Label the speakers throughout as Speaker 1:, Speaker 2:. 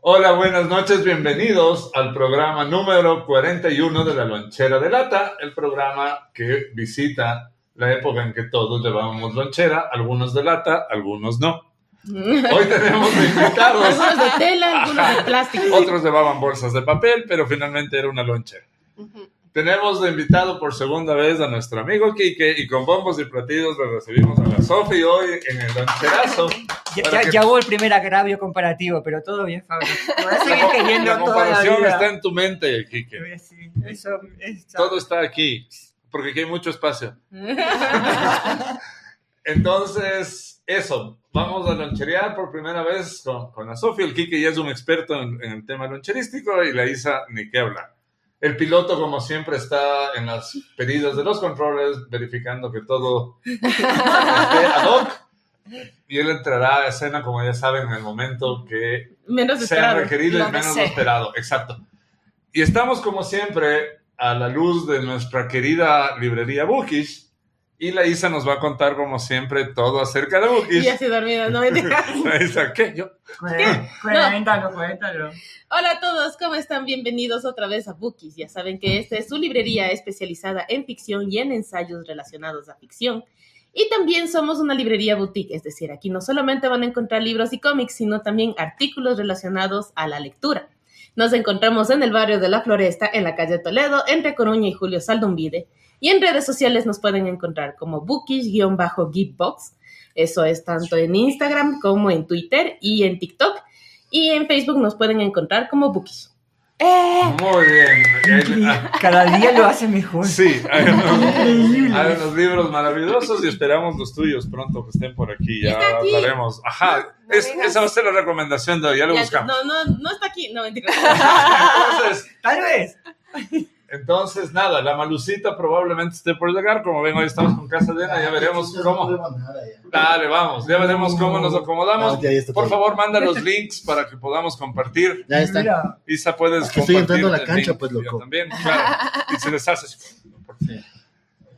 Speaker 1: Hola, buenas noches, bienvenidos al programa número 41 de La Lonchera de Lata, el programa que visita la época en que todos llevábamos lonchera, algunos de lata, algunos no.
Speaker 2: Mm.
Speaker 1: Hoy tenemos de invitados,
Speaker 3: Algunos de tela, algunos de plástico.
Speaker 1: otros llevaban bolsas de papel, pero finalmente era una lonchera. Tenemos de invitado por segunda vez a nuestro amigo Quique y con bombos y platillos le recibimos a la Sofi hoy en el loncherazo.
Speaker 2: Ya,
Speaker 1: Para
Speaker 2: ya-
Speaker 1: que-
Speaker 2: ya hubo el primer agravio comparativo, pero todo bien, Fabio. Me voy a seguir
Speaker 1: La,
Speaker 2: queriendo toda la
Speaker 1: comparación
Speaker 2: vida.
Speaker 1: está en tu mente, Quique.
Speaker 2: Sí, eso, eso.
Speaker 1: Todo está aquí, porque aquí hay mucho espacio. Entonces, eso, vamos a loncherear por primera vez con, con la Sofía. El Quique ya es un experto en, en el tema loncherístico y la Isa ni que habla. El piloto, como siempre, está en las pedidas de los controles, verificando que todo esté ad hoc. Y él entrará a escena, como ya saben, en el momento que
Speaker 3: Menos
Speaker 1: sea
Speaker 3: esperado.
Speaker 1: requerido y
Speaker 4: Lo
Speaker 1: menos
Speaker 4: desee.
Speaker 1: esperado, exacto. Y estamos como siempre a la luz de nuestra querida librería Bookish y la Isa nos va a contar como siempre todo acerca de
Speaker 3: Y
Speaker 1: Bookish.
Speaker 3: así dormidas, no mentira.
Speaker 1: La Isa, ¿qué? Yo,
Speaker 2: Cuen- Cuéntalo, cuéntalo.
Speaker 3: Hola a todos, ¿cómo están? Bienvenidos otra vez a Bookies. Ya saben que esta es su librería especializada en ficción y en ensayos relacionados a ficción. Y también somos una librería boutique, es decir, aquí no solamente van a encontrar libros y cómics, sino también artículos relacionados a la lectura. Nos encontramos en el barrio de La Floresta, en la calle Toledo, entre Coruña y Julio Saldumbide. Y en redes sociales nos pueden encontrar como bookish-geekbox. Eso es tanto en Instagram como en Twitter y en TikTok. Y en Facebook nos pueden encontrar como Bookish.
Speaker 1: muy bien. El- ah,
Speaker 2: Cada día lo hace mejor.
Speaker 1: sí, hay unos, hay unos libros maravillosos y esperamos los tuyos pronto que estén por aquí. Ya
Speaker 3: Está aquí.
Speaker 1: hablaremos. Ajá, es-
Speaker 4: digas.
Speaker 1: esa va a ser la recomendación de hoy, ya lo
Speaker 3: Ya,
Speaker 1: buscamos.
Speaker 3: no, no, no está aquí. No, mentira.
Speaker 1: Entonces,
Speaker 2: Tal vez.
Speaker 1: Entonces, nada, la malucita probablemente esté por llegar. Como ven, hoy estamos con Casa Llena, ya veremos cómo. Dale, vamos, ya veremos cómo nos acomodamos.
Speaker 5: Ah, ya, ya está
Speaker 1: Por
Speaker 5: todo.
Speaker 1: favor, manda los links para que podamos compartir.
Speaker 5: Ya está.
Speaker 2: Mira,
Speaker 1: Isa, puedes
Speaker 5: que estoy entrando a la
Speaker 1: el
Speaker 5: cancha,
Speaker 1: link.
Speaker 5: pues,
Speaker 1: Yo
Speaker 5: loco.
Speaker 1: También, claro. Y se les hace. así.
Speaker 5: Sí.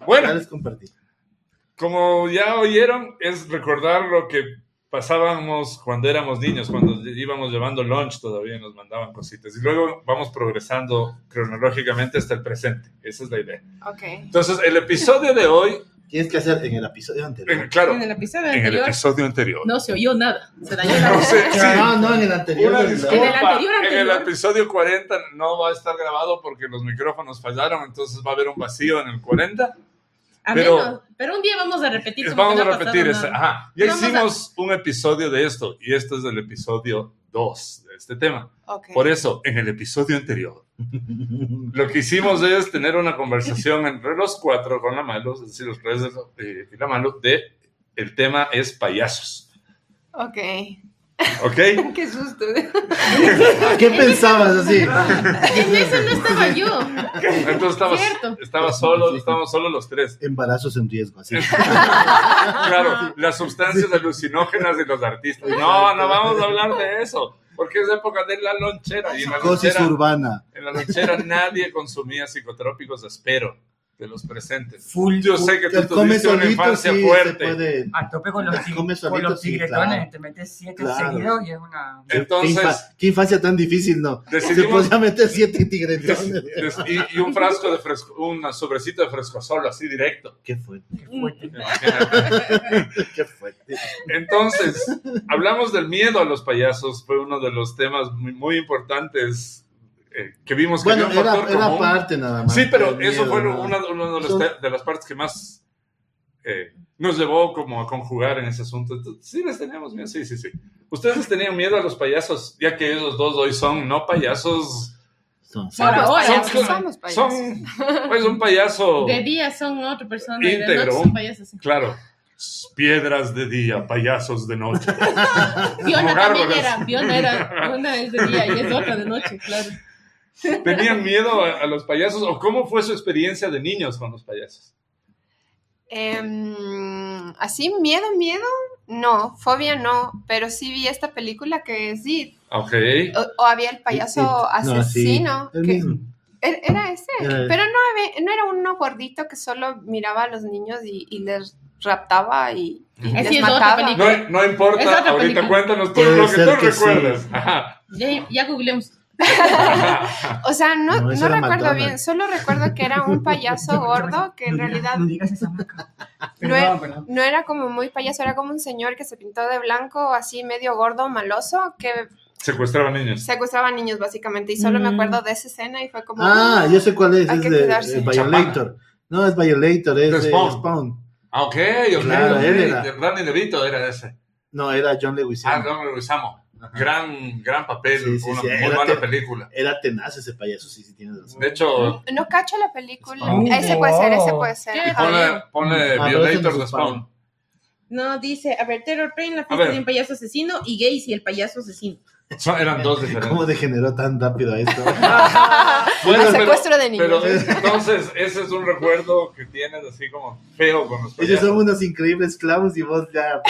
Speaker 5: Ya
Speaker 1: Bueno,
Speaker 5: les compartí.
Speaker 1: como ya oyeron, es recordar lo que pasábamos cuando éramos niños, cuando íbamos llevando lunch todavía y nos mandaban cositas. Y luego vamos progresando cronológicamente hasta el presente. Esa es la idea.
Speaker 4: Ok.
Speaker 1: Entonces, el episodio de hoy,
Speaker 5: Tienes que hacer en el episodio
Speaker 1: en-
Speaker 5: anterior.
Speaker 1: claro,
Speaker 4: En el episodio
Speaker 1: en el
Speaker 4: anterior.
Speaker 1: episodio anterior.
Speaker 3: No se oyó nada. Se dañó la
Speaker 1: No sé, sí,
Speaker 5: No, Ah, no, en el anterior.
Speaker 1: una
Speaker 5: en el-
Speaker 1: disculpa. En el,
Speaker 3: anterior, anterior.
Speaker 1: episodio 40 no va a estar grabado porque los micrófonos fallaron, entonces va a haber un vacío en el 40.
Speaker 3: A
Speaker 1: Pero-
Speaker 3: menos. Pero un día vamos a repetir. como
Speaker 1: Vamos
Speaker 3: que
Speaker 1: a
Speaker 3: no ha pasado
Speaker 1: repetir
Speaker 3: nada.
Speaker 1: esa. Ajá. Ya
Speaker 3: Vamos a-
Speaker 1: hicimos un episodio de esto y este es el episodio 2 de este tema.
Speaker 4: Ok.
Speaker 1: Por eso, en el episodio anterior, lo que hicimos es tener una conversación entre los cuatro con la Malu, es decir, los tres eh, y la Malu, de el tema es payasos.
Speaker 4: Ok.
Speaker 1: ¿Ok?
Speaker 4: Qué susto.
Speaker 5: ¿Qué pensabas así?
Speaker 3: En eso no estaba yo.
Speaker 1: Entonces estaba,
Speaker 3: Cierto.
Speaker 1: estaba solo, estábamos solo los tres.
Speaker 5: Embarazos en riesgo, así.
Speaker 1: Claro, las sustancias alucinógenas de los artistas. No, no vamos a hablar de eso, porque es época de la lonchera. Y en la
Speaker 5: Cosis
Speaker 1: lonchera,
Speaker 5: urbana.
Speaker 1: en la lonchera nadie consumía psicotrópicos, espero, de los presentes.
Speaker 2: full.
Speaker 1: Yo sé que tú
Speaker 5: El come
Speaker 1: tuviste una
Speaker 5: solito
Speaker 1: infancia
Speaker 5: sí se
Speaker 1: fuerte.
Speaker 5: puede.
Speaker 2: A tope con los,
Speaker 5: Las
Speaker 2: tig-
Speaker 5: comes
Speaker 2: con los
Speaker 5: solito, sí,
Speaker 2: tigretones,
Speaker 5: claro.
Speaker 2: te metes siete
Speaker 5: Claro.
Speaker 2: seguidos y es una.
Speaker 5: Qué
Speaker 1: Entonces-
Speaker 5: infa- Qué infancia tan difícil, ¿no? Se
Speaker 1: Decidimos-
Speaker 5: podía meter siete tigretones.
Speaker 1: Y, y un frasco de fresco, un sobrecito de fresco solo, así directo.
Speaker 5: Qué fuerte,
Speaker 2: Qué fuerte.
Speaker 1: Imagínate.
Speaker 5: qué fuerte.
Speaker 1: Entonces, hablamos del miedo a los payasos, fue uno de los temas muy, muy importantes eh, que vimos que
Speaker 5: Bueno,
Speaker 1: había un
Speaker 5: era,
Speaker 1: factor
Speaker 5: era
Speaker 1: común.
Speaker 5: parte nada más.
Speaker 1: Sí, pero
Speaker 5: Del
Speaker 1: eso
Speaker 5: miedo,
Speaker 1: fue
Speaker 5: ¿no?
Speaker 1: una, una de, las,
Speaker 5: Entonces-
Speaker 1: de las partes que más eh, nos llevó como a conjugar en ese asunto. Entonces, Sí, les teníamos miedo, sí, sí, sí. Ustedes les tenían miedo a los payasos, ya que ellos dos hoy son no payasos.
Speaker 5: Son-
Speaker 4: Por ahora,
Speaker 1: son,
Speaker 4: sí son los payasos.
Speaker 1: son, pues un payaso,
Speaker 3: De día son otra persona. Y de
Speaker 1: Íntegro.
Speaker 3: noche son payasos.
Speaker 1: claro. Piedras de día, payasos de noche.
Speaker 3: Fiona también
Speaker 1: gárgolas.
Speaker 3: era. Fiona era. Una es de día y es otra de noche, claro.
Speaker 1: ¿Tenían miedo a, a los payasos? ¿O cómo fue su experiencia de niños con los payasos?
Speaker 4: Em, así, miedo, miedo. No, fobia no, pero sí vi esta película que es It.
Speaker 1: Ok.
Speaker 4: O, o había el payaso
Speaker 5: It- it- no, sí,
Speaker 4: asesino.
Speaker 5: el
Speaker 4: que-
Speaker 5: mismo.
Speaker 4: Er- Era ese,
Speaker 5: Era él.
Speaker 4: pero no, había- no era uno gordito que solo miraba a los niños y, y les raptaba y, y
Speaker 1: Esa
Speaker 4: les
Speaker 3: sí es otra
Speaker 4: mataba.
Speaker 3: película.
Speaker 1: No, no
Speaker 3: Es
Speaker 1: importa,
Speaker 3: otra
Speaker 1: ahorita
Speaker 3: película.
Speaker 1: cuéntanos por
Speaker 5: Puede
Speaker 1: lo que
Speaker 5: ser
Speaker 1: tú
Speaker 5: que sí.
Speaker 1: recuerdas. Ajá.
Speaker 3: Ya, ya googleamos.
Speaker 1: Ajá.
Speaker 4: O sea, no,
Speaker 5: No,
Speaker 4: no,
Speaker 5: esa era
Speaker 4: recuerdo
Speaker 5: McDonald's.
Speaker 4: bien, solo recuerdo que era un payaso gordo que en
Speaker 2: No digas-
Speaker 4: realidad
Speaker 2: No digas esa marca.
Speaker 4: No
Speaker 2: Perdón,
Speaker 4: es-
Speaker 2: perdón.
Speaker 4: no era como muy payaso, era como un señor que se pintó de blanco, así medio gordo, maloso, que
Speaker 1: Secuestraba niños.
Speaker 4: secuestraba niños básicamente. Y solo me
Speaker 3: Mm.
Speaker 4: acuerdo de esa escena y fue como.
Speaker 5: Ah, yo sé cuál es.
Speaker 4: Hay
Speaker 5: Es
Speaker 4: que
Speaker 5: de,
Speaker 4: cuidarse.
Speaker 5: de Violator. No, es Violator, es
Speaker 1: De
Speaker 5: de
Speaker 1: Spawn.
Speaker 5: Spawn.
Speaker 1: Ah, ok, ok.
Speaker 5: Claro, él era.
Speaker 1: Danny DeVito era ese.
Speaker 5: No, era John Leguizamo.
Speaker 1: Ah, no, lo usamos.
Speaker 5: Ajá.
Speaker 1: Gran, gran papel,
Speaker 5: Sí, sí,
Speaker 1: una
Speaker 5: sí,
Speaker 1: muy
Speaker 5: era
Speaker 1: buena
Speaker 5: te-
Speaker 1: película.
Speaker 5: Era tenaz ese payaso, sí, sí, tienes razón.
Speaker 1: De hecho,
Speaker 4: No cacho la película.
Speaker 1: Spawn.
Speaker 2: Oh.
Speaker 4: Ese puede ser, ese puede
Speaker 3: ¿Qué?
Speaker 4: ser.
Speaker 1: y ponle, ponle
Speaker 5: Ah, pero
Speaker 1: Violator
Speaker 5: ese no
Speaker 1: de
Speaker 5: es
Speaker 1: Spawn.
Speaker 3: No, dice, a ver, Terror Train, la
Speaker 1: A
Speaker 3: fiesta
Speaker 1: ver.
Speaker 3: de un payaso asesino y Gacy, el payaso asesino.
Speaker 1: Son- eran dos
Speaker 5: ¿Cómo
Speaker 1: diferentes.
Speaker 5: degeneró tan rápido esto?
Speaker 1: Bueno, pero-
Speaker 4: El secuestro de niños.
Speaker 1: Pero entonces, ese es un recuerdo que tienes así como feo con los
Speaker 5: Ellos
Speaker 1: payasos.
Speaker 5: son unos increíbles clowns y vos ya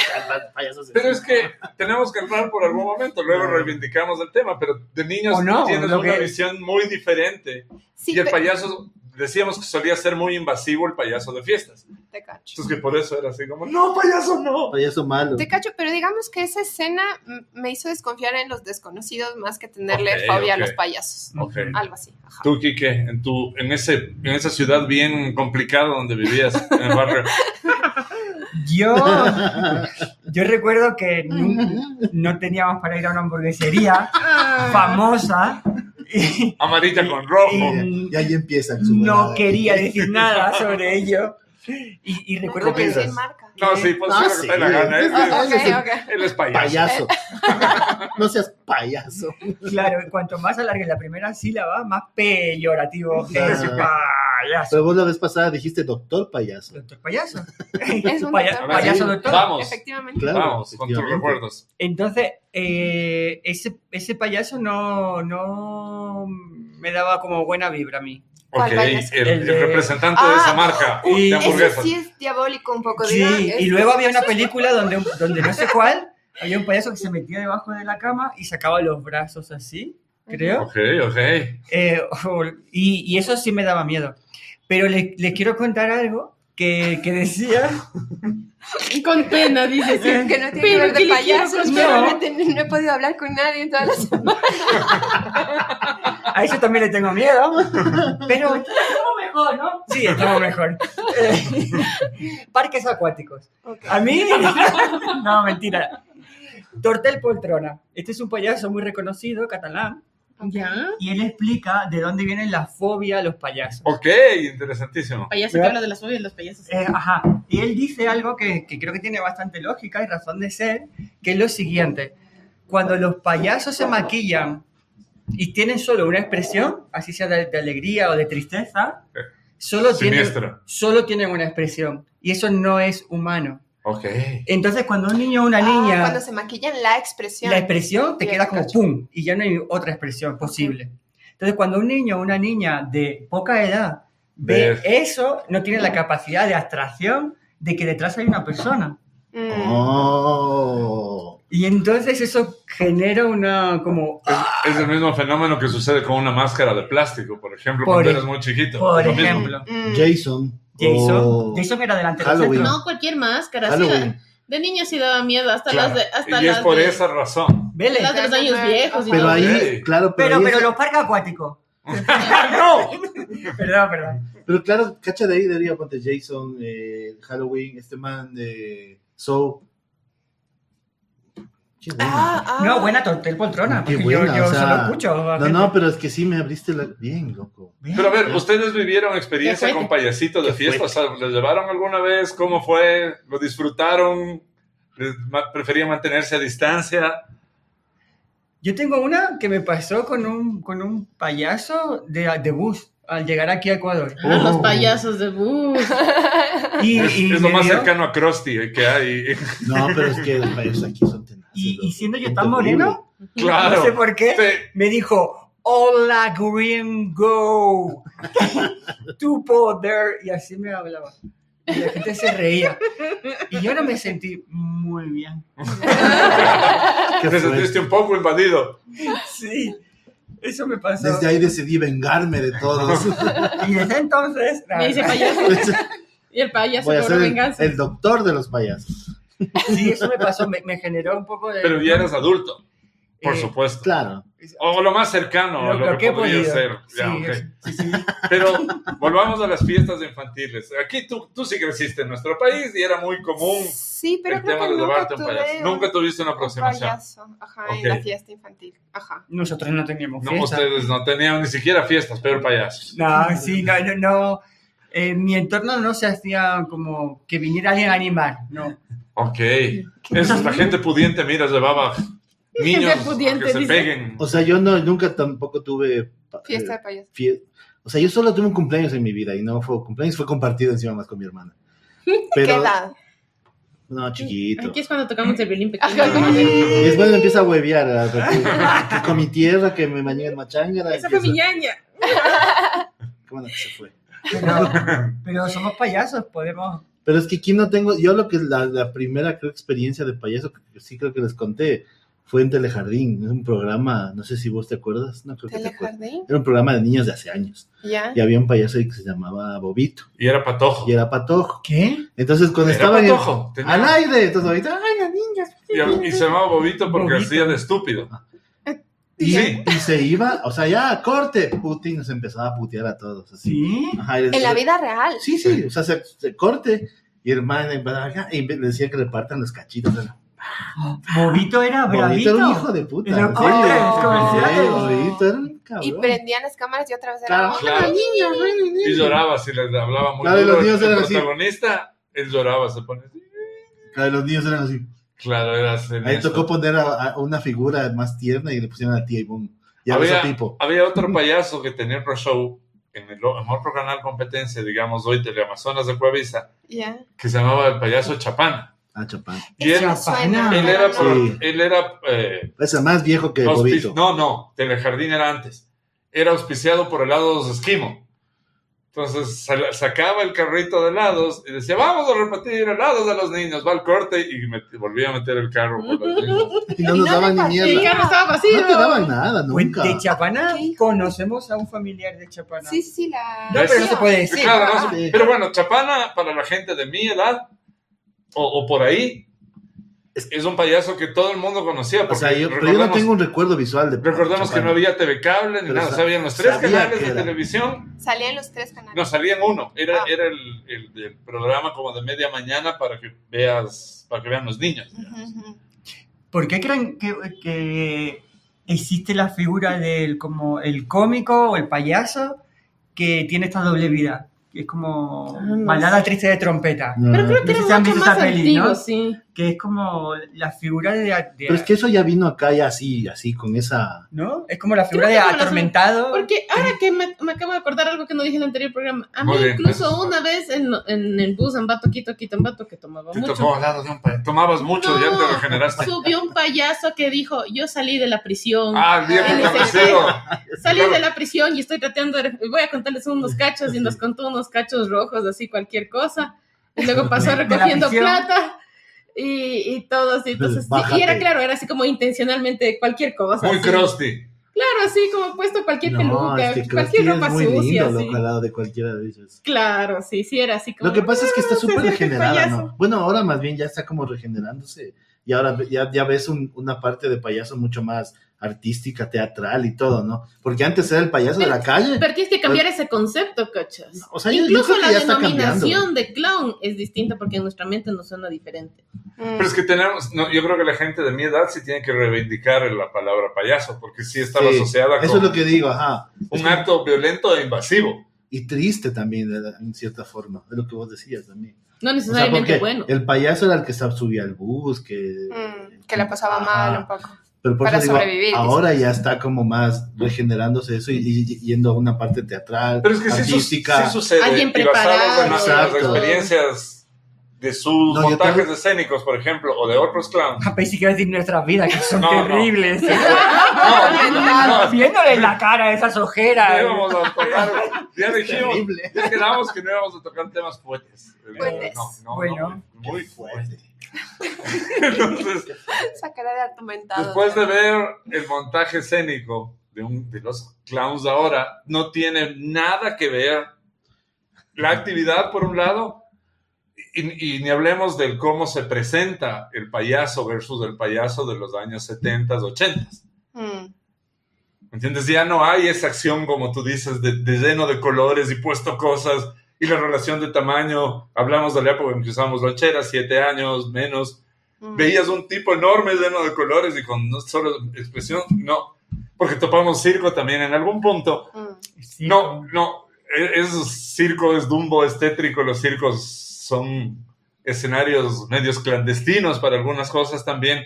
Speaker 5: payasos.
Speaker 1: Pero es que tenemos que hablar por algún momento, luego reivindicamos el tema, pero de niños
Speaker 2: O no,
Speaker 1: tienes
Speaker 2: lo
Speaker 1: una
Speaker 2: que-
Speaker 1: visión muy diferente.
Speaker 4: Sí,
Speaker 1: y el
Speaker 4: pe-
Speaker 1: payaso, decíamos que solía ser muy invasivo el payaso de fiestas.
Speaker 4: te cacho.
Speaker 1: Entonces que por eso era así como, no, payaso, no.
Speaker 5: Payaso malo.
Speaker 4: Te cacho, pero digamos que esa escena mm, me hizo desconfiar en los desconocidos más que tenerle
Speaker 1: Ok, ok.
Speaker 4: fobia a los payasos.
Speaker 1: Ok.
Speaker 4: Algo así. ajá.
Speaker 1: Tú, Quique, en, tu, en, ese, en esa ciudad bien complicada donde vivías, en el barrio.
Speaker 2: Yo, yo recuerdo que nun- no teníamos para ir a una hamburguesería famosa y
Speaker 1: Amarilla con rojo.
Speaker 5: Y, y ahí empiezan su
Speaker 2: no
Speaker 5: manada.
Speaker 2: quería decir nada sobre ello. Y, y
Speaker 4: No,
Speaker 2: recuerdo que
Speaker 4: sí,
Speaker 5: Comidas.
Speaker 4: marca.
Speaker 1: No, sí, pues
Speaker 5: Ah,
Speaker 1: sí, lo que
Speaker 5: sí.
Speaker 1: te dé la gana. Él,
Speaker 5: Ah,
Speaker 1: es-
Speaker 5: ese es el
Speaker 4: Ok, ok.
Speaker 1: él es payaso.
Speaker 5: Payaso. No seas payaso.
Speaker 2: Claro, cuanto más alargue la primera sílaba, más peyorativo es
Speaker 5: Ah.
Speaker 2: payaso.
Speaker 5: Pero vos la vez pasada dijiste doctor payaso.
Speaker 2: Doctor payaso.
Speaker 4: Es un
Speaker 2: Paya-
Speaker 1: A
Speaker 4: doctor.
Speaker 1: ver,
Speaker 2: payaso
Speaker 1: sí,
Speaker 2: doctor.
Speaker 1: Vamos,
Speaker 4: Efectivamente.
Speaker 5: Claro.
Speaker 1: vamos, con tus
Speaker 5: efectivamente.
Speaker 1: recuerdos.
Speaker 2: Entonces, eh, ese, ese payaso no, no me daba como buena vibra a mí.
Speaker 1: Ok,
Speaker 4: ¿Cuál
Speaker 1: el,
Speaker 4: payaso?
Speaker 1: el
Speaker 2: El de-
Speaker 1: representante de
Speaker 4: Ah,
Speaker 1: esa marca
Speaker 2: uy,
Speaker 1: de
Speaker 2: ese
Speaker 4: Ese
Speaker 1: hamburguesas.
Speaker 4: sí es diabólico un poco.
Speaker 2: Sí,
Speaker 4: digamos,
Speaker 2: y
Speaker 4: es-
Speaker 2: luego había una película donde, un- donde no sé cuál, había un payaso que se metía debajo de la cama y sacaba los brazos así, creo.
Speaker 1: Ok, ok.
Speaker 2: Eh, o- y, y eso sí me daba miedo. Pero les, les quiero contar algo que, que decía...
Speaker 3: Con pena, dice. sí.
Speaker 2: Eh,
Speaker 4: que no tiene que
Speaker 3: Pero
Speaker 4: ver
Speaker 3: ¿qué le
Speaker 4: de
Speaker 3: quiero
Speaker 4: payasos,
Speaker 2: contar?
Speaker 4: pero
Speaker 2: No.
Speaker 4: no. he ten- no he podido hablar con nadie en todas las
Speaker 2: A eso también le tengo miedo. Pero estamos mejor, ¿no? Sí, estamos mejor. Eh, parques acuáticos. A mí. No, mentira. Tortel Poltrona. Este es un payaso muy reconocido, catalán.
Speaker 3: Ya.
Speaker 2: Y él explica de dónde vienen la fobia a los payasos.
Speaker 1: Ok, interesantísimo.
Speaker 3: Payaso que
Speaker 2: ¿Verdad?
Speaker 3: habla de las fobias de los payasos.
Speaker 2: Eh, ajá. Y él dice algo que, que creo que tiene bastante lógica y razón de ser, que es lo siguiente. Cuando los payasos se maquillan y tienen solo una expresión, así sea de, de alegría o de tristeza, solo tienen,
Speaker 1: Siniestra.
Speaker 2: solo tienen una expresión. Y eso no es humano.
Speaker 1: Ok.
Speaker 2: Entonces, cuando un niño o una
Speaker 4: Ah,
Speaker 2: niña,
Speaker 4: cuando se maquillan la expresión.
Speaker 2: la expresión te
Speaker 4: Ya
Speaker 2: queda
Speaker 4: te
Speaker 2: como
Speaker 4: cacho.
Speaker 2: pum, y ya no hay otra expresión posible. Entonces, cuando un niño o una niña de poca edad ve
Speaker 1: Ves.
Speaker 2: eso, no tiene la capacidad de abstracción de que detrás hay una persona.
Speaker 4: Mm.
Speaker 5: Oh.
Speaker 2: Y entonces eso genera una como...
Speaker 1: Es, es el mismo fenómeno que sucede con una máscara de plástico, por ejemplo,
Speaker 2: Por
Speaker 1: cuando
Speaker 2: e-
Speaker 1: eres muy chiquito.
Speaker 2: Por
Speaker 1: Lo mismo.
Speaker 2: ejemplo,
Speaker 4: Mm.
Speaker 5: Jason.
Speaker 2: Jason,
Speaker 5: Oh.
Speaker 2: Jason era delante
Speaker 5: Halloween.
Speaker 2: del
Speaker 3: No, cualquier máscara. sí,
Speaker 5: Halloween.
Speaker 3: de niña sí daba miedo, hasta
Speaker 1: Claro.
Speaker 3: las de. Hasta
Speaker 1: y es
Speaker 3: las
Speaker 1: por
Speaker 3: de-
Speaker 1: esa razón.
Speaker 2: Vele.
Speaker 3: las de los años
Speaker 4: Ajá.
Speaker 3: viejos y
Speaker 5: Pero
Speaker 3: todo.
Speaker 5: ahí, claro, pero,
Speaker 2: Pero,
Speaker 5: ahí
Speaker 2: pero
Speaker 5: es-
Speaker 2: los parques acuáticos.
Speaker 1: ¡No!
Speaker 2: Perdón, perdón.
Speaker 5: pero claro, cacha de ahí debería ponte Jason, eh, Halloween, este man de Soul. Qué bueno.
Speaker 4: Ah, ah.
Speaker 2: No, buena tortel poltrona.
Speaker 5: Qué
Speaker 2: Porque yo,
Speaker 5: buena,
Speaker 2: yo
Speaker 5: o sea,
Speaker 2: solo escucho. a
Speaker 5: no,
Speaker 2: gente.
Speaker 5: no, pero es que sí me abriste la... bien, loco.
Speaker 1: Pero a ver, ¿ustedes vivieron experiencia
Speaker 3: Qué
Speaker 1: con
Speaker 3: fuerte.
Speaker 1: payasitos de
Speaker 5: Qué
Speaker 1: fiesta? O sea, ¿los llevaron alguna vez? ¿Cómo fue? ¿Lo disfrutaron? ¿Les ma- ¿Preferían mantenerse a distancia?
Speaker 2: Yo tengo una que me pasó con un, con un payaso de, de bus al llegar aquí a Ecuador.
Speaker 3: Ah, los
Speaker 5: Oh.
Speaker 3: payasos de bus.
Speaker 2: Y,
Speaker 1: Es,
Speaker 2: y
Speaker 1: es lo
Speaker 2: me
Speaker 1: más
Speaker 2: dio-
Speaker 1: cercano a Krusty que hay.
Speaker 5: No, pero es que los payasos aquí son tenaces.
Speaker 2: Y, y
Speaker 5: loco.
Speaker 2: siendo yo
Speaker 5: Son
Speaker 2: tan
Speaker 5: terribles.
Speaker 2: moreno,
Speaker 1: Claro.
Speaker 2: no sé por qué,
Speaker 1: Te-
Speaker 2: me dijo, hola gringo, tu poder, y así me hablaba. Y la gente se reía. Y yo no me sentí muy bien.
Speaker 5: Qué
Speaker 1: te
Speaker 5: fuerte.
Speaker 1: sentiste un poco invadido.
Speaker 2: Sí, eso me pasó.
Speaker 5: Desde ahí decidí vengarme de todos.
Speaker 2: Y desde entonces...
Speaker 3: Me dice payaso. Y el payaso
Speaker 5: Voy a
Speaker 3: cobró
Speaker 5: ser el,
Speaker 3: venganza.
Speaker 5: el doctor de los payasos.
Speaker 2: Sí, eso me pasó, me, me generó un poco de...
Speaker 1: Pero ya eres adulto, por
Speaker 2: eh,
Speaker 1: supuesto.
Speaker 5: Claro.
Speaker 1: O lo más cercano a
Speaker 2: Lo-
Speaker 1: lo,
Speaker 2: lo
Speaker 1: que
Speaker 2: que he
Speaker 1: podría
Speaker 2: podido.
Speaker 1: ser. Ya,
Speaker 2: sí,
Speaker 1: ok.
Speaker 2: es- sí, sí.
Speaker 1: Pero volvamos a las fiestas infantiles. Aquí tú, tú sí creciste en nuestro país y era muy común
Speaker 4: Sí, pero
Speaker 1: Oh, el
Speaker 4: creo
Speaker 1: tema
Speaker 4: que
Speaker 1: de
Speaker 4: nunca
Speaker 1: llevarte un
Speaker 4: tuve
Speaker 1: payaso.
Speaker 4: un,
Speaker 1: Nunca tuviste una
Speaker 4: un
Speaker 1: aproximación.
Speaker 4: payaso. Ajá, en
Speaker 1: Ok.
Speaker 4: la fiesta infantil. Ajá.
Speaker 2: Nosotros no teníamos
Speaker 1: No,
Speaker 2: fiesta.
Speaker 1: ustedes no tenían ni siquiera fiestas, peor payasos.
Speaker 2: No, sí, no, no, no. Eh, mi entorno no se hacía como que viniera alguien a animar, no.
Speaker 1: Ok. Eso es la gente pudiente, mira, llevaba niños a
Speaker 3: pudiente,
Speaker 1: que se
Speaker 3: dice.
Speaker 1: peguen.
Speaker 5: O sea, yo no, nunca tampoco tuve... pa-
Speaker 4: Fiesta
Speaker 5: eh,
Speaker 4: de payaso.
Speaker 5: fie- O sea, yo solo tuve un cumpleaños en mi vida y no fue cumpleaños, fue compartido encima más con mi hermana.
Speaker 4: ¿Qué
Speaker 5: Pero,
Speaker 4: edad?
Speaker 5: no, chiquito.
Speaker 3: Aquí es cuando tocamos el violín pequeño.
Speaker 4: Ajá, ¿cómo se-
Speaker 5: Y después me empieza a huevear a- que- que con mi tierra, que me bañé en machangara.
Speaker 3: Esa fue mi
Speaker 5: empieza-
Speaker 3: ñaña.
Speaker 5: Qué bueno que se fue.
Speaker 2: Pero, pero somos payasos, podemos.
Speaker 5: Pero es que aquí no tengo, yo lo que es la, la primera creo, experiencia de payaso que que sí creo que les conté fue en Telejardín, es un programa, no sé si vos te acuerdas, no creo que te acuerdes.
Speaker 4: ¿Telejardín?
Speaker 5: Era un programa de niños de hace años
Speaker 4: Ya.
Speaker 5: y había un payaso ahí que se llamaba Bobito
Speaker 1: Y era patojo.
Speaker 5: y era patojo.
Speaker 2: ¿Qué?
Speaker 5: Entonces cuando
Speaker 1: Era
Speaker 5: estaba en el-
Speaker 1: patojo. tenía-
Speaker 5: al aire, entonces ahorita, ay, las niñas.
Speaker 1: y, y se llamaba Bobito porque
Speaker 2: Bobito.
Speaker 1: hacía de estúpido.
Speaker 5: Y,
Speaker 1: Sí.
Speaker 5: y se iba, o sea, ya, corte, Putin nos empezaba a putear a todos, así.
Speaker 2: Sí.
Speaker 5: Ajá, y les-
Speaker 4: En la vida real.
Speaker 5: Sí, sí, o sea, se, se corte. Y hermana, en verdad, ajá, y le decía que repartan los cachitos. Era-
Speaker 2: Bobito era
Speaker 5: Bobito
Speaker 2: bravito.
Speaker 5: era un hijo de puta.
Speaker 2: Ah, Era
Speaker 5: en
Speaker 2: corte,
Speaker 5: serio.
Speaker 4: los comerciales.
Speaker 5: Sí, Bobito era un
Speaker 4: Y
Speaker 5: cabrón.
Speaker 4: prendían las cámaras y otra vez era.
Speaker 5: Claro,
Speaker 1: Ah, Claro. Y lloraba si les hablaba muy
Speaker 5: Claro, y los
Speaker 1: duro.
Speaker 5: niños
Speaker 1: el
Speaker 5: eran así.
Speaker 1: protagonista, él lloraba, se pone así.
Speaker 5: Claro, los niños eran así.
Speaker 1: Claro, era
Speaker 5: Ahí
Speaker 1: siniestro.
Speaker 5: tocó poner a, a una figura más tierna y le pusieron a tía Ivonne. Y a
Speaker 1: Había-
Speaker 5: ese tipo.
Speaker 1: Había otro payaso que tenía otro show en, el, en otro canal competencia, digamos, hoy Teleamazonas de Cuevisa,
Speaker 4: Ya.
Speaker 1: que se llamaba el payaso Chapana.
Speaker 5: Ah, chapán.
Speaker 1: Y
Speaker 4: Eso
Speaker 1: él,
Speaker 4: me suena,
Speaker 1: él
Speaker 4: pero
Speaker 1: era,
Speaker 4: no.
Speaker 1: por-
Speaker 5: Ah, Sí.
Speaker 1: él era eh,
Speaker 5: Ese más viejo que
Speaker 1: auspi-
Speaker 5: Bobito.
Speaker 1: no, no, Telejardín era antes. Era auspiciado por helados Esquimo. Entonces sal- sacaba el carrito de helados y decía, vamos a repartir helados a los niños. Va al corte y met- volvía a meter el carro por los niños.
Speaker 5: Y no nos
Speaker 4: no
Speaker 5: daban ni
Speaker 4: repartí.
Speaker 3: Y el
Speaker 5: mierda.
Speaker 3: carro estaba vacío.
Speaker 5: No te daban nada, nunca.
Speaker 2: De Chapana
Speaker 4: ¿Qué hijo?
Speaker 2: conocemos a un familiar de Chapana.
Speaker 4: Sí, sí, la.
Speaker 2: No, pero no se puede decir.
Speaker 1: Pues Claro, no
Speaker 5: Sí.
Speaker 1: sé. Pero bueno, Chapana, para la gente de mi edad o, o por ahí, es un payaso que todo el mundo conocía.
Speaker 5: O
Speaker 1: Porque
Speaker 5: sea, yo, pero yo
Speaker 1: recordemos,
Speaker 5: no tengo un recuerdo visual de.
Speaker 1: recordemos que
Speaker 5: Chapán.
Speaker 1: no había TV Cable ni
Speaker 5: Pero
Speaker 1: nada.
Speaker 5: sa-
Speaker 1: O sea, habían los tres
Speaker 5: sabía
Speaker 1: canales
Speaker 5: que
Speaker 1: de
Speaker 5: era.
Speaker 1: televisión.
Speaker 4: Salía en los tres canales.
Speaker 1: No, salían uno. Era,
Speaker 4: Ah.
Speaker 1: era el, el- el programa como de media mañana para que veas para que vean los niños.
Speaker 4: Ujú, ujú.
Speaker 2: ¿Por qué creen que, que existe la figura del como el cómico o el payaso que tiene esta doble vida? Que es como
Speaker 3: no
Speaker 2: balada triste de trompeta.
Speaker 5: No.
Speaker 3: Pero creo
Speaker 2: No
Speaker 3: que
Speaker 2: sé
Speaker 3: era
Speaker 2: si han
Speaker 3: mucho
Speaker 2: visto
Speaker 3: más
Speaker 2: esa peli,
Speaker 3: antiguo,
Speaker 2: ¿no?
Speaker 3: sí.
Speaker 2: Que es como la figura de... de-
Speaker 5: Pero es que eso ya vino acá ya así, así, con esa.
Speaker 2: ¿No? Es como la figura
Speaker 3: Creo
Speaker 2: de
Speaker 3: que como la-
Speaker 2: atormentado.
Speaker 3: Porque ahora que me, me acabo de acordar algo que no dije en el anterior programa, a mí
Speaker 1: Muy bien,
Speaker 3: incluso
Speaker 1: gracias.
Speaker 3: una vez en, en el bus Ambato, Quito, Quito, Ambato, que tomaba
Speaker 1: Te
Speaker 3: mucho,
Speaker 1: tocó al lado de un payaso. Tomabas mucho,
Speaker 3: No.
Speaker 1: ya te regeneraste.
Speaker 3: subió un payaso que dijo, yo salí de la prisión,
Speaker 1: Ah, el viejo
Speaker 3: En ese-
Speaker 1: tapicero.
Speaker 3: salí
Speaker 1: claro.
Speaker 3: de la prisión y estoy tratando de, voy a contarles unos cachos y nos contó unos cachos rojos, así cualquier cosa, y luego pasó
Speaker 2: De la
Speaker 3: recogiendo
Speaker 2: prisión.
Speaker 3: plata. Y, y todos, y entonces, sí, y
Speaker 5: Bájate.
Speaker 3: era claro, era así como intencionalmente cualquier cosa.
Speaker 1: Muy
Speaker 3: así.
Speaker 1: crusty.
Speaker 3: Claro, así como puesto cualquier peluca,
Speaker 5: es este, que
Speaker 3: cualquier
Speaker 5: Krusty es
Speaker 3: ropa
Speaker 5: muy lindo,
Speaker 3: sucia. así.
Speaker 5: loco, al lado de cualquiera de ellos.
Speaker 3: Claro, sí, sí, era así como.
Speaker 5: Lo que pasa es que está
Speaker 3: "Ah, se
Speaker 5: súper
Speaker 3: siente
Speaker 5: regenerada,
Speaker 3: payaso".
Speaker 5: ¿no? Bueno, ahora más bien ya está como regenerándose. Y ahora ve- ya, ya ves un- una parte de payaso mucho más artística, teatral y todo, ¿no? Porque antes era el payaso de la calle.
Speaker 3: Pero tienes que cambiar ese concepto, cachas.
Speaker 5: O sea, Pues yo- yo
Speaker 3: Incluso
Speaker 5: creo que
Speaker 3: la
Speaker 5: ya está
Speaker 3: denominación
Speaker 5: cambiando.
Speaker 3: de clown es distinta porque en nuestra mente nos suena diferente.
Speaker 4: Mm.
Speaker 1: Pero es que tenemos, no, yo creo que la gente de mi edad sí tiene que reivindicar la palabra payaso, porque sí estaba
Speaker 5: Sí,
Speaker 1: asociada
Speaker 5: Eso
Speaker 1: con
Speaker 5: es lo que digo, ajá.
Speaker 1: un acto violento e invasivo.
Speaker 5: Y triste también, de la- en cierta forma. Es lo que vos decías también.
Speaker 3: No
Speaker 5: O sea,
Speaker 3: necesariamente
Speaker 5: porque
Speaker 3: bueno.
Speaker 5: el payaso era el que se subía al bus, que...
Speaker 4: Mm, que la pasaba
Speaker 5: Ajá.
Speaker 4: mal un poco.
Speaker 5: Pero por
Speaker 4: Para
Speaker 5: eso digo,
Speaker 4: sobrevivir, dices.
Speaker 5: ahora ya está como más regenerándose eso y, y- y yendo a una parte teatral,
Speaker 1: Pero es que sí, su-
Speaker 5: artística.
Speaker 1: sí sucede.
Speaker 3: Alguien
Speaker 1: y basados en las- en las
Speaker 5: preparado.
Speaker 1: experiencias de sus
Speaker 5: No, yo
Speaker 1: montajes
Speaker 5: también-
Speaker 1: escénicos, por ejemplo, o de otros clowns.
Speaker 2: Ah, pensé que iba a decir nuestras vidas, que son
Speaker 1: No, no.
Speaker 2: terribles.
Speaker 1: No, no, no.
Speaker 2: Viéndole la cara a esas
Speaker 1: No
Speaker 2: ojeras.
Speaker 1: íbamos a tocar, ya dijimos,
Speaker 5: Terrible.
Speaker 1: ya quedamos que no íbamos a tocar temas fuertes. Eh,
Speaker 4: Fuertes.
Speaker 1: No, no,
Speaker 2: Bueno.
Speaker 1: no, muy fuerte. Entonces,
Speaker 4: Esa cara de atormentado.
Speaker 1: Después de ver el montaje escénico de, un, de los clowns de ahora, no tiene nada que ver la actividad, por un lado, y, y ni hablemos del cómo se presenta el payaso versus el payaso de los años 70, 80.
Speaker 4: Mm.
Speaker 1: ¿Entiendes? Ya no hay esa acción, como tú dices, de, de lleno de colores y puesto cosas y la relación de tamaño. Hablamos de la época en que usamos loncheras, siete años, menos.
Speaker 4: Mm.
Speaker 1: Veías un tipo enorme lleno de colores y con no solo expresión, no. Porque topamos circo también en algún punto.
Speaker 4: Mm.
Speaker 2: Sí,
Speaker 1: No, no. e- Esos circos Dumbo es tétrico, los circos son escenarios medios clandestinos para algunas cosas también.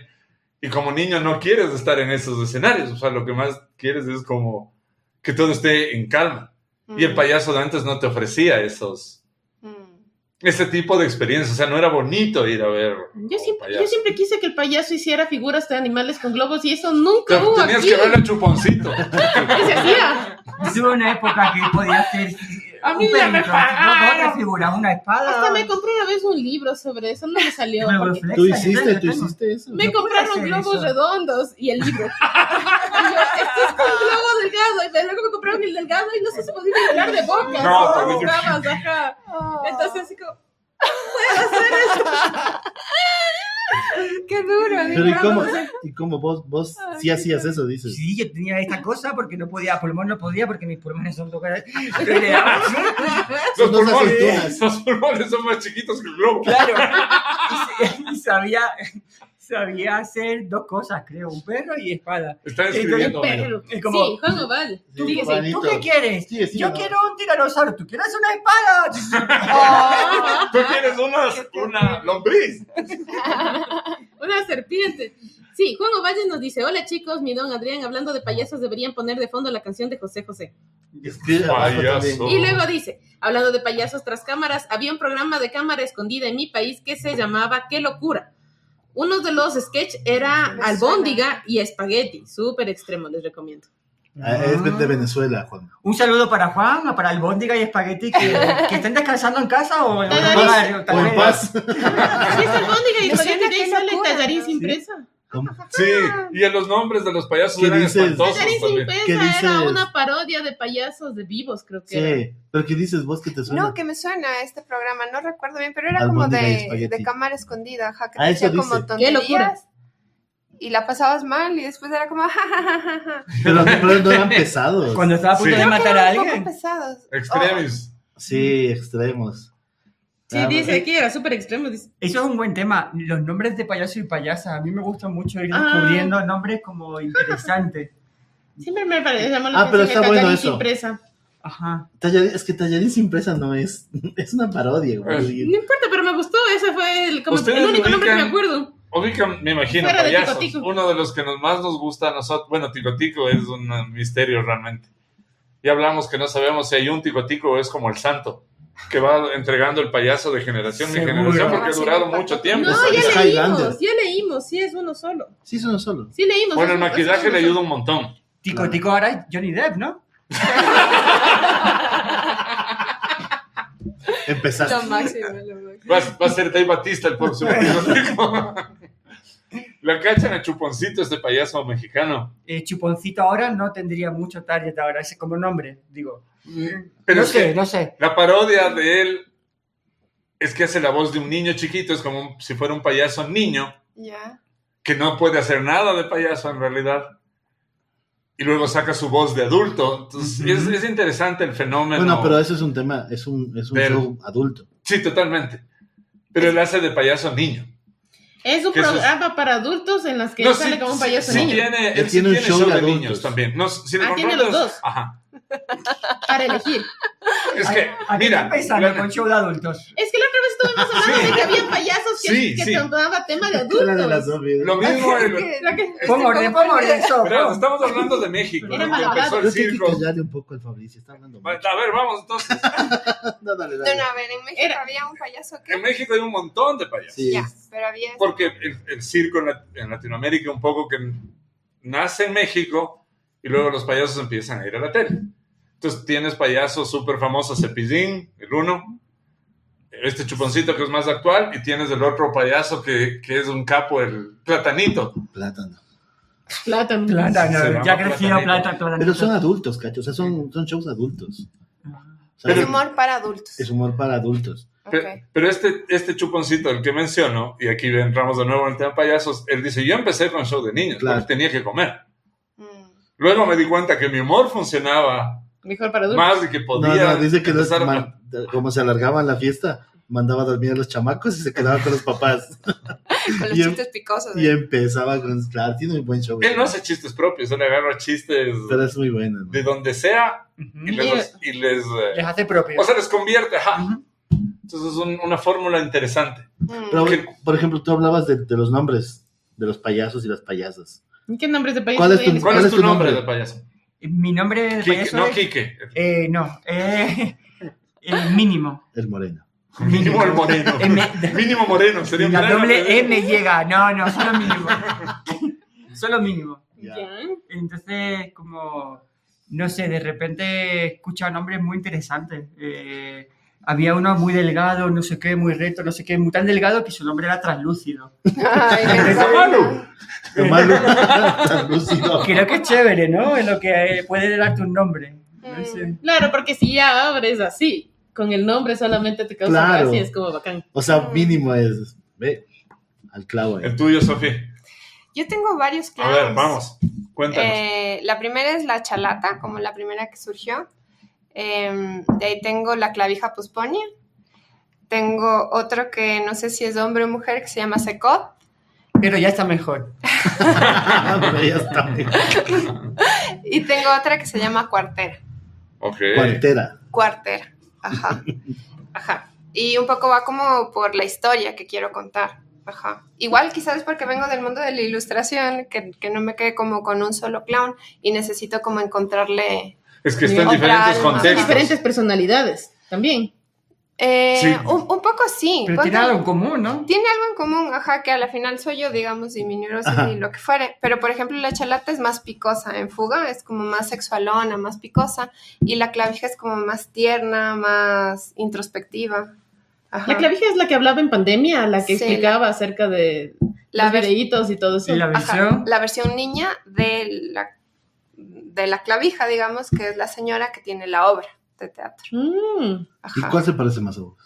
Speaker 1: Y como niño no quieres estar en esos escenarios. O sea, lo que más quieres es como que todo esté en calma. Y
Speaker 3: Mm.
Speaker 1: el payaso de antes no te ofrecía esos,
Speaker 4: Mm.
Speaker 1: ese tipo de experiencias. O sea, no era bonito ir a ver.
Speaker 3: Yo
Speaker 1: un
Speaker 3: siempre, yo
Speaker 1: payaso.
Speaker 3: siempre quise que el payaso hiciera figuras de animales con globos y eso nunca hubo
Speaker 1: Tenías
Speaker 3: aquí.
Speaker 1: que ver el chuponcito.
Speaker 3: ¿Qué se hacía?
Speaker 2: sí hubo una época que podía hacer
Speaker 3: A mí
Speaker 2: un
Speaker 3: ya me
Speaker 2: perrito, no, no
Speaker 3: pagaron.
Speaker 2: otra figura, una espada.
Speaker 3: Hasta me compré una vez un libro sobre eso, no me salió.
Speaker 2: Una
Speaker 3: porque
Speaker 2: Euroflex,
Speaker 5: Tú
Speaker 2: ahí está,
Speaker 5: hiciste,
Speaker 2: yo
Speaker 5: tú
Speaker 2: tengo.
Speaker 5: hiciste eso.
Speaker 3: Me
Speaker 2: Yo
Speaker 3: compraron
Speaker 2: pude hacer
Speaker 3: globos
Speaker 2: eso.
Speaker 3: redondos y el libro. Y yo, este es con globo delgado. Y luego me compraron el delgado y no sé si podía llenar de boca.
Speaker 1: No,
Speaker 3: Con
Speaker 1: pero yo-
Speaker 3: babas, ajá.
Speaker 4: Oh.
Speaker 3: Entonces, así como.
Speaker 4: Qué duro,
Speaker 5: Pero ¿y
Speaker 4: digamos.
Speaker 5: cómo, y cómo vos, vos sí hacías eso, dices?
Speaker 2: Sí, yo tenía esta cosa porque no podía, pulmón no podía porque mis pulmones son tocados. Yo le daba así,
Speaker 1: Los
Speaker 5: Son dos
Speaker 1: pulmones,
Speaker 5: aceitunas.
Speaker 1: los pulmones son más chiquitos que el globo.
Speaker 2: claro. Y se- Y sabía, sabía hacer dos cosas, creo, un perro y espada.
Speaker 1: Están
Speaker 3: El
Speaker 1: escribiendo. mira.
Speaker 3: perro.
Speaker 2: Es como-
Speaker 3: Sí, Juan Oval.
Speaker 5: Sí,
Speaker 3: Sigue, sí.
Speaker 5: Juanito.
Speaker 2: ¿Tú qué quieres?
Speaker 5: Sí, sí,
Speaker 2: yo
Speaker 5: no.
Speaker 2: quiero un tiranosaurio, tú quieres una espada.
Speaker 1: Tú tienes una, una lombriz.
Speaker 3: Una serpiente. Sí, Juan Ovalle nos dice, hola chicos, mi don Adrián, hablando de payasos, deberían poner de fondo la canción de José José.
Speaker 5: Escribe abajo
Speaker 1: Payaso.
Speaker 5: también.
Speaker 3: Y luego dice, hablando de payasos tras cámaras, había un programa de cámara escondida en mi país que se llamaba Qué locura. Uno de los sketch era
Speaker 4: Me
Speaker 3: albóndiga y espagueti, súper extremo, les recomiendo.
Speaker 5: Ah, Es de Venezuela, Juan.
Speaker 2: Un saludo para Juan, para Albóndiga y Espagueti que, que estén descansando en casa o en
Speaker 3: Todavía
Speaker 2: barrio, tal
Speaker 5: O en
Speaker 2: vez.
Speaker 5: paz.
Speaker 3: Sí, es albóndiga y
Speaker 4: Me suena
Speaker 3: espagueti, de ahí
Speaker 4: Qué
Speaker 3: sale
Speaker 4: Locura,
Speaker 3: tallarín
Speaker 4: ¿no?
Speaker 3: sin
Speaker 5: Sí.
Speaker 3: presa.
Speaker 5: ¿Cómo?
Speaker 1: Sí, y en los nombres de los payasos
Speaker 5: ¿Qué
Speaker 1: eran
Speaker 5: dices?
Speaker 1: espantosos
Speaker 3: Tallarín sin
Speaker 1: también.
Speaker 5: ¿Qué
Speaker 3: presa era
Speaker 5: dices?
Speaker 3: una parodia de payasos de vivos, creo que era.
Speaker 5: Sí, Ah, pero ¿qué dices vos que te suena?
Speaker 4: No, que me suena este programa, no recuerdo bien, pero era como
Speaker 5: Albóndiga y
Speaker 4: de,
Speaker 5: espagueti.
Speaker 4: de cámara escondida, ajá, que
Speaker 5: Ah,
Speaker 4: te
Speaker 5: eso
Speaker 4: hacía como
Speaker 5: dice.
Speaker 3: Qué locura.
Speaker 4: tonterías y la pasabas mal y después era como, jajajaja.
Speaker 5: Pero, pero no eran pesados.
Speaker 2: Cuando estaba a punto
Speaker 1: Sí.
Speaker 2: de matar a
Speaker 4: Un poco
Speaker 2: alguien.
Speaker 4: pesados.
Speaker 1: Extremis.
Speaker 5: Sí, extremos.
Speaker 3: Sí,
Speaker 5: Ah,
Speaker 3: dice
Speaker 5: bueno.
Speaker 3: aquí, era súper extremo. Dice,
Speaker 2: Eso es un buen tema. Los nombres de payaso y payasa. A mí me gusta mucho ir
Speaker 3: Ah.
Speaker 2: descubriendo nombres como interesantes.
Speaker 3: siempre me parece llamó la
Speaker 5: Ah, pero
Speaker 3: atención el
Speaker 5: está bueno
Speaker 3: tallarín
Speaker 5: eso.
Speaker 3: sin presa.
Speaker 2: Ajá.
Speaker 5: Tallarín- es que Tallarín sin presa no es. Es una parodia, güey.
Speaker 3: No importa, pero me gustó, ese fue el, como
Speaker 1: Ustedes
Speaker 3: el único nombre que me
Speaker 1: ubican-
Speaker 3: acuerdo.
Speaker 1: Ubican, me imagino,
Speaker 3: Fuera de
Speaker 1: payasos.
Speaker 3: Tico Tico.
Speaker 1: Uno de los que nos más nos gusta a nosotros. Bueno, Ticotico es un misterio realmente. Ya hablamos que no sabemos si hay un Ticotico o es como el santo, que va entregando el payaso de generación en
Speaker 2: Seguro.
Speaker 1: generación porque ha
Speaker 4: Ah, sí,
Speaker 1: durado
Speaker 4: papá.
Speaker 1: mucho tiempo.
Speaker 3: No,
Speaker 5: es- es
Speaker 3: ya
Speaker 5: Highlander.
Speaker 3: leímos, ya leímos, sí es uno solo.
Speaker 5: Sí, es uno solo.
Speaker 3: Sí leímos.
Speaker 1: Bueno,
Speaker 3: es
Speaker 1: el
Speaker 3: un- es
Speaker 1: maquillaje
Speaker 3: uno
Speaker 1: le
Speaker 3: solo.
Speaker 1: ayuda un montón.
Speaker 2: Tico,
Speaker 5: Claro.
Speaker 2: tico ahora es Johnny Depp, ¿no?
Speaker 5: Empezaste.
Speaker 4: Lo máximo, lo máximo.
Speaker 1: Va, va a ser Dave Batista el próximo Ticotico. La cachan a Chuponcito, este payaso mexicano.
Speaker 2: Eh, Chuponcito ahora no tendría mucho target ahora. Ese como nombre, digo.
Speaker 1: Pero
Speaker 2: no
Speaker 1: es que-
Speaker 2: sé, no sé.
Speaker 1: La parodia de él es que hace la voz de un niño chiquito, es como un- si fuera un payaso niño,
Speaker 4: Ya.
Speaker 1: que no puede hacer nada de payaso en realidad. Y luego saca su voz de adulto. Entonces,
Speaker 2: Ujú.
Speaker 1: es, es interesante el fenómeno.
Speaker 5: Bueno, pero eso es un tema, es un, es un
Speaker 1: Pero-
Speaker 5: show adulto.
Speaker 1: Sí, totalmente. Pero él hace de payaso niño.
Speaker 3: Es un
Speaker 1: Que eso es-
Speaker 3: programa para adultos en las que
Speaker 1: No,
Speaker 3: sale
Speaker 1: sí-
Speaker 3: como un payaso
Speaker 1: sí
Speaker 3: niño.
Speaker 1: Tiene,
Speaker 5: Él
Speaker 1: él sí
Speaker 5: tiene un
Speaker 1: tiene
Speaker 5: show
Speaker 1: show
Speaker 5: de
Speaker 1: de
Speaker 5: adultos.
Speaker 1: niños también. No, si le
Speaker 3: Ah, tiene los
Speaker 1: contratas-
Speaker 3: dos.
Speaker 1: Ajá.
Speaker 3: Para elegir.
Speaker 1: Es que,
Speaker 2: ¿A qué
Speaker 1: mira.
Speaker 2: estás pensando
Speaker 1: la-
Speaker 2: con show de adultos?
Speaker 3: Es que la otra vez estuvimos hablando de que había payasos que,
Speaker 1: Sí,
Speaker 3: que
Speaker 1: sí.
Speaker 3: tomaba tema de
Speaker 5: Era de las
Speaker 3: adultos.
Speaker 5: dos videos.
Speaker 1: Lo mismo. el-
Speaker 4: Creo que- este
Speaker 2: Pon orden, pon Este, orden, so,
Speaker 1: Verás,
Speaker 2: pon.
Speaker 1: estamos hablando de México.
Speaker 3: Era
Speaker 1: ¿no? Que
Speaker 3: malvado.
Speaker 1: empezó el
Speaker 5: Yo tengo
Speaker 1: circo.
Speaker 5: que callarle un poco al Fabricio, está hablando
Speaker 1: A
Speaker 5: mucho.
Speaker 1: ver, vamos entonces.
Speaker 5: No, dale,
Speaker 4: No,
Speaker 5: dale.
Speaker 4: no, a ver, en México
Speaker 3: Era-
Speaker 4: había un payaso
Speaker 1: En
Speaker 4: que...
Speaker 1: México hay un montón de payasos.
Speaker 5: Sí.
Speaker 4: Ya, pero había...
Speaker 1: Porque el, el circo en, la- en Latinoamérica un poco que nace en México y luego los payasos empiezan a ir a la tele. Entonces tienes payasos súper famosos, Cepillín, el uno, este chuponcito que es más actual y tienes el otro payaso que, que es un capo, el platanito.
Speaker 5: Plátano.
Speaker 3: Plátano.
Speaker 2: Plátano,
Speaker 1: Se llama
Speaker 2: ya creció
Speaker 1: platanito.
Speaker 2: plata, plátano.
Speaker 5: Pero son adultos, cacho. O sea, son, son shows adultos.
Speaker 4: Es humor para adultos.
Speaker 5: Es humor para adultos.
Speaker 1: Pe-
Speaker 4: Ok.
Speaker 1: Pero este, este chuponcito, el que menciono, y aquí entramos de nuevo en el tema payasos, él dice, yo empecé con show de niños,
Speaker 5: Claro.
Speaker 1: porque tenía que comer.
Speaker 4: Mm.
Speaker 1: Luego me di cuenta que mi humor funcionaba
Speaker 3: Mejor para adultos.
Speaker 1: más y que
Speaker 5: No,
Speaker 1: podía...
Speaker 5: no, dice que los
Speaker 1: empezar a-
Speaker 5: man- como se alargaba la fiesta, mandaba a dormir a los chamacos y se quedaba con los papás.
Speaker 4: Con los
Speaker 5: Y en-
Speaker 4: chistes picosos.
Speaker 5: y
Speaker 4: ¿eh?
Speaker 5: empezaba con. Claro, tiene un buen show.
Speaker 1: Él no hace chistes propios, él agarra chistes
Speaker 5: Pero es muy bueno. ¿no?
Speaker 1: de donde sea y
Speaker 2: Ujú.
Speaker 1: les... y les, eh,
Speaker 2: Les hace propio.
Speaker 1: o sea, les convierte, ajá.
Speaker 2: Ujú.
Speaker 1: Entonces es un- una fórmula interesante.
Speaker 4: Mm.
Speaker 5: Pero,
Speaker 1: ¿Qué?
Speaker 5: por ejemplo, tú hablabas de, de los nombres de los payasos y las payasas.
Speaker 3: ¿Qué nombres de payasos
Speaker 5: ¿Cuál es
Speaker 3: hay en
Speaker 5: tu-
Speaker 3: España?
Speaker 1: ¿Cuál, es tu nombre,
Speaker 5: nombre?
Speaker 1: de payaso?
Speaker 2: eh, Mi nombre de
Speaker 1: Quique,
Speaker 2: payaso
Speaker 1: no,
Speaker 2: es-
Speaker 1: Quique.
Speaker 2: Eh, no. eh, el mínimo.
Speaker 5: El moreno.
Speaker 1: Mínimo el moreno.
Speaker 2: M-
Speaker 1: Mínimo moreno, sería
Speaker 2: la
Speaker 1: moreno, pero-
Speaker 2: doble M llega. No, no, solo mínimo. solo mínimo.
Speaker 5: Ya.
Speaker 2: Entonces, como, no sé, de repente escucha nombres muy interesantes. Eh, había uno muy delgado, no sé qué, muy recto, no sé qué, muy tan delgado que su nombre era translúcido.
Speaker 4: Ay, qué
Speaker 1: Está malo.
Speaker 5: El malo. Tan lúcido.
Speaker 2: Creo que es chévere, ¿no? Es lo que eh, puede darte un nombre. No
Speaker 4: Mm.
Speaker 2: sé.
Speaker 3: Claro, porque si ya abres así, con el nombre solamente te causa
Speaker 5: Claro.
Speaker 3: gracia, es como bacán.
Speaker 5: O sea, mínimo es. Ve, al clavo. eh. ahí.
Speaker 1: El tuyo, Sofía.
Speaker 4: Yo tengo varios
Speaker 1: A
Speaker 4: clowns.
Speaker 1: ver, vamos. Cuéntanos.
Speaker 4: Eh, la primera es la chalata, como la primera que surgió. Eh, de ahí tengo la clavija pusponia. Tengo otro que no sé si es hombre o mujer, que se llama secot.
Speaker 2: Pero ya está mejor.
Speaker 5: Pero ya está.
Speaker 4: Y tengo otra que se llama cuartera.
Speaker 1: ok.
Speaker 5: Cuartera.
Speaker 4: Cuartera. Ajá. Ajá. Y un poco va como por la historia que quiero contar. Ajá. Igual quizás es porque vengo del mundo de la ilustración, que, que no me quede como con un solo clown y necesito como encontrarle
Speaker 1: Es que está en
Speaker 4: Otra
Speaker 1: diferentes
Speaker 4: alma.
Speaker 3: Son
Speaker 1: contextos.
Speaker 3: diferentes personalidades también.
Speaker 4: Eh,
Speaker 1: Sí.
Speaker 4: un, un poco sí.
Speaker 2: Pero
Speaker 4: porque
Speaker 2: tiene algo en común, ¿no?
Speaker 4: tiene algo en común, ajá, que a la final soy yo, digamos, y mi neurosis
Speaker 5: Ajá.
Speaker 4: y lo que fuere. Pero, por ejemplo, la chalata es más picosa en fuga, es como más sexualona, más picosa. Y la clavija es como más tierna, más introspectiva. Ajá.
Speaker 3: La clavija es la que hablaba en pandemia, la que
Speaker 4: Sí,
Speaker 3: explicaba acerca de
Speaker 4: La
Speaker 3: los
Speaker 4: ver-
Speaker 3: videitos y todo eso.
Speaker 2: La
Speaker 4: ajá,
Speaker 2: versión.
Speaker 4: la versión niña de la, de la clavija, digamos, que es la señora que tiene la obra de teatro.
Speaker 3: Mm.
Speaker 5: ¿Y
Speaker 4: Ajá.
Speaker 5: cuál se parece más a vos?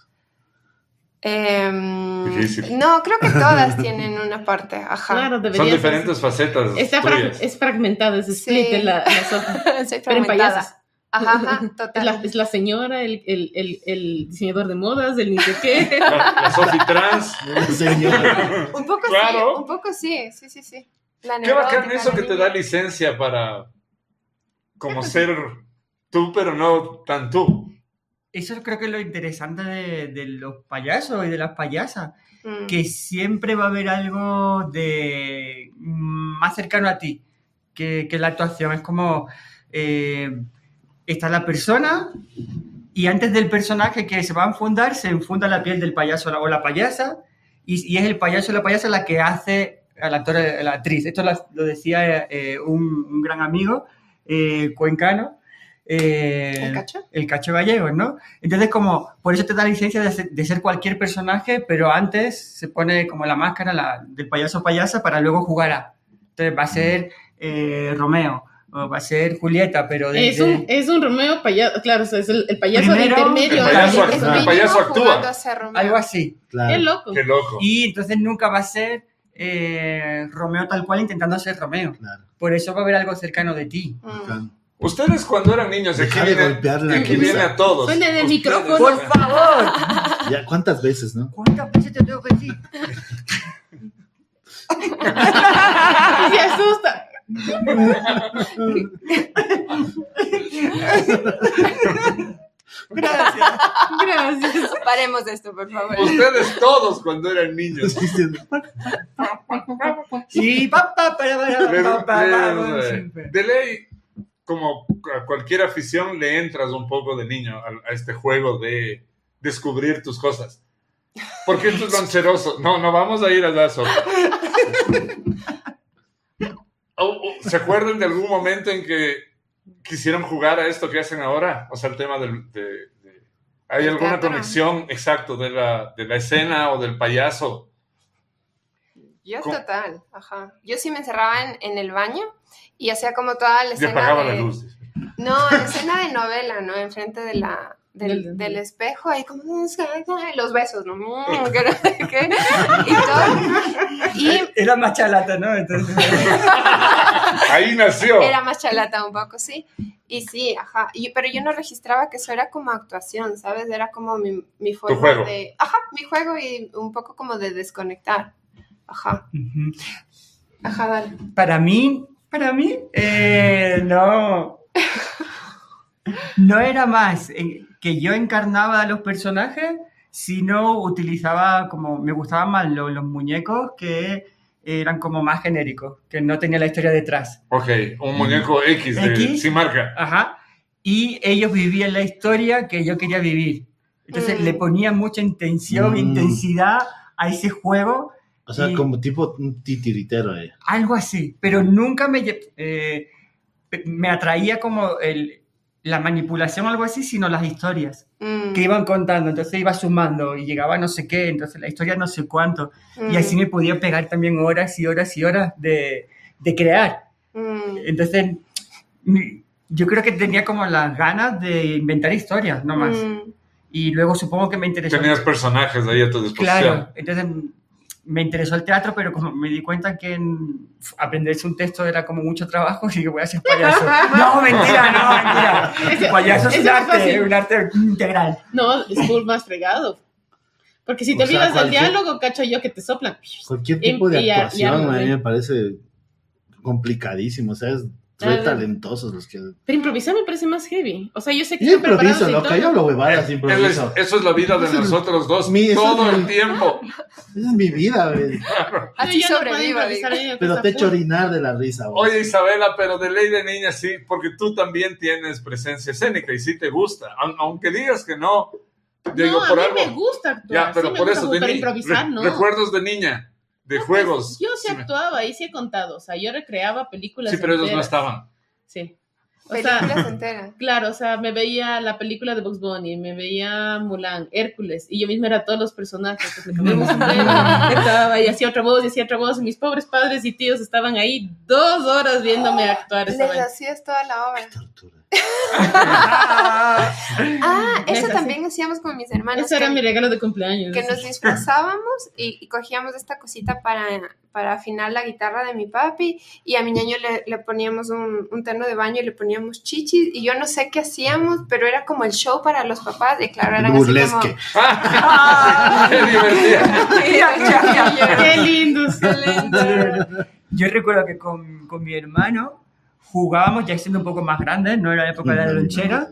Speaker 4: Em,
Speaker 1: Difícil.
Speaker 4: no, creo que todas tienen una parte, ajá.
Speaker 3: Claro, debería
Speaker 1: Son
Speaker 3: ser
Speaker 1: diferentes facetas.
Speaker 3: así. Está fra-
Speaker 1: tuyas.
Speaker 3: es fragmentada, es split
Speaker 4: Sí.
Speaker 3: de la, la sopa.
Speaker 4: Soy
Speaker 3: Pero en
Speaker 4: fragmentada.
Speaker 3: payasos.
Speaker 4: Ajá, ajá,
Speaker 3: Es
Speaker 4: total.
Speaker 3: la, es la señora, el, el, el, el diseñador de modas, el ni sé qué.
Speaker 1: La, la Sofi trans.
Speaker 5: Señor.
Speaker 4: Un poco
Speaker 1: Claro.
Speaker 4: sí, un poco sí, sí, sí, sí. La
Speaker 1: Qué bacán
Speaker 4: neurótica,
Speaker 1: eso
Speaker 4: la
Speaker 1: que te
Speaker 4: niña.
Speaker 1: da licencia para como ser tú, pero no tan tú.
Speaker 2: Eso creo que es lo interesante de, de los payasos y de las payasas,
Speaker 4: Mm.
Speaker 2: que siempre va a haber algo de mm, más cercano a ti que, que la actuación. Es como eh, está la persona y antes del personaje que se va a enfundar, se enfunda la piel del payaso o la- o la payasa y, y es el payaso o la payasa la que hace al actor, a la actriz. Esto lo, lo decía eh, un, un gran amigo eh, cuencano. eh,
Speaker 4: ¿El cacho?
Speaker 2: el cacho gallego, ¿no? Entonces, como, por eso te da licencia de ser, de ser cualquier personaje, pero antes se pone como la máscara la, del payaso o payasa para luego jugar a. Entonces, va a ser eh, Romeo, o va a ser Julieta, pero de-
Speaker 3: Es un,
Speaker 2: de-
Speaker 3: es un Romeo payaso, claro, o sea, es el, el payaso
Speaker 2: Primero,
Speaker 3: de
Speaker 1: El
Speaker 3: intermedio.
Speaker 1: payaso,
Speaker 3: Ah,
Speaker 1: act-
Speaker 3: es
Speaker 5: actúa.
Speaker 1: el
Speaker 3: un-
Speaker 1: payaso
Speaker 4: Mínimo jugando
Speaker 1: actúa.
Speaker 4: a ser Romeo.
Speaker 2: algo así.
Speaker 3: Qué
Speaker 5: Claro.
Speaker 3: loco.
Speaker 1: Qué loco.
Speaker 2: Y entonces nunca va a ser eh, Romeo tal cual intentando ser Romeo.
Speaker 5: Claro.
Speaker 2: Por eso va a haber algo cercano de ti.
Speaker 4: Mm.
Speaker 5: Bacán.
Speaker 1: Ustedes cuando eran niños, y aquí
Speaker 5: Deja de
Speaker 1: viene,
Speaker 5: golpearle la
Speaker 1: y aquí
Speaker 5: mesa.
Speaker 1: viene a todos.
Speaker 3: Suena de
Speaker 1: Ustedes-
Speaker 3: micrófono.
Speaker 2: Por favor,
Speaker 5: Ya, ¿cuántas veces, no?
Speaker 2: ¿cuántas veces te tengo que decir?
Speaker 3: Se asusta.
Speaker 2: Gracias.
Speaker 3: Gracias.
Speaker 4: Paremos de esto, por favor.
Speaker 1: Ustedes todos cuando eran niños.
Speaker 2: Y papá, para, para,
Speaker 1: Les-
Speaker 2: para,
Speaker 1: les- de ley, como a cualquier afición, le entras un poco de niño a, a este juego de descubrir tus cosas. Porque esto es loncheroso. No, no vamos a ir a la sopa. O- o, Oh, ¿Se acuerdan de algún momento en que quisieron jugar a esto que hacen ahora? O sea, el tema del... de- de- ¿Hay
Speaker 4: Del
Speaker 1: alguna
Speaker 4: teatro.
Speaker 1: conexión exacto de la, de la escena o del payaso?
Speaker 4: Yo
Speaker 1: ¿Cómo?
Speaker 4: total, ajá. Yo sí me encerraba en, en el baño y hacía como toda la
Speaker 1: Y
Speaker 4: escena
Speaker 1: apagaba
Speaker 4: de...
Speaker 1: la luz.
Speaker 4: No, la escena de novela, ¿no? Enfrente de la, del, del espejo, ahí como los besos, ¿no? Mm, que no sé qué. Y todo. Y
Speaker 2: Era más chalata, ¿no? Entonces,
Speaker 1: Ahí nació.
Speaker 4: Era más chalata un poco, sí. Y sí, ajá. Y- pero yo no registraba que eso era como actuación, ¿sabes? Era como mi, mi forma
Speaker 1: juego.
Speaker 4: de... Ajá, mi juego y un poco como de desconectar. Ajá,
Speaker 2: ujú.
Speaker 4: ajá, dale.
Speaker 2: para mí, para mí, eh, no. No era más eh, que yo encarnaba a los personajes, sino utilizaba como, me gustaban más lo- los muñecos que eran como más genéricos, que no tenía la historia detrás.
Speaker 1: Ok, un muñeco X, de-
Speaker 2: X.
Speaker 1: sin marca.
Speaker 2: Ajá. Y ellos vivían la historia que yo quería vivir. Entonces
Speaker 4: Mm.
Speaker 2: le ponía mucha intención,
Speaker 5: Mm.
Speaker 2: intensidad a ese juego,
Speaker 5: O sea,
Speaker 2: Y-
Speaker 5: como tipo un titiritero. eh.
Speaker 2: algo así. Pero nunca me, lle- eh, me atraía como el, la manipulación o algo así, sino las historias
Speaker 4: Mm,
Speaker 2: que iban contando. Entonces iba sumando y llegaba no sé qué, entonces la historia no sé cuánto. Y
Speaker 4: mm,
Speaker 2: así me podía pegar también horas y horas y horas de, de crear.
Speaker 4: mm.
Speaker 2: Entonces, mi- yo creo que tenía como las ganas de inventar historias, no más.
Speaker 4: Mm,
Speaker 2: Y luego supongo que me interesó.
Speaker 1: Tenías personajes ahí a tu disposición.
Speaker 2: claro, entonces me interesó el teatro, pero como me di cuenta que en- aprenderse un texto era como mucho trabajo, así que voy a ser payaso. no, mentira, no, mentira.
Speaker 3: Ese-
Speaker 2: payaso es
Speaker 3: ese
Speaker 2: un
Speaker 3: no es
Speaker 2: arte,
Speaker 3: fácil.
Speaker 2: un arte integral.
Speaker 3: No, es full más fregado. Porque si te
Speaker 5: O sea,
Speaker 3: olvidas del
Speaker 5: cualquier-
Speaker 3: diálogo, cacho yo que te soplan.
Speaker 5: Cualquier tipo
Speaker 3: Y-
Speaker 5: de
Speaker 3: y a- y
Speaker 5: actuación
Speaker 3: a-
Speaker 5: a mí me parece complicadísimo. O sea, es re
Speaker 3: Ah.
Speaker 5: talentosos los que.
Speaker 3: Pero improvisar me parece más heavy. O sea, yo sé que
Speaker 5: Yo
Speaker 3: están preparados
Speaker 5: improviso,
Speaker 3: y
Speaker 5: loca.
Speaker 3: todo.
Speaker 5: Yo hablo huevadas,
Speaker 1: Él es-
Speaker 5: improviso.
Speaker 1: eso es la vida de
Speaker 5: Eso es-
Speaker 1: nosotros dos,
Speaker 5: mi- eso
Speaker 1: todo
Speaker 5: es
Speaker 1: el
Speaker 5: mi-
Speaker 1: tiempo.
Speaker 5: Esa es mi vida, güey.
Speaker 4: Así
Speaker 3: yo no puedo
Speaker 4: sobrevivo,
Speaker 3: improvisar, a mí me
Speaker 5: Pero
Speaker 3: cuesta
Speaker 5: te
Speaker 3: full.
Speaker 5: echo a orinar de la risa, güey.
Speaker 1: Oye Isabela, pero de ley de niña sí, porque tú también tienes presencia escénica y sí te gusta, Aun- aunque digas que no, digo
Speaker 3: no,
Speaker 1: por
Speaker 3: a mí
Speaker 1: algo.
Speaker 3: me gusta actuar.
Speaker 1: ya, pero
Speaker 3: sí me
Speaker 1: por
Speaker 3: gusta
Speaker 1: eso
Speaker 3: pero
Speaker 1: de ni-
Speaker 3: improvisar,
Speaker 1: re-
Speaker 3: ¿no?
Speaker 1: recuerdos de niña, de
Speaker 3: No, pues,
Speaker 1: juegos.
Speaker 3: Yo sí
Speaker 1: Sí, me-
Speaker 3: actuaba y sí he contado. O sea, yo recreaba películas.
Speaker 1: sí, pero ellos no
Speaker 3: enteras.
Speaker 1: estaban.
Speaker 3: Sí. O sea,
Speaker 4: Películas enteras.
Speaker 3: claro, o sea, me veía la película de Bugs Bunny, me veía Mulan, Hércules, y yo misma era todos los personajes. Pues me cambiaba un sombrero, estaba y hacía otra voz, y hacía otra voz, y mis pobres padres y tíos estaban ahí dos horas viéndome actuar. esa
Speaker 4: Les
Speaker 3: vaina.
Speaker 4: hacías toda la obra.
Speaker 5: Tortura.
Speaker 4: Ah,
Speaker 3: Les
Speaker 4: eso
Speaker 3: hacía-
Speaker 4: también hacíamos con mis hermanos.
Speaker 3: Ese era
Speaker 4: que-
Speaker 3: mi regalo de cumpleaños.
Speaker 4: que nos disfrazábamos y, y cogíamos esta cosita para, para afinar la guitarra de mi papi y a mi niño le, le poníamos un, un terno de baño y le poníamos chichis y yo no sé qué hacíamos, pero era como el show para los papás y claro, eran
Speaker 5: Burlesque.
Speaker 1: ¡Ah! ¡Qué divertida!
Speaker 4: así como... Y
Speaker 3: Qué
Speaker 4: yo-
Speaker 3: lindos.
Speaker 4: qué lindo.
Speaker 2: Yo recuerdo que con, con mi hermano jugábamos, ya siendo un poco más grandes, no era la época de la lonchera,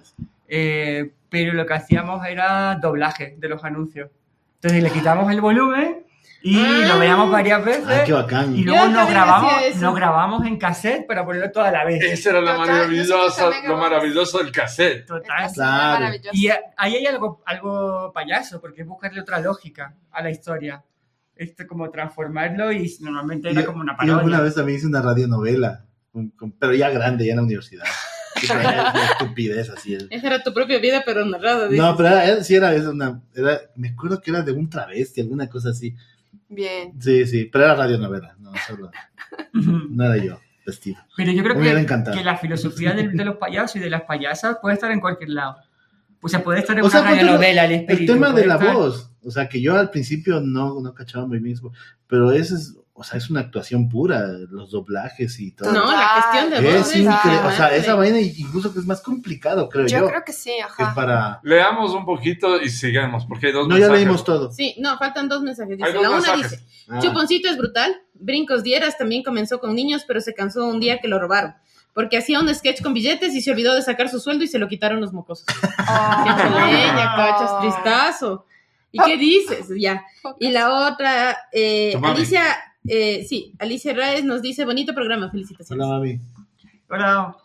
Speaker 2: eh, pero lo que hacíamos era doblaje de los anuncios. Entonces le quitamos el volumen y
Speaker 3: Ah.
Speaker 2: lo veíamos varias veces.
Speaker 5: Ah, qué bacán.
Speaker 2: y luego
Speaker 3: Yo
Speaker 2: nos
Speaker 3: también
Speaker 2: grabamos,
Speaker 3: hacía eso.
Speaker 2: nos grabamos en cassette para ponerlo toda la vez.
Speaker 1: Ese era la
Speaker 4: Total, nosotros
Speaker 1: maravillosa,
Speaker 4: también
Speaker 1: lo
Speaker 4: grabamos.
Speaker 1: maravilloso del cassette.
Speaker 2: Total.
Speaker 5: Claro.
Speaker 4: Maravilloso.
Speaker 2: Y a- ahí hay algo, algo payaso, porque es buscarle otra lógica a la historia. Esto como transformarlo y normalmente era
Speaker 5: Yo-
Speaker 2: como una
Speaker 5: Yo alguna
Speaker 2: parodia.
Speaker 5: vez también hice una radionovela, con- con- pero ya grande, ya en la universidad. Y traía una estupidez así. es.
Speaker 3: Esa era tu propia vida, pero narrada. dices.
Speaker 5: No, pero era, era- sí era, era una. Era, me acuerdo que era de un travesti, alguna cosa así.
Speaker 4: Bien.
Speaker 5: Sí, sí, pero era radionovela. No, solo, no era yo vestido.
Speaker 2: Pero yo creo
Speaker 5: Me hubiera
Speaker 2: que,
Speaker 5: encantado.
Speaker 2: que la filosofía del- de, los payasos y de las payasas puede estar en cualquier lado. O sea, puede estar en
Speaker 5: O
Speaker 2: una
Speaker 5: sea, porque lo-
Speaker 2: radionovela, el
Speaker 5: El
Speaker 2: espíritu.
Speaker 5: tema de
Speaker 2: puede
Speaker 5: la
Speaker 2: estar-
Speaker 5: voz. O sea, que yo al principio no, no cachaba muy bien. eso, Pero eso es. O sea, es una actuación pura, los doblajes y todo.
Speaker 3: No, la cuestión de voz
Speaker 5: es
Speaker 3: es
Speaker 5: increíble. O sea,
Speaker 3: impresionante.
Speaker 5: esa vaina incluso que es más complicado, creo yo.
Speaker 4: Yo creo que sí,
Speaker 5: que es
Speaker 4: ajá.
Speaker 5: para.
Speaker 1: Leamos un poquito y sigamos, porque hay dos
Speaker 5: No, ya
Speaker 1: mensajes.
Speaker 5: leímos todo.
Speaker 3: Sí, no, faltan dos mensajes. Dice,
Speaker 1: Hay dos
Speaker 3: la una
Speaker 1: mensajes.
Speaker 3: dice,
Speaker 5: Ah.
Speaker 3: Chuponcito es brutal, Brincos Dieras también comenzó con niños, pero se cansó un día que lo robaron, porque hacía un sketch con billetes y se olvidó de sacar su sueldo y se lo quitaron los mocosos.
Speaker 4: Ah.
Speaker 3: Qué chuleña, cachas, tristazo. ¿Y qué dices? Ya. Y la otra, eh,
Speaker 1: Tu mami.
Speaker 3: Alicia, eh, sí, Alicia Raes nos dice, bonito programa, felicitaciones.
Speaker 5: Hola, mami.
Speaker 2: Hola.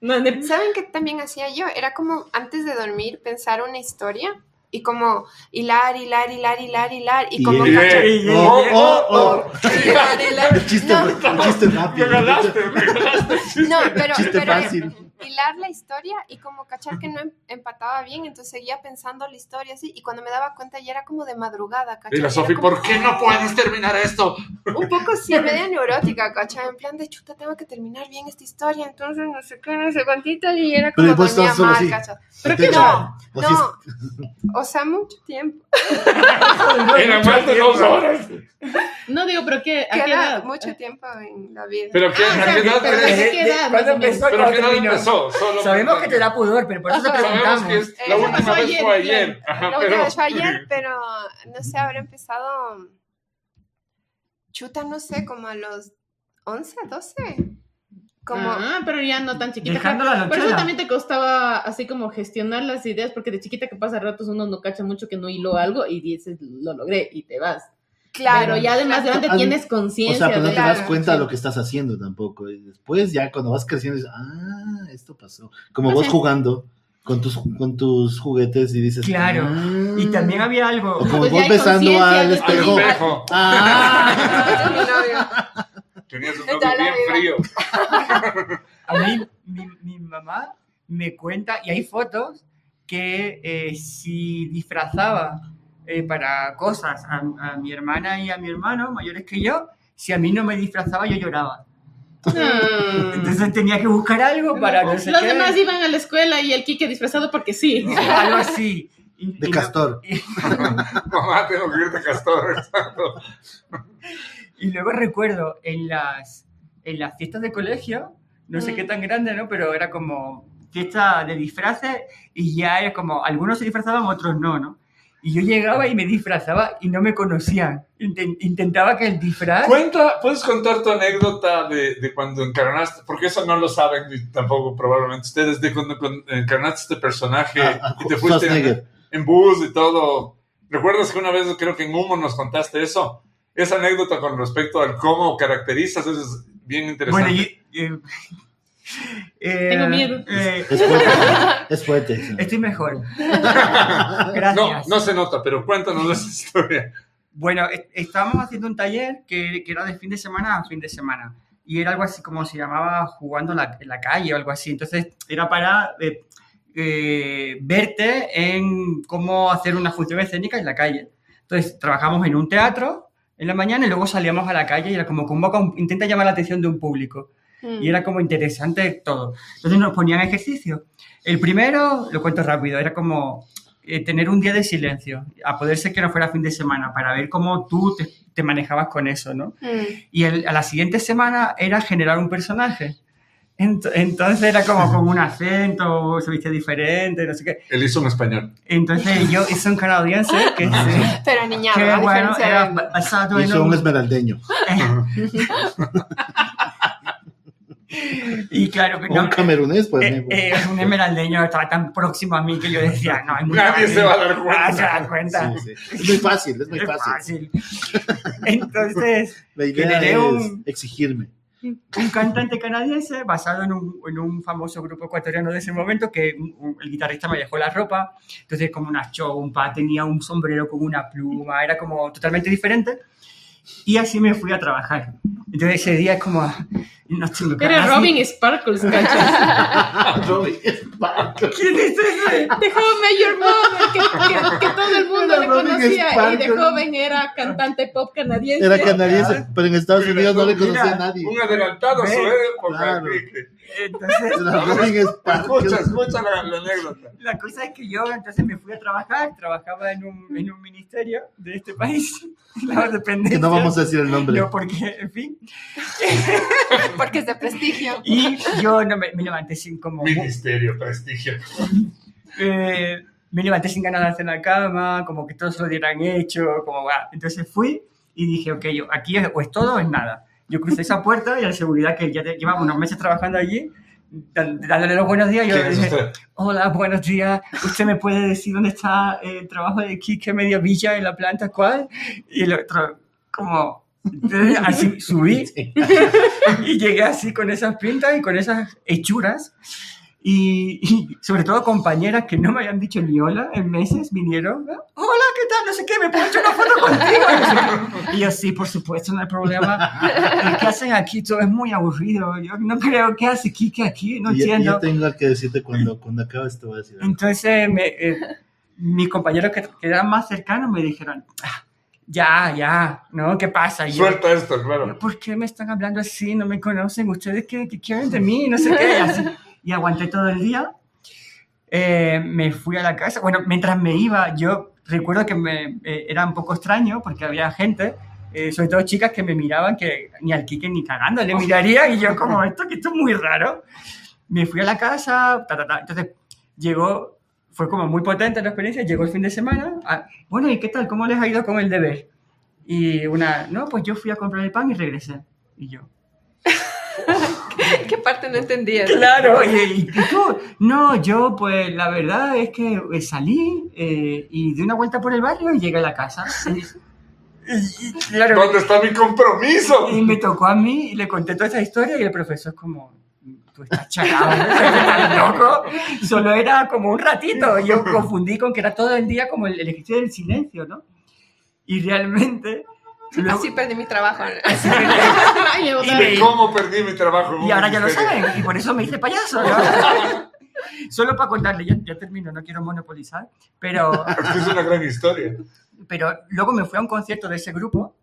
Speaker 3: No, de-
Speaker 4: ¿Saben qué también hacía yo? Era como antes de dormir pensar una historia y como hilar, hilar, hilar, hilar, hilar y
Speaker 5: Y-
Speaker 4: como
Speaker 1: Y-
Speaker 4: cachar-
Speaker 1: eh,
Speaker 2: Y-
Speaker 1: oh,
Speaker 2: y-
Speaker 1: oh,
Speaker 5: oh,
Speaker 4: hilar, hilar.
Speaker 5: Chiste,
Speaker 4: No.
Speaker 5: un chiste rápido.
Speaker 1: Me ganaste, me ganaste.
Speaker 4: No, pero,
Speaker 5: Chiste
Speaker 4: pero
Speaker 5: fácil.
Speaker 4: hilar la historia y como cachar que no em- empataba bien, entonces seguía pensando la historia así, y cuando me daba cuenta ya era como de madrugada, ¿cachai?
Speaker 1: Y la
Speaker 4: Era
Speaker 1: Sofi,
Speaker 4: como-
Speaker 1: ¿por qué no puedes terminar esto?
Speaker 4: Un poco sí, media neurótica, ¿cachai? En plan de chuta, tengo que terminar bien esta historia, entonces no sé qué, no sé cuántito, y era
Speaker 5: Pero
Speaker 4: como
Speaker 5: después
Speaker 4: dormía
Speaker 5: estabas solo
Speaker 4: mal,
Speaker 5: así.
Speaker 4: ¿cachai?
Speaker 5: Pero
Speaker 4: que no,
Speaker 5: Así es.
Speaker 4: No, o sea, mucho tiempo.
Speaker 1: Era más de dos horas.
Speaker 3: No digo, pero ¿qué? ¿A qué
Speaker 4: Queda
Speaker 3: edad?
Speaker 4: mucho tiempo en la vida.
Speaker 1: Pero que
Speaker 3: Ah,
Speaker 1: ¿a
Speaker 3: o
Speaker 1: qué
Speaker 3: sea,
Speaker 1: edad
Speaker 3: pero
Speaker 1: eres?
Speaker 3: ¿de qué edad, más
Speaker 2: ¿Cuándo
Speaker 3: o menos?
Speaker 2: Eh, empezó?
Speaker 1: Pero
Speaker 2: ¿Cuándo
Speaker 1: que no
Speaker 2: terminó?
Speaker 1: empezó. Solo
Speaker 2: Sabemos que te da pudor, pero por eso te
Speaker 1: Sabemos que
Speaker 2: preguntamos.
Speaker 1: es- la
Speaker 4: Eso
Speaker 1: última
Speaker 3: pasó
Speaker 1: vez
Speaker 3: ayer,
Speaker 1: fue ayer. Ajá,
Speaker 4: La última
Speaker 1: pero...
Speaker 4: vez fue ayer, pero no sé, habrá empezado. Chuta, no sé, como a los 11, 12. Como.
Speaker 3: Ah, pero ya no tan chiquita.
Speaker 2: Dejando la
Speaker 3: Por eso
Speaker 2: lonchera.
Speaker 3: también te costaba así como gestionar las ideas, porque de chiquita que pasa ratos uno no cacha mucho que no hiló algo y dices, lo logré y te vas.
Speaker 4: Claro,
Speaker 3: pero ya además
Speaker 4: claro.
Speaker 3: grande
Speaker 5: Al-
Speaker 3: tienes
Speaker 5: O
Speaker 3: conciencia.
Speaker 5: sea, pero no
Speaker 3: de
Speaker 5: te
Speaker 4: Claro,
Speaker 5: das cuenta de
Speaker 4: sí.
Speaker 5: lo que estás haciendo tampoco. Y después ya cuando vas creciendo dices, ah, esto pasó. Como
Speaker 3: O
Speaker 5: vos
Speaker 3: sea-
Speaker 5: jugando con tus, con tus juguetes y dices,
Speaker 2: Claro.
Speaker 5: "Ah".
Speaker 2: Y también había algo.
Speaker 5: O como
Speaker 3: Pues ya
Speaker 5: vos
Speaker 3: hay
Speaker 5: besando
Speaker 3: conciencia,
Speaker 5: al
Speaker 3: ya
Speaker 1: Al
Speaker 5: espejo.
Speaker 1: espejo.
Speaker 5: Ah,
Speaker 4: Era mi novio.
Speaker 1: Tenías un
Speaker 4: Está
Speaker 1: novio
Speaker 4: la
Speaker 1: bien
Speaker 4: vida.
Speaker 1: frío.
Speaker 2: A mí, mi, mi mamá me cuenta, y hay fotos, que eh, si disfrazaba eh, para cosas a, a mi hermana y a mi hermano, mayores que yo, si a mí no me disfrazaba, yo lloraba. Entonces tenía que buscar algo para no sé
Speaker 3: Los
Speaker 2: qué.
Speaker 3: demás iban a la escuela y el Kike disfrazado porque sí.
Speaker 2: Algo así. Y-
Speaker 5: de
Speaker 2: y no-
Speaker 5: castor.
Speaker 1: Mamá, tengo que irte a Castor.
Speaker 2: Y luego recuerdo en las, en las fiestas de colegio, no sé
Speaker 4: Mm.
Speaker 2: qué tan grande, ¿no? Pero era como fiesta de disfraces y ya era como, algunos se disfrazaban, otros no, ¿no? Y yo llegaba y me disfrazaba y no me conocían. Inten- intentaba que el disfraz...
Speaker 1: Cuenta, ¿puedes contar tu anécdota de, de cuando encarnaste? Porque eso no lo saben y tampoco probablemente ustedes, de cuando, cuando encarnaste este personaje
Speaker 5: Ah, ah,
Speaker 1: y te fuiste en,
Speaker 5: Schwarzenegger.
Speaker 1: en bus y todo. ¿Recuerdas que una vez, creo que en Humo nos contaste eso? Esa anécdota con respecto al cómo caracterizas, eso es bien interesante.
Speaker 2: Bueno, y- eh, eh,
Speaker 3: Tengo miedo.
Speaker 2: eh,
Speaker 5: Es fuerte. Es fuerte. sí.
Speaker 2: estoy mejor.
Speaker 1: no,
Speaker 2: Gracias.
Speaker 1: no se nota, pero cuéntanos esa historia.
Speaker 2: Bueno, est- estábamos haciendo un taller que, que era de fin de semana a fin de semana. Y era algo así como se llamaba jugando en la- en la calle o algo así. Entonces era para eh, eh, verte en cómo hacer una función escénica en la calle. Entonces trabajamos en un teatro en la mañana y luego salíamos a la calle y era como convoca, un- intenta llamar la atención de un público
Speaker 3: Mm.
Speaker 2: y era como interesante todo. Entonces nos ponían ejercicio. El primero, lo cuento rápido, era como eh, tener un día de silencio, a poder ser que no fuera fin de semana, para ver cómo tú te, te manejabas con eso, ¿no?
Speaker 4: Mm.
Speaker 2: Y el- a la siguiente semana era generar un personaje. Ent- Entonces era como con un acento, se viste diferente, no sé qué.
Speaker 1: Él hizo un español.
Speaker 2: Entonces yo hice un canadiense que, se-
Speaker 4: Pero niña,
Speaker 2: que,
Speaker 4: a
Speaker 2: bueno,
Speaker 4: diferencia
Speaker 2: era
Speaker 4: de-
Speaker 2: ba- basado en
Speaker 5: Ah, Hizo un
Speaker 2: un-
Speaker 5: esmeraldeño.
Speaker 2: Y claro,
Speaker 5: O un
Speaker 2: no-
Speaker 5: camerunés, pues.
Speaker 2: Eh,
Speaker 5: ¿no?
Speaker 2: eh, es un emeraldeño, estaba tan próximo a mí que yo decía, no, es muy
Speaker 1: Nadie
Speaker 2: fácil.
Speaker 1: se va a dar cuenta.
Speaker 2: Ah, se va a dar cuenta.
Speaker 5: Sí, sí. Es muy fácil, es muy
Speaker 2: Es fácil.
Speaker 5: fácil.
Speaker 2: Entonces,
Speaker 5: La idea
Speaker 2: Generé
Speaker 5: es
Speaker 2: un-
Speaker 5: exigirme.
Speaker 2: un cantante canadiense basado en un, en un famoso grupo ecuatoriano de ese momento que un- un- el guitarrista me dejó la ropa, entonces como una chompa, tenía un sombrero con una pluma, era como totalmente diferente y así me fui a trabajar. Entonces ese día es como, no tengo que
Speaker 3: Era
Speaker 5: Ah,
Speaker 2: así-
Speaker 3: Robin Sparkles, cachas.
Speaker 1: Ah,
Speaker 2: ¿Quién es ese?
Speaker 3: Dejó Major Mom, que, que- que todo el mundo
Speaker 5: Era
Speaker 3: le
Speaker 5: Robin
Speaker 3: conocía. Y de
Speaker 5: Sparkles.
Speaker 3: joven era cantante pop canadiense.
Speaker 5: Era canadiense, pero en Estados Unidos no le conocía a nadie.
Speaker 1: Un adelantado ¿eh?
Speaker 2: Ve,
Speaker 1: sobre él por
Speaker 5: claro.
Speaker 2: Entonces
Speaker 5: Era Robin Sparkles.
Speaker 1: Escucha, escucha la, la anécdota.
Speaker 2: La cosa es que yo entonces me fui a trabajar, trabajaba en un, en un ministerio de este país, la dependencia.
Speaker 5: Que no vamos a decir el nombre.
Speaker 2: No, porque, en fin.
Speaker 4: Porque es de prestigio.
Speaker 2: Y yo no me, me levanté sin como...
Speaker 1: Ministerio, prestigio.
Speaker 2: eh, me levanté sin ganas de hacer la cama, como que todos lo dieran hecho, como va. Entonces fui y dije, ok, yo, aquí es, o es todo o es nada. Yo crucé esa puerta y la seguridad que ya te- llevaba unos meses trabajando allí, dan- dándole los buenos días, yo
Speaker 1: ¿Quién
Speaker 2: le
Speaker 1: es
Speaker 2: dije,
Speaker 1: usted?
Speaker 2: Hola, buenos días. ¿Usted me puede decir dónde está eh, el trabajo de Quique Media Villa en la planta cuál? Y el otro, como, entonces, así subí
Speaker 5: Sí.
Speaker 2: y llegué así con esas pintas y con esas hechuras. Y, y sobre todo compañeras que no me habían dicho ni hola en meses vinieron. ¿no? Hola, ¿qué tal? No sé qué, me puedo echar una foto contigo. No sé qué. Y yo, sí, por supuesto, no hay problema. ¿Qué hacen aquí? Todo es muy aburrido. Yo no creo que hace Kike aquí, no
Speaker 5: Y- y
Speaker 2: entiendo.
Speaker 5: Yo tengo que decirte cuando, cuando acabes te voy a decir. algo.
Speaker 2: Entonces, me, eh, mis compañeros que, que eran más cercanos me dijeron, "Ah, ya, ya, ¿no? ¿Qué pasa? Y yo,
Speaker 1: Suelta esto, claro.
Speaker 2: "Pero, ¿Por qué me están hablando así? No me conocen. ¿Ustedes qué, qué quieren de mí? No sé qué. Y, así. Y aguanté todo el día. Eh, me fui a la casa. Bueno, mientras me iba, yo recuerdo que me, eh, era un poco extraño porque había gente, eh, sobre todo chicas que me miraban que ni al Quique ni cagando le miraría y yo como esto, que esto es muy raro. Me fui a la casa, ta, ta, ta. entonces llegó, fue como muy potente la experiencia, llegó el fin de semana, ah, bueno, ¿y qué tal? ¿Cómo les ha ido con el deber? Y una, no, pues yo fui a comprar el pan y regresé. Y yo,
Speaker 4: ¿Qué parte no entendías?
Speaker 2: Claro, y, y tú, no, yo pues la verdad es que eh, salí eh, y di una vuelta por el barrio y llegué a la casa. Y- y- claro,
Speaker 1: ¿Dónde está mi compromiso?
Speaker 2: y me tocó a mí y le conté toda esa historia y el profesor es como, tú estás chalado, ¿no? Estás loco. Solo era como un ratito. Yo confundí con que era todo el día como el, el ejercicio del silencio, ¿no? Y realmente... luego-
Speaker 4: Así perdí mi trabajo.
Speaker 3: Ay,
Speaker 2: Y
Speaker 3: otra
Speaker 2: me-
Speaker 3: vez.
Speaker 1: ¿Cómo perdí mi trabajo?
Speaker 2: Y ahora ya lo
Speaker 1: Misterio.
Speaker 2: saben, y por eso me hice payaso. ¿no? Solo para contarle, ya, ya termino, no quiero monopolizar, pero,
Speaker 1: Es que es una gran historia.
Speaker 2: pero luego me fui a un concierto de ese grupo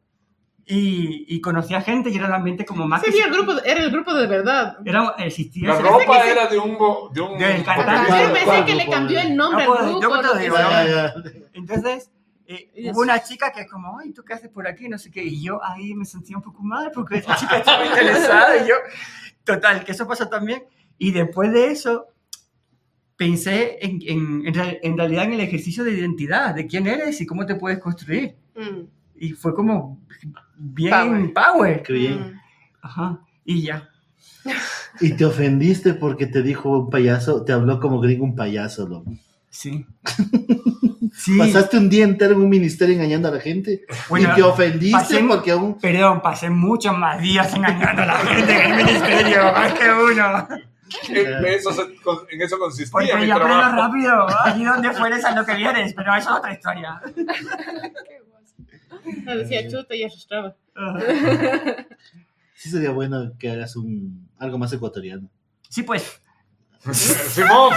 Speaker 2: y, y conocí a gente y era un ambiente como más...
Speaker 3: Ese día el grupo, era el grupo de verdad.
Speaker 2: Era, existía
Speaker 1: La
Speaker 2: ese-
Speaker 1: ropa
Speaker 3: sí.
Speaker 1: era de un... bo- De un
Speaker 2: Del cantante.
Speaker 3: Yo
Speaker 5: ¿Cuál,
Speaker 3: pensé
Speaker 5: cuál
Speaker 3: que le
Speaker 5: grupo?
Speaker 3: cambió el nombre al
Speaker 5: pues,
Speaker 2: No puedo-
Speaker 3: grupo.
Speaker 2: yo puedo
Speaker 3: no sé
Speaker 2: decir,
Speaker 3: qué.
Speaker 2: no,
Speaker 5: Ya, ya.
Speaker 2: Entonces, eh,
Speaker 3: Y
Speaker 2: hubo
Speaker 3: es-
Speaker 2: una chica que es como, ay, ¿tú qué haces por aquí? No sé qué. Y yo ahí me sentía un poco mal porque esta chica estaba interesada. Y yo, total, que eso pasó también. Y después de eso, pensé en, en, en real- en realidad en el ejercicio de identidad, de quién eres y cómo te puedes construir.
Speaker 4: Mm,
Speaker 2: Y fue como bien power.
Speaker 4: Power.
Speaker 5: Qué bien.
Speaker 4: mm.
Speaker 2: Ajá. Y ya.
Speaker 5: Y te ofendiste porque te dijo un payaso, te habló como gringo un payaso, loco.
Speaker 2: Sí. sí.
Speaker 5: Pasaste un día entero en un ministerio engañando a la gente
Speaker 2: Bueno,
Speaker 5: y te ofendiste
Speaker 2: pasé-
Speaker 5: porque un
Speaker 2: Perdón, pasé muchos más días engañando a la gente en el ministerio, más que uno.
Speaker 1: En de eso, se- con- en eso consistía
Speaker 2: Porque
Speaker 1: mi
Speaker 2: yo aprendo
Speaker 1: trabajo.
Speaker 2: rápido, allí donde fueres a lo que vieres, pero eso es otra historia.
Speaker 3: Ah, Decía chuta y arrastraba.
Speaker 5: sí sería bueno que hagas un algo más ecuatoriano.
Speaker 2: Sí, pues.
Speaker 1: Simón.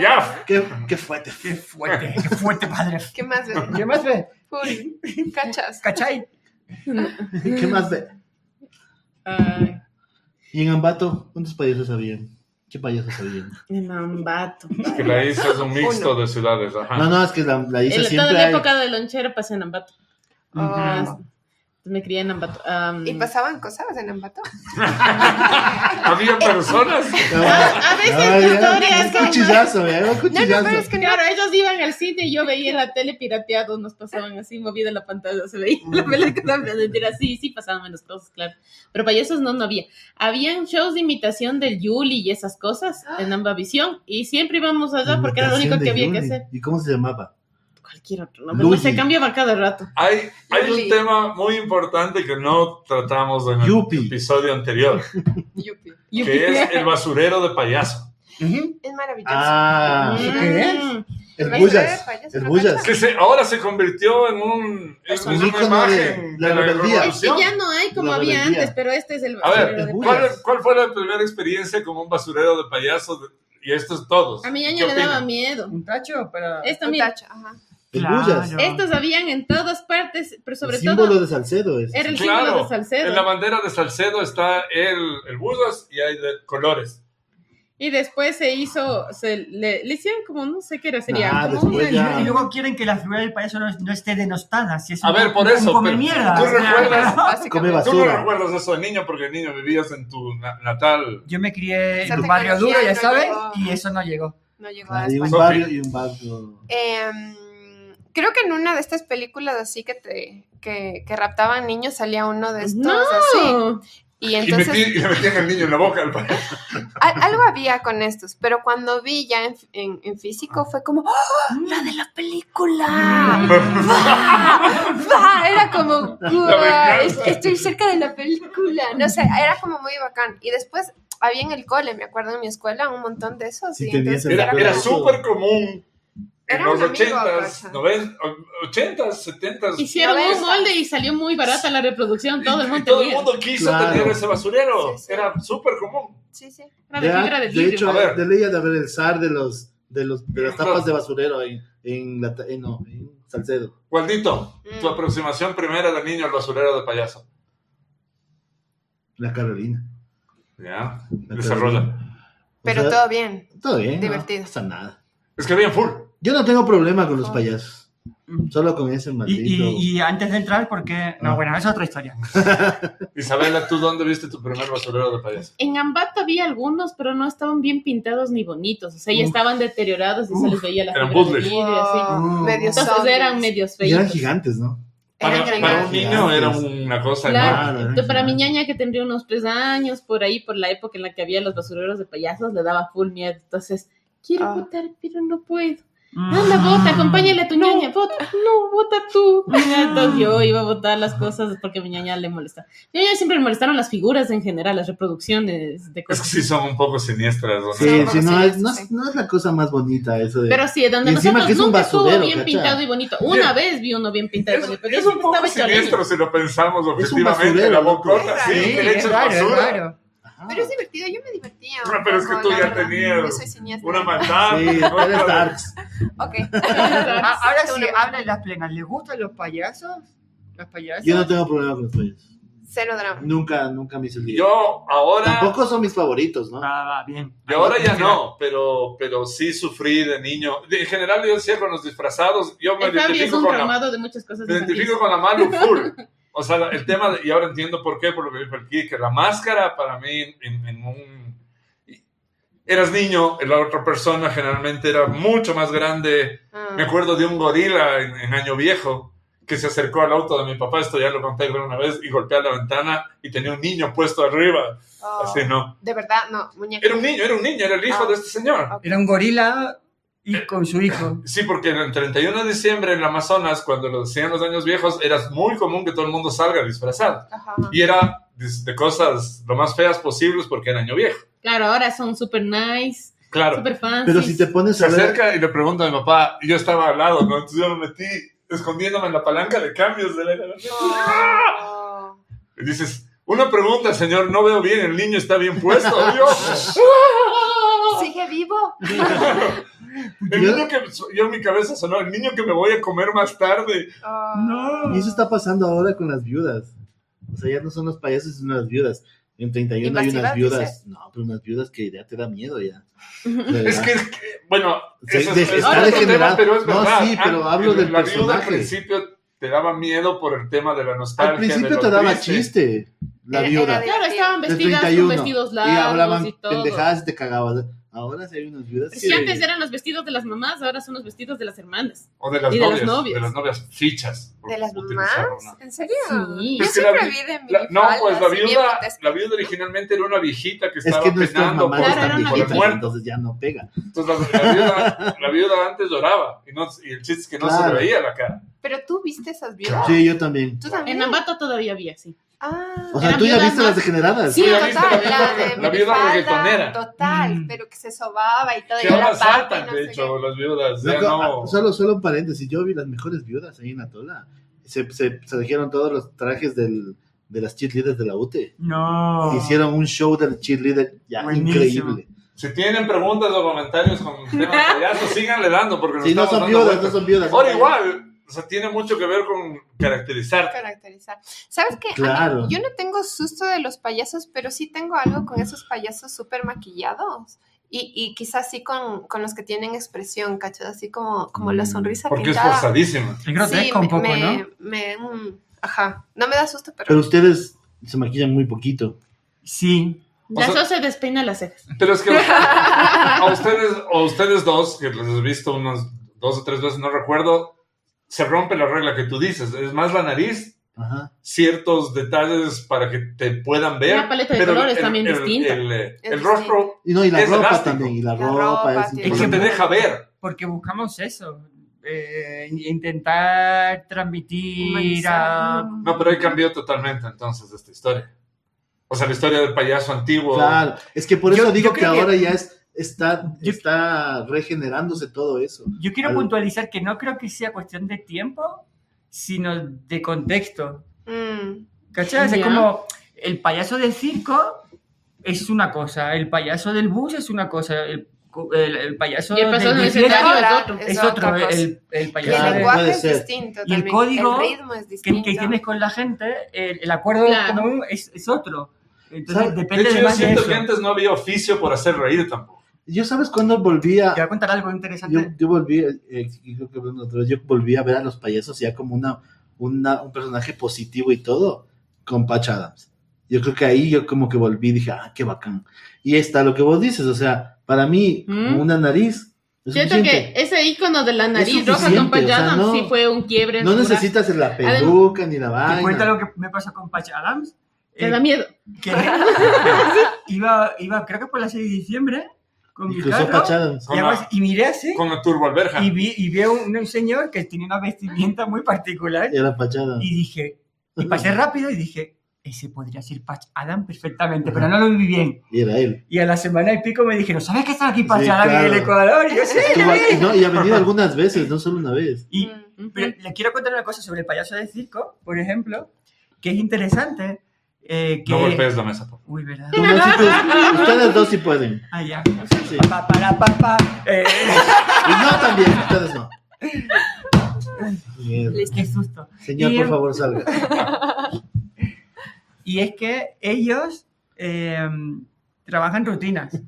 Speaker 1: ya.
Speaker 5: Qué, qué fuerte.
Speaker 2: Qué fuerte, qué fuerte, padre.
Speaker 4: ¿Qué más? ve?
Speaker 2: ¿Qué más ve?
Speaker 4: Full. ¿Cachas?
Speaker 2: ¿Cachai?
Speaker 5: ¿Qué más ve?
Speaker 3: Ay,
Speaker 5: Y en Ambato, ¿cuántos payasos habían? ¿Qué payasos habían?
Speaker 3: en Ambato.
Speaker 1: Es que la isla es un mixto de ciudades. Ajá.
Speaker 5: No, no, es que la, la isla
Speaker 3: En toda
Speaker 5: siempre
Speaker 3: la
Speaker 5: hay. Ah.
Speaker 3: época de lonchero pasé en Ambato.
Speaker 4: Oh,
Speaker 3: Me crié en Ambato. Am,
Speaker 4: ¿Y pasaban cosas en Ambato?
Speaker 1: Había personas.
Speaker 3: Ah, A- a veces tu historia es
Speaker 5: es
Speaker 3: como-
Speaker 5: un cuchillazo, ¿eh? Un
Speaker 4: No,
Speaker 5: cuchillazo.
Speaker 4: no, pero es que no.
Speaker 3: Claro, ellos iban al cine y yo veía la tele pirateado, nos pasaban así, movida la pantalla, se veía la
Speaker 5: Mm.
Speaker 3: película entera, sí, sí pasaban menos cosas, claro. Pero payasos no, no había. Habían shows de imitación del Yuli y esas cosas en Ambavisión y siempre íbamos allá porque era lo único
Speaker 5: Imitación
Speaker 3: que
Speaker 5: de
Speaker 3: había que
Speaker 5: Yuri.
Speaker 3: hacer.
Speaker 5: ¿Y cómo se llamaba?
Speaker 3: Cualquier otro nombre, no
Speaker 5: Yuli.
Speaker 3: se cambiaba cada rato.
Speaker 1: Hay, hay un
Speaker 4: Yuli.
Speaker 1: tema muy importante que no tratamos en el
Speaker 5: Yupi.
Speaker 1: episodio anterior,
Speaker 4: Yupi.
Speaker 3: Yuli.
Speaker 1: que es el basurero de payaso.
Speaker 2: Ujú.
Speaker 4: Es maravilloso.
Speaker 5: Ah,
Speaker 2: ¿Eso
Speaker 3: Mm.
Speaker 2: qué es?
Speaker 5: el
Speaker 4: ¿Vas a
Speaker 5: Bullas.
Speaker 4: ver payaso
Speaker 5: El
Speaker 4: no
Speaker 5: Bullas.
Speaker 4: cacha?
Speaker 1: Que se- ahora se convirtió en un es
Speaker 5: Es
Speaker 1: una
Speaker 5: un ícono de
Speaker 1: imagen
Speaker 5: la
Speaker 1: de la
Speaker 5: rebeldía.
Speaker 3: Es que
Speaker 1: revolución.
Speaker 3: ya no hay como
Speaker 5: La
Speaker 3: había
Speaker 5: rebeldía.
Speaker 3: antes, pero este es el
Speaker 1: A
Speaker 3: basurero
Speaker 1: ver,
Speaker 3: de
Speaker 5: Bullas.
Speaker 1: ¿cuál, cuál fue la primera experiencia como un basurero de payaso? De- y estos todos.
Speaker 3: A mí ya
Speaker 1: ¿Qué
Speaker 3: no me daba
Speaker 1: opinan?
Speaker 3: miedo.
Speaker 2: ¿Un tacho para...?
Speaker 3: Esto,
Speaker 4: Un
Speaker 3: mira,
Speaker 4: tacho, ajá.
Speaker 5: El
Speaker 2: Claro.
Speaker 5: Bullas.
Speaker 3: estos habían en todas partes, pero sobre
Speaker 5: el símbolo
Speaker 3: todo
Speaker 5: de Salcedo es.
Speaker 3: era el
Speaker 1: Claro,
Speaker 3: símbolo de Salcedo.
Speaker 1: En la bandera de Salcedo está el, el Budas y hay de colores.
Speaker 3: Y después se hizo, se le, le hicieron como, no sé qué era, sería.
Speaker 5: Ah,
Speaker 3: como
Speaker 5: después
Speaker 3: una-
Speaker 5: ya-
Speaker 2: Y luego quieren que la figura del payaso no, no esté denostada. Si es
Speaker 1: A
Speaker 2: un-
Speaker 1: ver, por
Speaker 2: un
Speaker 1: eso,
Speaker 2: come
Speaker 1: pero-
Speaker 2: mierda.
Speaker 1: ¿tú
Speaker 2: o sea,
Speaker 1: recuerdas?
Speaker 5: Come
Speaker 4: Básicamente.
Speaker 1: Tú no
Speaker 5: basura.
Speaker 1: recuerdas eso de niño porque de niño vivías en tu na- natal.
Speaker 2: Yo me crié
Speaker 4: Esa
Speaker 2: en un barrio duro,
Speaker 4: tecnología
Speaker 2: ya
Speaker 4: no
Speaker 2: sabes,
Speaker 4: llegó.
Speaker 2: y eso no llegó.
Speaker 4: No llegó a
Speaker 5: Hay un
Speaker 4: España.
Speaker 1: España.
Speaker 5: barrio Ah, y un barrio.
Speaker 4: Em, creo que en una de estas películas así que te que, que raptaban niños salía uno de estos así.
Speaker 3: No,
Speaker 4: Y
Speaker 1: Y, metí,
Speaker 4: entonces
Speaker 1: y le metían el niño en la boca al payaso.
Speaker 4: a- algo había con estos, pero cuando vi ya en, en- en físico fue como ¡Oh, la de la película. Ah. ¡Va! ¡Va! Era como "Guau,
Speaker 1: venganza.
Speaker 4: es- estoy cerca de la película. No sé, era como muy bacán. Y después había en el cole, me acuerdo en mi escuela, un montón de esos.
Speaker 5: Sí,
Speaker 4: y
Speaker 5: tenías
Speaker 4: entonces
Speaker 5: el
Speaker 1: Era,
Speaker 5: recuerdo.
Speaker 1: era súper común. En
Speaker 4: Era
Speaker 1: los
Speaker 4: un amigo,
Speaker 1: 80s,
Speaker 4: Pacha.
Speaker 1: 80s, 70s.
Speaker 3: Hicieron
Speaker 4: Ya ves.
Speaker 3: un molde y salió muy barata la reproducción. Todo el
Speaker 1: Y
Speaker 3: mundo
Speaker 1: todo el
Speaker 3: tenía.
Speaker 1: mundo quiso
Speaker 5: Claro.
Speaker 1: tener ese basurero.
Speaker 4: Sí, sí.
Speaker 1: Era súper común.
Speaker 4: Sí, sí.
Speaker 3: Era de
Speaker 5: Ya,
Speaker 3: fibra de
Speaker 5: de
Speaker 3: vidrio.
Speaker 5: hecho,
Speaker 1: A ver.
Speaker 5: de ley ha de haber el zar de los de los de las tapas
Speaker 1: Los-
Speaker 5: de basurero en, en la ta- en- no, en Salcedo.
Speaker 1: Waldito,
Speaker 4: Mm.
Speaker 1: tu aproximación primera de niño al basurero de payaso.
Speaker 5: La Carolina.
Speaker 1: Ya,
Speaker 5: La
Speaker 1: desarrolla.
Speaker 5: O
Speaker 4: Pero
Speaker 5: sea,
Speaker 4: todo bien.
Speaker 5: todo bien. ¿no?
Speaker 4: divertido.
Speaker 5: No pasa nada.
Speaker 1: Es que bien full.
Speaker 5: Yo no tengo problema con los
Speaker 4: Oh.
Speaker 5: payasos. Solo con ese maldito.
Speaker 2: Y, y- y antes de entrar, porque... No,
Speaker 5: Ah.
Speaker 2: bueno, es otra historia.
Speaker 1: Isabela, ¿tú dónde viste tu primer basurero de payaso?
Speaker 3: En Ambato había algunos, pero no estaban bien pintados ni bonitos. O sea, ya
Speaker 2: Uf.
Speaker 3: estaban deteriorados y se
Speaker 2: Uf.
Speaker 3: les veía la
Speaker 1: Eran
Speaker 3: fibra de
Speaker 1: bootleg.
Speaker 3: vidrio. así.
Speaker 5: Oh.
Speaker 4: Medio
Speaker 3: Entonces
Speaker 4: zombies.
Speaker 3: eran medios
Speaker 5: Y eran
Speaker 3: feitos.
Speaker 5: gigantes, ¿no?
Speaker 1: Para,
Speaker 4: Eran
Speaker 1: para un
Speaker 4: gigantes.
Speaker 1: niño era una cosa enorme.
Speaker 3: Claro,
Speaker 5: Claro,
Speaker 3: entonces, para mi
Speaker 5: claro.
Speaker 3: ñaña que tendría unos tres años, por ahí, por la época en la que había los basureros de payasos, le daba full miedo. Entonces, quiero
Speaker 4: Ah.
Speaker 3: votar, pero no puedo.
Speaker 2: Mm.
Speaker 1: Ah.
Speaker 3: Anda, vota, acompáñale a tu ñaña, vota. No, vota tú.
Speaker 1: Ah.
Speaker 3: Entonces yo iba a votar las cosas porque a mi ñaña le molesta. A mi ñaña siempre le molestaron las figuras en general, las reproducciones de
Speaker 1: Es
Speaker 3: cosas.
Speaker 1: que sí son un poco siniestras. ¿no?
Speaker 5: Sí,
Speaker 4: Sí,
Speaker 5: sí, no,
Speaker 4: sí,
Speaker 5: es, no,
Speaker 4: sí.
Speaker 5: no es la cosa más bonita eso de.
Speaker 3: Pero sí, donde
Speaker 5: Y encima
Speaker 3: nosotros
Speaker 5: que es un
Speaker 3: nunca estuvo
Speaker 5: basurero,
Speaker 3: bien
Speaker 5: cacha.
Speaker 3: pintado y bonito. Una vez vi uno bien pintado y
Speaker 1: Es,
Speaker 3: bonito.
Speaker 1: es un poco
Speaker 3: estaba hecho leña.
Speaker 1: siniestro si lo pensamos
Speaker 5: Es un
Speaker 1: objetivamente.
Speaker 5: basurero,
Speaker 1: La
Speaker 5: loco.
Speaker 1: bocota, sí,
Speaker 4: Sí,
Speaker 1: que le
Speaker 2: es
Speaker 1: echas
Speaker 2: raro, es
Speaker 1: basura.
Speaker 2: raro.
Speaker 3: Ah.
Speaker 5: Ajá.
Speaker 4: Pero es divertido, yo me divertía. un
Speaker 1: No, pero es que
Speaker 4: poco,
Speaker 1: tú
Speaker 4: la
Speaker 1: ya
Speaker 4: verdad.
Speaker 1: tenías
Speaker 4: Yo soy siniestra.
Speaker 1: Una maldad.
Speaker 5: Sí, tú
Speaker 1: otra
Speaker 5: eres
Speaker 1: de-
Speaker 5: Darks.
Speaker 4: Ok.
Speaker 2: Ah, Ahora
Speaker 4: Tú
Speaker 2: sí,
Speaker 4: no-
Speaker 2: hablan las plenas. ¿Les gustan los payasos? ¿Los payasos?
Speaker 5: Yo no tengo problema con los payasos.
Speaker 4: Cero drama.
Speaker 5: Nunca, nunca me hice el día.
Speaker 1: Yo ahora,
Speaker 5: Tampoco son mis favoritos, ¿no?
Speaker 2: Ah, va, bien.
Speaker 1: yo ahora ya no, pero, pero sí sufrí de niño. De- En general yo decía con los disfrazados, yo me
Speaker 3: El Fabi es
Speaker 1: identifico
Speaker 3: un
Speaker 1: con la,
Speaker 3: traumado de muchas cosas.
Speaker 1: me
Speaker 3: infantiles.
Speaker 1: identifico con la Malu full. O sea, el tema, de- y ahora entiendo por qué, por lo que dijo el Kike, la máscara para mí en, en un... Eras niño, la otra persona generalmente era mucho más grande,
Speaker 4: Ah.
Speaker 1: Me acuerdo de un gorila en, en Año Viejo que se acercó al auto de mi papá, esto ya lo conté creo, una vez, y golpeó la ventana y tenía un niño puesto arriba.
Speaker 4: Oh,
Speaker 1: Así no.
Speaker 4: De verdad, no, muñeca.
Speaker 1: Era un niño, era un niño, era el hijo
Speaker 4: Ah.
Speaker 1: de este señor.
Speaker 2: Era un gorila y con su hijo.
Speaker 1: Sí, porque el 31 de diciembre en el Amazonas, cuando lo decían los años viejos, era muy común que todo el mundo salga disfrazado.
Speaker 4: Ajá.
Speaker 1: Y era de, de cosas lo más feas posibles porque era Año Viejo.
Speaker 3: Claro, ahora son super nice,
Speaker 1: Claro.
Speaker 3: super fancy.
Speaker 5: Pero si te pones
Speaker 1: Se
Speaker 5: a ver.
Speaker 1: acerca y le pregunta a mi papá, y yo estaba al lado, ¿no? Entonces yo me metí escondiéndome en la palanca de cambios de la...
Speaker 4: Oh.
Speaker 1: Y dices, una pregunta, señor, no veo bien, el niño está bien puesto. Yo,
Speaker 4: oh, ¿Sigue vivo?
Speaker 1: el niño que, yo en mi cabeza sonó, el niño que me voy a comer más tarde.
Speaker 4: Oh.
Speaker 2: No.
Speaker 5: Y eso está pasando ahora con las viudas. O sea, ya no son los payasos, sino las viudas. En 31 hay
Speaker 4: Invasivas,
Speaker 5: unas viudas. No, pero unas viudas que ya te da miedo ya. De
Speaker 1: Es
Speaker 5: verdad.
Speaker 1: que, es que, bueno,
Speaker 5: Se-
Speaker 1: eso
Speaker 5: de-
Speaker 1: es, es
Speaker 5: está
Speaker 1: otro tema,
Speaker 5: degenerado.
Speaker 1: pero es
Speaker 5: No,
Speaker 1: verdad.
Speaker 5: sí, pero
Speaker 1: Ah,
Speaker 5: hablo
Speaker 1: la
Speaker 5: del
Speaker 1: viuda
Speaker 5: personaje.
Speaker 1: al principio te daba miedo por el tema de la nostalgia.
Speaker 5: Al
Speaker 1: de
Speaker 5: principio
Speaker 1: lo
Speaker 5: te daba
Speaker 1: triste.
Speaker 5: chiste la
Speaker 4: Era-
Speaker 3: Eh,
Speaker 5: viuda.
Speaker 4: era
Speaker 3: Claro, estaban
Speaker 5: del
Speaker 3: vestidas con
Speaker 5: 31,
Speaker 3: vestidos
Speaker 5: y hablaban
Speaker 3: largos y, todo.
Speaker 5: pendejadas y te cagabas. Ahora sí hay unas viudas.
Speaker 3: Pero
Speaker 5: que-
Speaker 3: Si antes eran los vestidos de las mamás, ahora son los vestidos de las hermanas.
Speaker 1: O de las,
Speaker 3: Y de las
Speaker 1: novias,
Speaker 3: novias.
Speaker 1: De las novias fichas.
Speaker 4: ¿De las
Speaker 1: Utilizaron una-
Speaker 4: mamás? ¿En serio?
Speaker 3: Sí.
Speaker 4: Yo
Speaker 1: Es que
Speaker 4: siempre
Speaker 1: la-
Speaker 4: vi de mi
Speaker 1: La- no, pues la viuda, la
Speaker 4: La
Speaker 1: viuda originalmente era una viejita que
Speaker 5: Es
Speaker 1: estaba
Speaker 5: que nuestras
Speaker 1: penando por,
Speaker 5: mamás
Speaker 3: Claro, era
Speaker 5: están
Speaker 3: una
Speaker 1: por el
Speaker 5: viejitas,
Speaker 1: muerto.
Speaker 5: entonces ya no pega.
Speaker 1: Entonces la, la viuda, la viuda antes lloraba y, no, y el chiste es que no se
Speaker 5: Claro.
Speaker 1: le veía la cara.
Speaker 4: Pero tú viste esas viudas.
Speaker 5: Sí, yo también.
Speaker 4: Tú también.
Speaker 3: En Ambato todavía había, sí.
Speaker 4: Ah.
Speaker 5: O sea,
Speaker 3: Eran
Speaker 5: tú ya
Speaker 3: viudas
Speaker 5: viste
Speaker 3: más-
Speaker 5: las degeneradas.
Speaker 4: Sí,
Speaker 1: Tú ya
Speaker 4: total,
Speaker 1: viste la-
Speaker 4: la de
Speaker 1: la viuda
Speaker 4: minifalda,
Speaker 1: reggaetonera.
Speaker 4: Total,
Speaker 2: Mm.
Speaker 4: pero que se sobaba y todo. y
Speaker 1: Que
Speaker 4: la
Speaker 1: ahora
Speaker 4: pata y
Speaker 1: saltan,
Speaker 4: no
Speaker 1: de
Speaker 4: sé
Speaker 1: hecho, las viudas. Ya
Speaker 5: Loco,
Speaker 1: no.
Speaker 5: ah, Solo, solo un paréntesis, yo vi las mejores viudas ahí en Atola. Se, se, se trajeron todos los trajes del, de las cheerleaders de la UTE.
Speaker 1: Ah.
Speaker 2: No.
Speaker 5: Hicieron un show del cheerleader ya
Speaker 2: Buenísimo.
Speaker 5: increíble.
Speaker 1: Si tienen preguntas o comentarios con temas de payaso, síganle dando porque nos
Speaker 5: Sí, no
Speaker 1: estamos
Speaker 5: son
Speaker 1: dando
Speaker 5: viudas, no
Speaker 1: vueltas.
Speaker 5: son viudas.
Speaker 1: Ahora igual, o sea, tiene mucho que ver con
Speaker 4: qué
Speaker 1: caracterizarte.
Speaker 4: caracterizar. ¿Sabes qué? A mí-
Speaker 5: Claro.
Speaker 4: yo no tengo susto de los payasos, pero sí tengo algo con esos payasos súper maquillados. Y, y quizás sí con, con los que tienen expresión, ¿cachai? Así como, como la sonrisa
Speaker 1: Porque es
Speaker 4: pintada.
Speaker 1: forzadísima.
Speaker 2: Es grotesco
Speaker 4: me-
Speaker 2: un poco,
Speaker 4: me,
Speaker 2: ¿no?
Speaker 4: me- mm, ajá. No me da susto, pero.
Speaker 5: Pero ustedes se maquillan muy poquito.
Speaker 2: Sí.
Speaker 3: La
Speaker 1: sea-
Speaker 3: Sol se despeina las cejas.
Speaker 1: Pero es que a ustedes, o ustedes dos, que los he visto unas dos o tres veces, no recuerdo, se rompe la regla que tú dices. Es más la nariz
Speaker 5: Ajá.
Speaker 1: ciertos detalles para que te puedan ver.
Speaker 3: Una paleta de colores también distinta.
Speaker 1: El, eh,
Speaker 4: Es
Speaker 1: el rostro
Speaker 5: Y no, y la
Speaker 1: Es
Speaker 5: ropa
Speaker 1: elástico.
Speaker 5: también. Y la,
Speaker 4: La
Speaker 5: ropa,
Speaker 4: ropa,
Speaker 5: es
Speaker 4: sí.
Speaker 1: o sea,
Speaker 5: importante.
Speaker 1: te deja ver.
Speaker 2: Porque buscamos eso. eh, intentar transmitir
Speaker 4: Humanizar.
Speaker 2: a...
Speaker 1: No, pero ahí cambió totalmente entonces esta historia. O sea, la historia del payaso antiguo.
Speaker 5: Claro, es que por eso
Speaker 2: Yo-
Speaker 5: digo
Speaker 2: yo
Speaker 5: que,
Speaker 2: creo que-
Speaker 5: ahora ya es, está,
Speaker 2: Yo-
Speaker 5: está regenerándose todo eso.
Speaker 2: Yo quiero
Speaker 5: Al-
Speaker 2: puntualizar que no creo que sea cuestión de tiempo, sino de contexto.
Speaker 4: Mm,
Speaker 2: ¿Cachai?
Speaker 3: Ya.
Speaker 2: Es como el payaso del circo es una cosa, el payaso del bus es una cosa, el, el- el payaso
Speaker 3: Y el payaso
Speaker 2: del- del
Speaker 3: del
Speaker 2: fiesta
Speaker 3: escenario es
Speaker 4: otro.
Speaker 2: es,
Speaker 4: Es
Speaker 2: otro,
Speaker 4: otra cosa.
Speaker 2: el, el
Speaker 4: Y el
Speaker 5: Claro,
Speaker 2: payaso de-
Speaker 4: lenguaje
Speaker 5: puede
Speaker 4: es
Speaker 5: ser.
Speaker 4: distinto
Speaker 2: Y el
Speaker 4: también.
Speaker 2: código
Speaker 4: ritmo es
Speaker 2: que,
Speaker 4: distinto.
Speaker 2: que tienes con la gente, el, el acuerdo
Speaker 3: Claro.
Speaker 2: común es, es otro. Entonces
Speaker 5: ¿Sabes?
Speaker 1: De
Speaker 2: depende
Speaker 1: hecho,
Speaker 2: de
Speaker 1: yo
Speaker 2: más de
Speaker 1: siento
Speaker 2: eso.
Speaker 1: que antes no había oficio por hacer reír tampoco.
Speaker 5: Yo sabes cuándo volví
Speaker 2: Te voy
Speaker 5: a...
Speaker 2: a contar algo
Speaker 5: Yo,
Speaker 2: interesante.
Speaker 5: yo volví, eh, y creo que hablando otra vez, yo volví a ver a los payasos ya como una, una, un personaje positivo y todo con Patch Adams. Yo creo que ahí yo como que volví y dije, ah, qué bacán. Y está lo que vos dices, o sea, para mí,
Speaker 3: ¿Mm?
Speaker 5: una nariz... es
Speaker 3: Siento que
Speaker 5: suficiente.
Speaker 3: ese icono de la nariz roja
Speaker 5: suficiente,
Speaker 3: con Patch
Speaker 5: o sea,
Speaker 3: Adams
Speaker 5: no-
Speaker 3: sí fue un quiebre.
Speaker 5: No
Speaker 3: natural.
Speaker 5: necesitas la
Speaker 3: Además-
Speaker 5: peluca ni la
Speaker 2: Te cuento
Speaker 5: vaina.
Speaker 2: lo que me pasó con Patch Adams.
Speaker 3: Te
Speaker 2: eh,
Speaker 3: da miedo.
Speaker 2: que iba, iba, creo que por la 6 de diciembre, con mi
Speaker 5: Y cruzó
Speaker 2: carro,
Speaker 5: Patch Adams.
Speaker 2: y, hago así, y miré así,
Speaker 1: Con la turbo alberja.
Speaker 2: y vi, y vi a un, un señor que tenía una vestimenta muy particular,
Speaker 5: Era Patch Adams.
Speaker 2: y dije, y pasé rápido y dije, ese podría ser Patch Adam perfectamente, pero no lo vi bien.
Speaker 5: Y era él.
Speaker 2: Y a la semana y pico me dijeron, ¿sabes que estaba aquí Patch
Speaker 5: Sí,
Speaker 2: Adam
Speaker 5: claro.
Speaker 2: en el Ecuador? Y yo, sí,
Speaker 5: Y
Speaker 2: lo
Speaker 5: va-
Speaker 2: vi".
Speaker 5: y no, y ha venido algunas veces, no solo una vez.
Speaker 2: Y,
Speaker 4: Mm.
Speaker 3: Ujú.
Speaker 2: Pero les quiero contar una cosa sobre el payaso de circo, por ejemplo, que es interesante. eh, que...
Speaker 1: No golpees la mesa. por favor.
Speaker 2: Uy, ¿verdad?
Speaker 5: No, no, sí, pues, ustedes dos sí pueden.
Speaker 2: Ah, ya.
Speaker 5: Sí.
Speaker 2: Pa, para, pa, pa. Eh,
Speaker 5: Y no también, ustedes no. Mierda.
Speaker 2: qué susto.
Speaker 5: Señor,
Speaker 2: Y-
Speaker 5: por favor, salga.
Speaker 2: Y es que ellos eh, trabajan rutinas.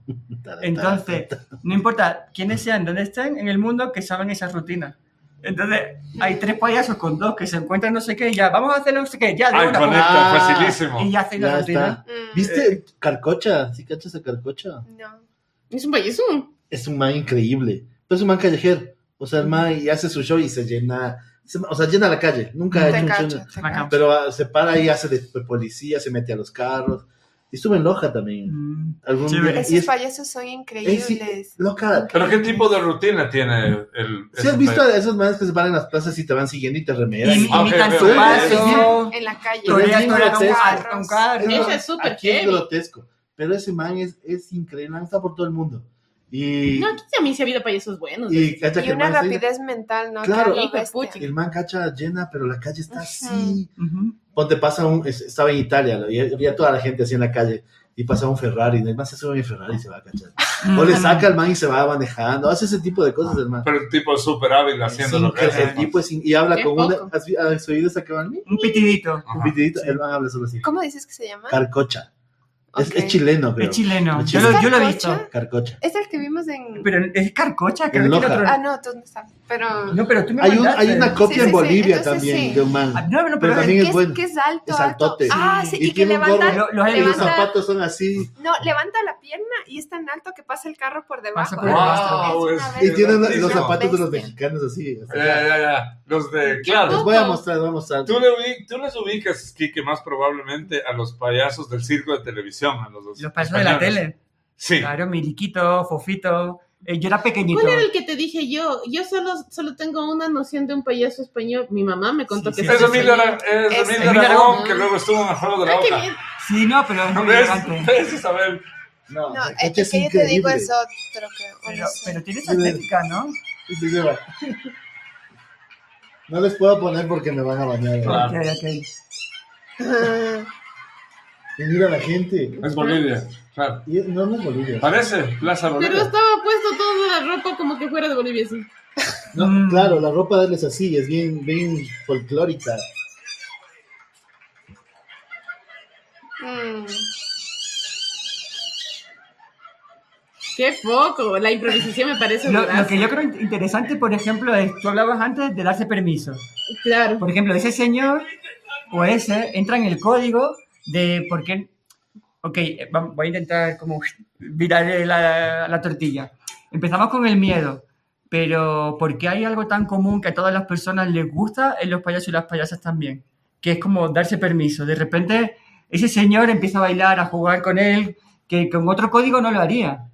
Speaker 2: Entonces, no importa quiénes sean, dónde estén en el mundo, que saben esas rutinas. Entonces, hay tres payasos con dos que se encuentran no sé qué, y ya, vamos a hacer no sé qué, ya, de
Speaker 1: Ay,
Speaker 2: una,
Speaker 1: con
Speaker 2: pum,
Speaker 1: esto,
Speaker 5: Ah,
Speaker 1: facilísimo.
Speaker 2: y ya hacen
Speaker 5: Ya
Speaker 2: la rutina.
Speaker 5: está.
Speaker 4: Mm,
Speaker 5: ¿Viste Carcocha? ¿Sí cachas a Carcocha?
Speaker 4: No.
Speaker 3: Es un payaso.
Speaker 5: Es un man increíble. Pero es un man callejero. O sea, el man y hace su show y se llena. se- O sea, llena la calle. Nunca ha
Speaker 4: Te
Speaker 5: hecho un
Speaker 4: cacho,
Speaker 5: show.
Speaker 4: te
Speaker 2: Bacán.
Speaker 4: cacho.
Speaker 5: Pero ah, se para y hace de policía, se mete a los carros. Y estuvo en Loja también.
Speaker 2: Mm.
Speaker 5: Algún día.
Speaker 2: Chévere.
Speaker 5: Y
Speaker 4: Esos
Speaker 5: es-
Speaker 4: payasos son
Speaker 5: es- sí,
Speaker 4: increíbles.
Speaker 5: loca,
Speaker 1: Pero ¿qué tipo de rutina tiene el... el-
Speaker 5: ¿Sí has
Speaker 1: ese
Speaker 5: visto
Speaker 1: país?
Speaker 5: a esos manes que se van en las plazas y te van siguiendo y te remedan?
Speaker 2: Y-
Speaker 5: Y-
Speaker 1: Ah, ok,
Speaker 2: Imitan
Speaker 1: ok,
Speaker 2: su
Speaker 1: ok.
Speaker 2: paso,
Speaker 4: En la calle.
Speaker 5: Pero es
Speaker 2: torean,
Speaker 5: bien
Speaker 2: torean un
Speaker 5: grotesco.
Speaker 2: carro, un carro.
Speaker 3: Ese es súper
Speaker 5: Aquí es
Speaker 3: heavy.
Speaker 5: grotesco. Pero ese man es, es increíble, está por todo el mundo. Y,
Speaker 3: No, aquí también sí ha habido payasos buenos. ¿eh?
Speaker 5: y cacha que
Speaker 4: Y
Speaker 5: el
Speaker 4: una
Speaker 5: man está ahí,
Speaker 4: rapidez mental, ¿no?
Speaker 5: Claro.
Speaker 4: Que a lo
Speaker 3: Hijo de
Speaker 4: bestia.
Speaker 3: pucha.
Speaker 5: el man cacha llena, pero la calle está así.
Speaker 4: Ujú.
Speaker 2: Ujú.
Speaker 5: Ponte pasa un, es- estaba en Italia, lo- y había toda la gente así en la calle, y pasa un Ferrari, y el man se sube a mi Ferrari y se va a cachar. O le saca al man y se va manejando, hace ese tipo de cosas el man.
Speaker 1: Pero el tipo es súper hábil
Speaker 5: Es
Speaker 1: haciendo lo que
Speaker 5: increíble,
Speaker 1: hace.
Speaker 5: el tipo es in- y pues, habla
Speaker 3: Qué
Speaker 5: con una,
Speaker 3: poco.
Speaker 5: ¿has, vi- has oído esa que van? Un
Speaker 2: Un pitidito.
Speaker 1: Ajá.
Speaker 5: pitidito, el man habla solo así.
Speaker 4: ¿Cómo dices que se llama?
Speaker 5: Carcocha. Es,
Speaker 4: Ah. Ok.
Speaker 5: es chileno, creo.
Speaker 2: Es chileno.
Speaker 5: Es
Speaker 2: Yo
Speaker 5: chileno.
Speaker 2: lo, yo lo he
Speaker 4: ¿Es
Speaker 2: visto.
Speaker 4: carcocha?
Speaker 5: Carcocha.
Speaker 4: Es el que vimos en.
Speaker 2: Pero es carcocha, creo
Speaker 5: En
Speaker 2: que tiene
Speaker 5: Loja.
Speaker 2: otro-
Speaker 4: Ah, no, tú no sabes. Pero.
Speaker 2: No, pero tú me
Speaker 5: Hay, un-
Speaker 2: mandaste.
Speaker 5: hay una copia
Speaker 4: Sí, sí,
Speaker 5: en
Speaker 4: sí,
Speaker 5: Bolivia
Speaker 4: entonces
Speaker 5: también
Speaker 4: sí.
Speaker 5: de un man.
Speaker 2: Ah, No, pero,
Speaker 5: Pero
Speaker 2: pero
Speaker 5: también
Speaker 4: que
Speaker 5: es bueno.
Speaker 4: que es alto,
Speaker 5: Es
Speaker 4: alto.
Speaker 5: altote.
Speaker 4: Ah, sí,
Speaker 5: Y
Speaker 4: y, que
Speaker 5: tiene un
Speaker 4: levanta,
Speaker 2: lo-
Speaker 5: gorro.
Speaker 2: los he
Speaker 5: Y los
Speaker 2: visto.
Speaker 4: levanta,
Speaker 5: zapatos son así.
Speaker 4: no, levanta la pierna y es tan alto que pasa el carro por debajo.
Speaker 2: Pasa por
Speaker 1: Wow,
Speaker 4: Es
Speaker 1: es,
Speaker 4: una bestia.
Speaker 5: Y tienen
Speaker 1: es
Speaker 5: los
Speaker 1: bestia.
Speaker 5: zapatos de los
Speaker 4: Bestia.
Speaker 5: mexicanos así. así.
Speaker 1: Ya, ya, ya. Los de, claro.
Speaker 5: Les voy a mostrar, voy a mostrar.
Speaker 1: Eh, Tú, le ubi- tú les ubicas, Kike, más probablemente a los payasos del circo de televisión, a los dos.
Speaker 2: Los pasos de la
Speaker 1: españoles.
Speaker 2: tele. Ah,
Speaker 1: Sí.
Speaker 2: Claro, Miliquito, Fofito. Eh, yo era pequeñito.
Speaker 3: ¿Cuál era el que te dije yo? Yo solo, solo tengo una noción de un payaso español. Mi mamá me contó
Speaker 2: Sí,
Speaker 3: que
Speaker 2: sí.
Speaker 1: Es
Speaker 3: ese
Speaker 1: Emilio
Speaker 3: señor-
Speaker 1: Ara- es
Speaker 4: Es
Speaker 1: Emilio
Speaker 2: Emilio
Speaker 1: Aragón,
Speaker 3: Aragón.
Speaker 1: que luego estuvo en el juego de la
Speaker 3: Ah, qué
Speaker 1: Oca.
Speaker 3: bien.
Speaker 2: Sí, no, pero es muy
Speaker 1: ¿Ves?
Speaker 2: elegante.
Speaker 1: ¿Ves? Isabel?
Speaker 5: No,
Speaker 4: No,
Speaker 5: Carcocha
Speaker 4: el que
Speaker 5: es
Speaker 4: yo te digo
Speaker 5: increíble.
Speaker 4: es otro que.
Speaker 2: Pero,
Speaker 4: bueno, sí.
Speaker 2: pero tiene esa estética, ¿no?
Speaker 5: Sí, sí, va. No les puedo poner porque me van a bañar. ¿verdad?
Speaker 2: Ok, ok.
Speaker 5: Y mira la gente.
Speaker 1: Es Bolivia. Claro.
Speaker 5: Y- no, no es Bolivia.
Speaker 1: Parece Plaza
Speaker 3: Pero
Speaker 1: Bolivia.
Speaker 3: estaba puesto toda la ropa como que fuera de Bolivia, sí.
Speaker 5: No,
Speaker 2: Mm.
Speaker 5: Claro, la ropa de él es así, es bien, bien folclórica.
Speaker 4: Mm,
Speaker 3: Qué poco. La improvisación me parece
Speaker 2: Lo,
Speaker 3: voraz.
Speaker 2: lo que yo creo in- interesante, por ejemplo, es, tú hablabas antes de darse permiso.
Speaker 3: Claro.
Speaker 2: Por ejemplo, ese señor o ese entra en el código de por qué... Ok, eh, va- voy a intentar como virar eh, la, la tortilla. Empezamos con el miedo, pero ¿por qué hay algo tan común que a todas las personas les gusta en los payasos y las payasas también? Que es como darse permiso. De repente ese señor empieza a bailar, a jugar con él, que con otro código no lo haría.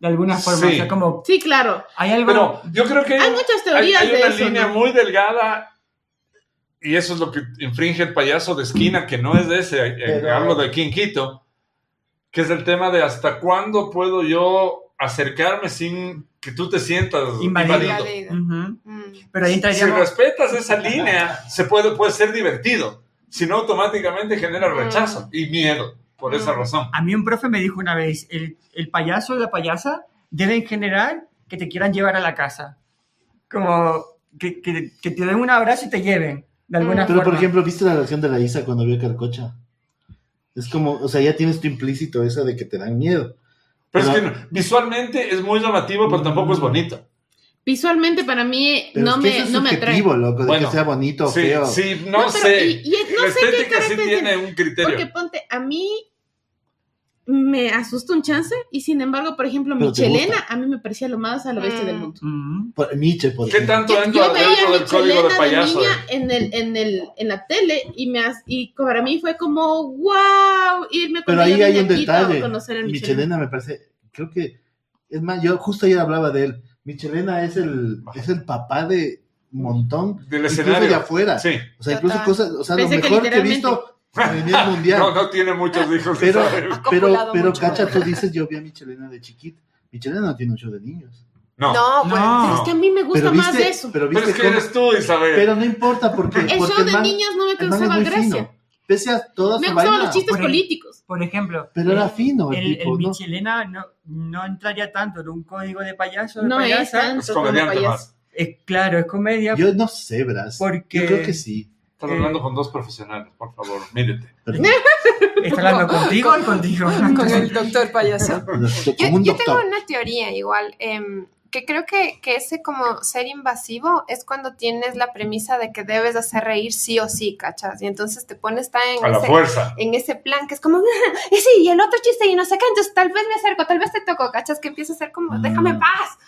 Speaker 2: De alguna forma,
Speaker 1: Sí.
Speaker 2: o sea, como
Speaker 3: Sí, claro.
Speaker 2: hay algo...
Speaker 1: Pero yo creo que hay,
Speaker 3: Hay
Speaker 1: un-
Speaker 3: muchas
Speaker 1: hay-
Speaker 3: teorías
Speaker 1: hay
Speaker 3: de
Speaker 1: una
Speaker 3: eso.
Speaker 1: línea
Speaker 3: ¿no?
Speaker 1: muy delgada y eso es lo que infringe el payaso de esquina, que no es de ese, eh,
Speaker 5: Pero-
Speaker 1: hablo de aquí en Quito, que es el tema de hasta cuándo puedo yo acercarme sin que tú te sientas
Speaker 2: Invadido.
Speaker 1: invadido.
Speaker 4: Invadido.
Speaker 2: Ujú.
Speaker 4: Mm.
Speaker 2: Pero ahí
Speaker 1: Si
Speaker 2: entraríamos.
Speaker 1: respetas esa línea, se puede, puede ser divertido, si no automáticamente genera
Speaker 3: Mm.
Speaker 1: rechazo y miedo, por esa
Speaker 4: Mm.
Speaker 1: razón.
Speaker 2: A mí un profe me dijo una vez, el, el payaso y la payasa deben generar que te quieran llevar a la casa. Como que, que- que te den un abrazo y te lleven,
Speaker 3: Mm.
Speaker 2: de alguna
Speaker 5: Pero, por
Speaker 2: forma.
Speaker 5: ejemplo, ¿viste la reacción de la Isa cuando vio a Carcocha? Es como, o sea, ya tienes tu implícito eso de que te dan miedo.
Speaker 1: Pero es que
Speaker 5: Pero-
Speaker 1: no- visualmente es muy llamativo, pero tampoco es bonito.
Speaker 3: Visualmente para mí
Speaker 5: Pero
Speaker 3: no,
Speaker 5: es que
Speaker 3: me,
Speaker 5: eso es
Speaker 3: no me atrae.
Speaker 5: subjetivo, loco, de
Speaker 1: Bueno,
Speaker 5: que sea bonito o
Speaker 1: Sí,
Speaker 5: feo.
Speaker 1: sí, no,
Speaker 3: No, pero
Speaker 1: sé.
Speaker 3: y- y no
Speaker 1: la
Speaker 3: sé qué
Speaker 1: estética sí
Speaker 3: característica-
Speaker 1: tiene un criterio.
Speaker 3: Porque ponte, a mí me asusta un chance y sin embargo, por ejemplo,
Speaker 5: Pero te
Speaker 3: Michelena a mí me parecía lo más a la bestia
Speaker 4: Mm.
Speaker 3: del mundo.
Speaker 2: Ujú.
Speaker 5: Por- Nietzsche, por
Speaker 1: ¿Qué
Speaker 5: ejemplo.
Speaker 1: tanto
Speaker 3: Yo,
Speaker 1: entra
Speaker 3: yo veía a
Speaker 1: dentro del código de
Speaker 3: Michelena de
Speaker 1: payaso? eh.
Speaker 3: niña en, el, en, el, en la tele y, me, as- y para mí fue como, wow, irme con
Speaker 5: Pero ahí
Speaker 3: ella
Speaker 5: hay un
Speaker 3: de Quito
Speaker 5: detalle.
Speaker 3: a conocer a Michelena.
Speaker 5: Michelena me parece, creo que, es más, yo justo ayer hablaba de él. Michelena es el, es el papá de un montón,
Speaker 1: Del
Speaker 5: incluso de
Speaker 1: escenario.
Speaker 5: afuera.
Speaker 1: Sí.
Speaker 5: O sea, incluso
Speaker 4: Total.
Speaker 5: cosas, o sea,
Speaker 3: Pensé
Speaker 5: lo
Speaker 3: que
Speaker 5: mejor que he
Speaker 3: literalmente.
Speaker 5: visto a nivel mundial.
Speaker 1: No, no tiene muchos hijos.
Speaker 5: Pero,
Speaker 1: ¿sabes?
Speaker 4: Ha
Speaker 5: pero,
Speaker 4: copulado
Speaker 5: pero
Speaker 4: mucho.
Speaker 5: cacha, tú dices, yo vi a Michelena de chiquita. Michelena no tiene un show de niños.
Speaker 1: No.
Speaker 4: No, pues.
Speaker 2: No.
Speaker 3: Es que a mí me gusta
Speaker 5: Pero
Speaker 3: más
Speaker 5: viste,
Speaker 3: eso.
Speaker 5: pero
Speaker 1: Pero
Speaker 5: viste
Speaker 1: es que
Speaker 5: cómo-
Speaker 1: eres tú, Isabel.
Speaker 5: pero no importa porque,
Speaker 3: El
Speaker 5: porque
Speaker 3: show de
Speaker 5: man-
Speaker 3: niños no me
Speaker 5: el man es
Speaker 3: causaba
Speaker 5: muy
Speaker 3: gracia.
Speaker 5: fino. Pese a toda
Speaker 3: Me
Speaker 5: su
Speaker 3: gustaban
Speaker 5: vaina,
Speaker 3: los chistes
Speaker 2: Bueno.
Speaker 3: políticos.
Speaker 2: Por ejemplo,
Speaker 5: Pero era
Speaker 2: el-
Speaker 5: fino el,
Speaker 2: el,
Speaker 5: tipo,
Speaker 2: el
Speaker 5: ¿no?
Speaker 2: Michelena no, no entraría tanto en un código de payaso. de
Speaker 3: No es
Speaker 2: payasa.
Speaker 1: Es
Speaker 3: tanto como
Speaker 1: comediante
Speaker 3: payaso.
Speaker 1: más.
Speaker 2: Eh, claro, es comedia.
Speaker 5: Yo no sé, Bras.
Speaker 2: Porque-
Speaker 5: Yo creo que sí.
Speaker 1: Estás hablando con dos profesionales, por favor, mírete.
Speaker 5: Perdón.
Speaker 2: ¿Está hablando contigo o contigo?
Speaker 4: Con el doctor payaso. Yo,
Speaker 5: Como un
Speaker 4: yo tengo
Speaker 5: doctor.
Speaker 4: una teoría igual, em, que creo que, que ese como ser invasivo es cuando tienes la premisa de que debes hacer reír sí o sí, ¿cachas? Y entonces te pones tan en
Speaker 1: A la
Speaker 4: ese,
Speaker 1: fuerza.
Speaker 4: en ese plan que es como, y sí, y el otro chiste y no sé qué, entonces tal vez me acerco, tal vez te toco, ¿cachas? Que empieza a ser como,
Speaker 5: Mm.
Speaker 4: déjame en paz.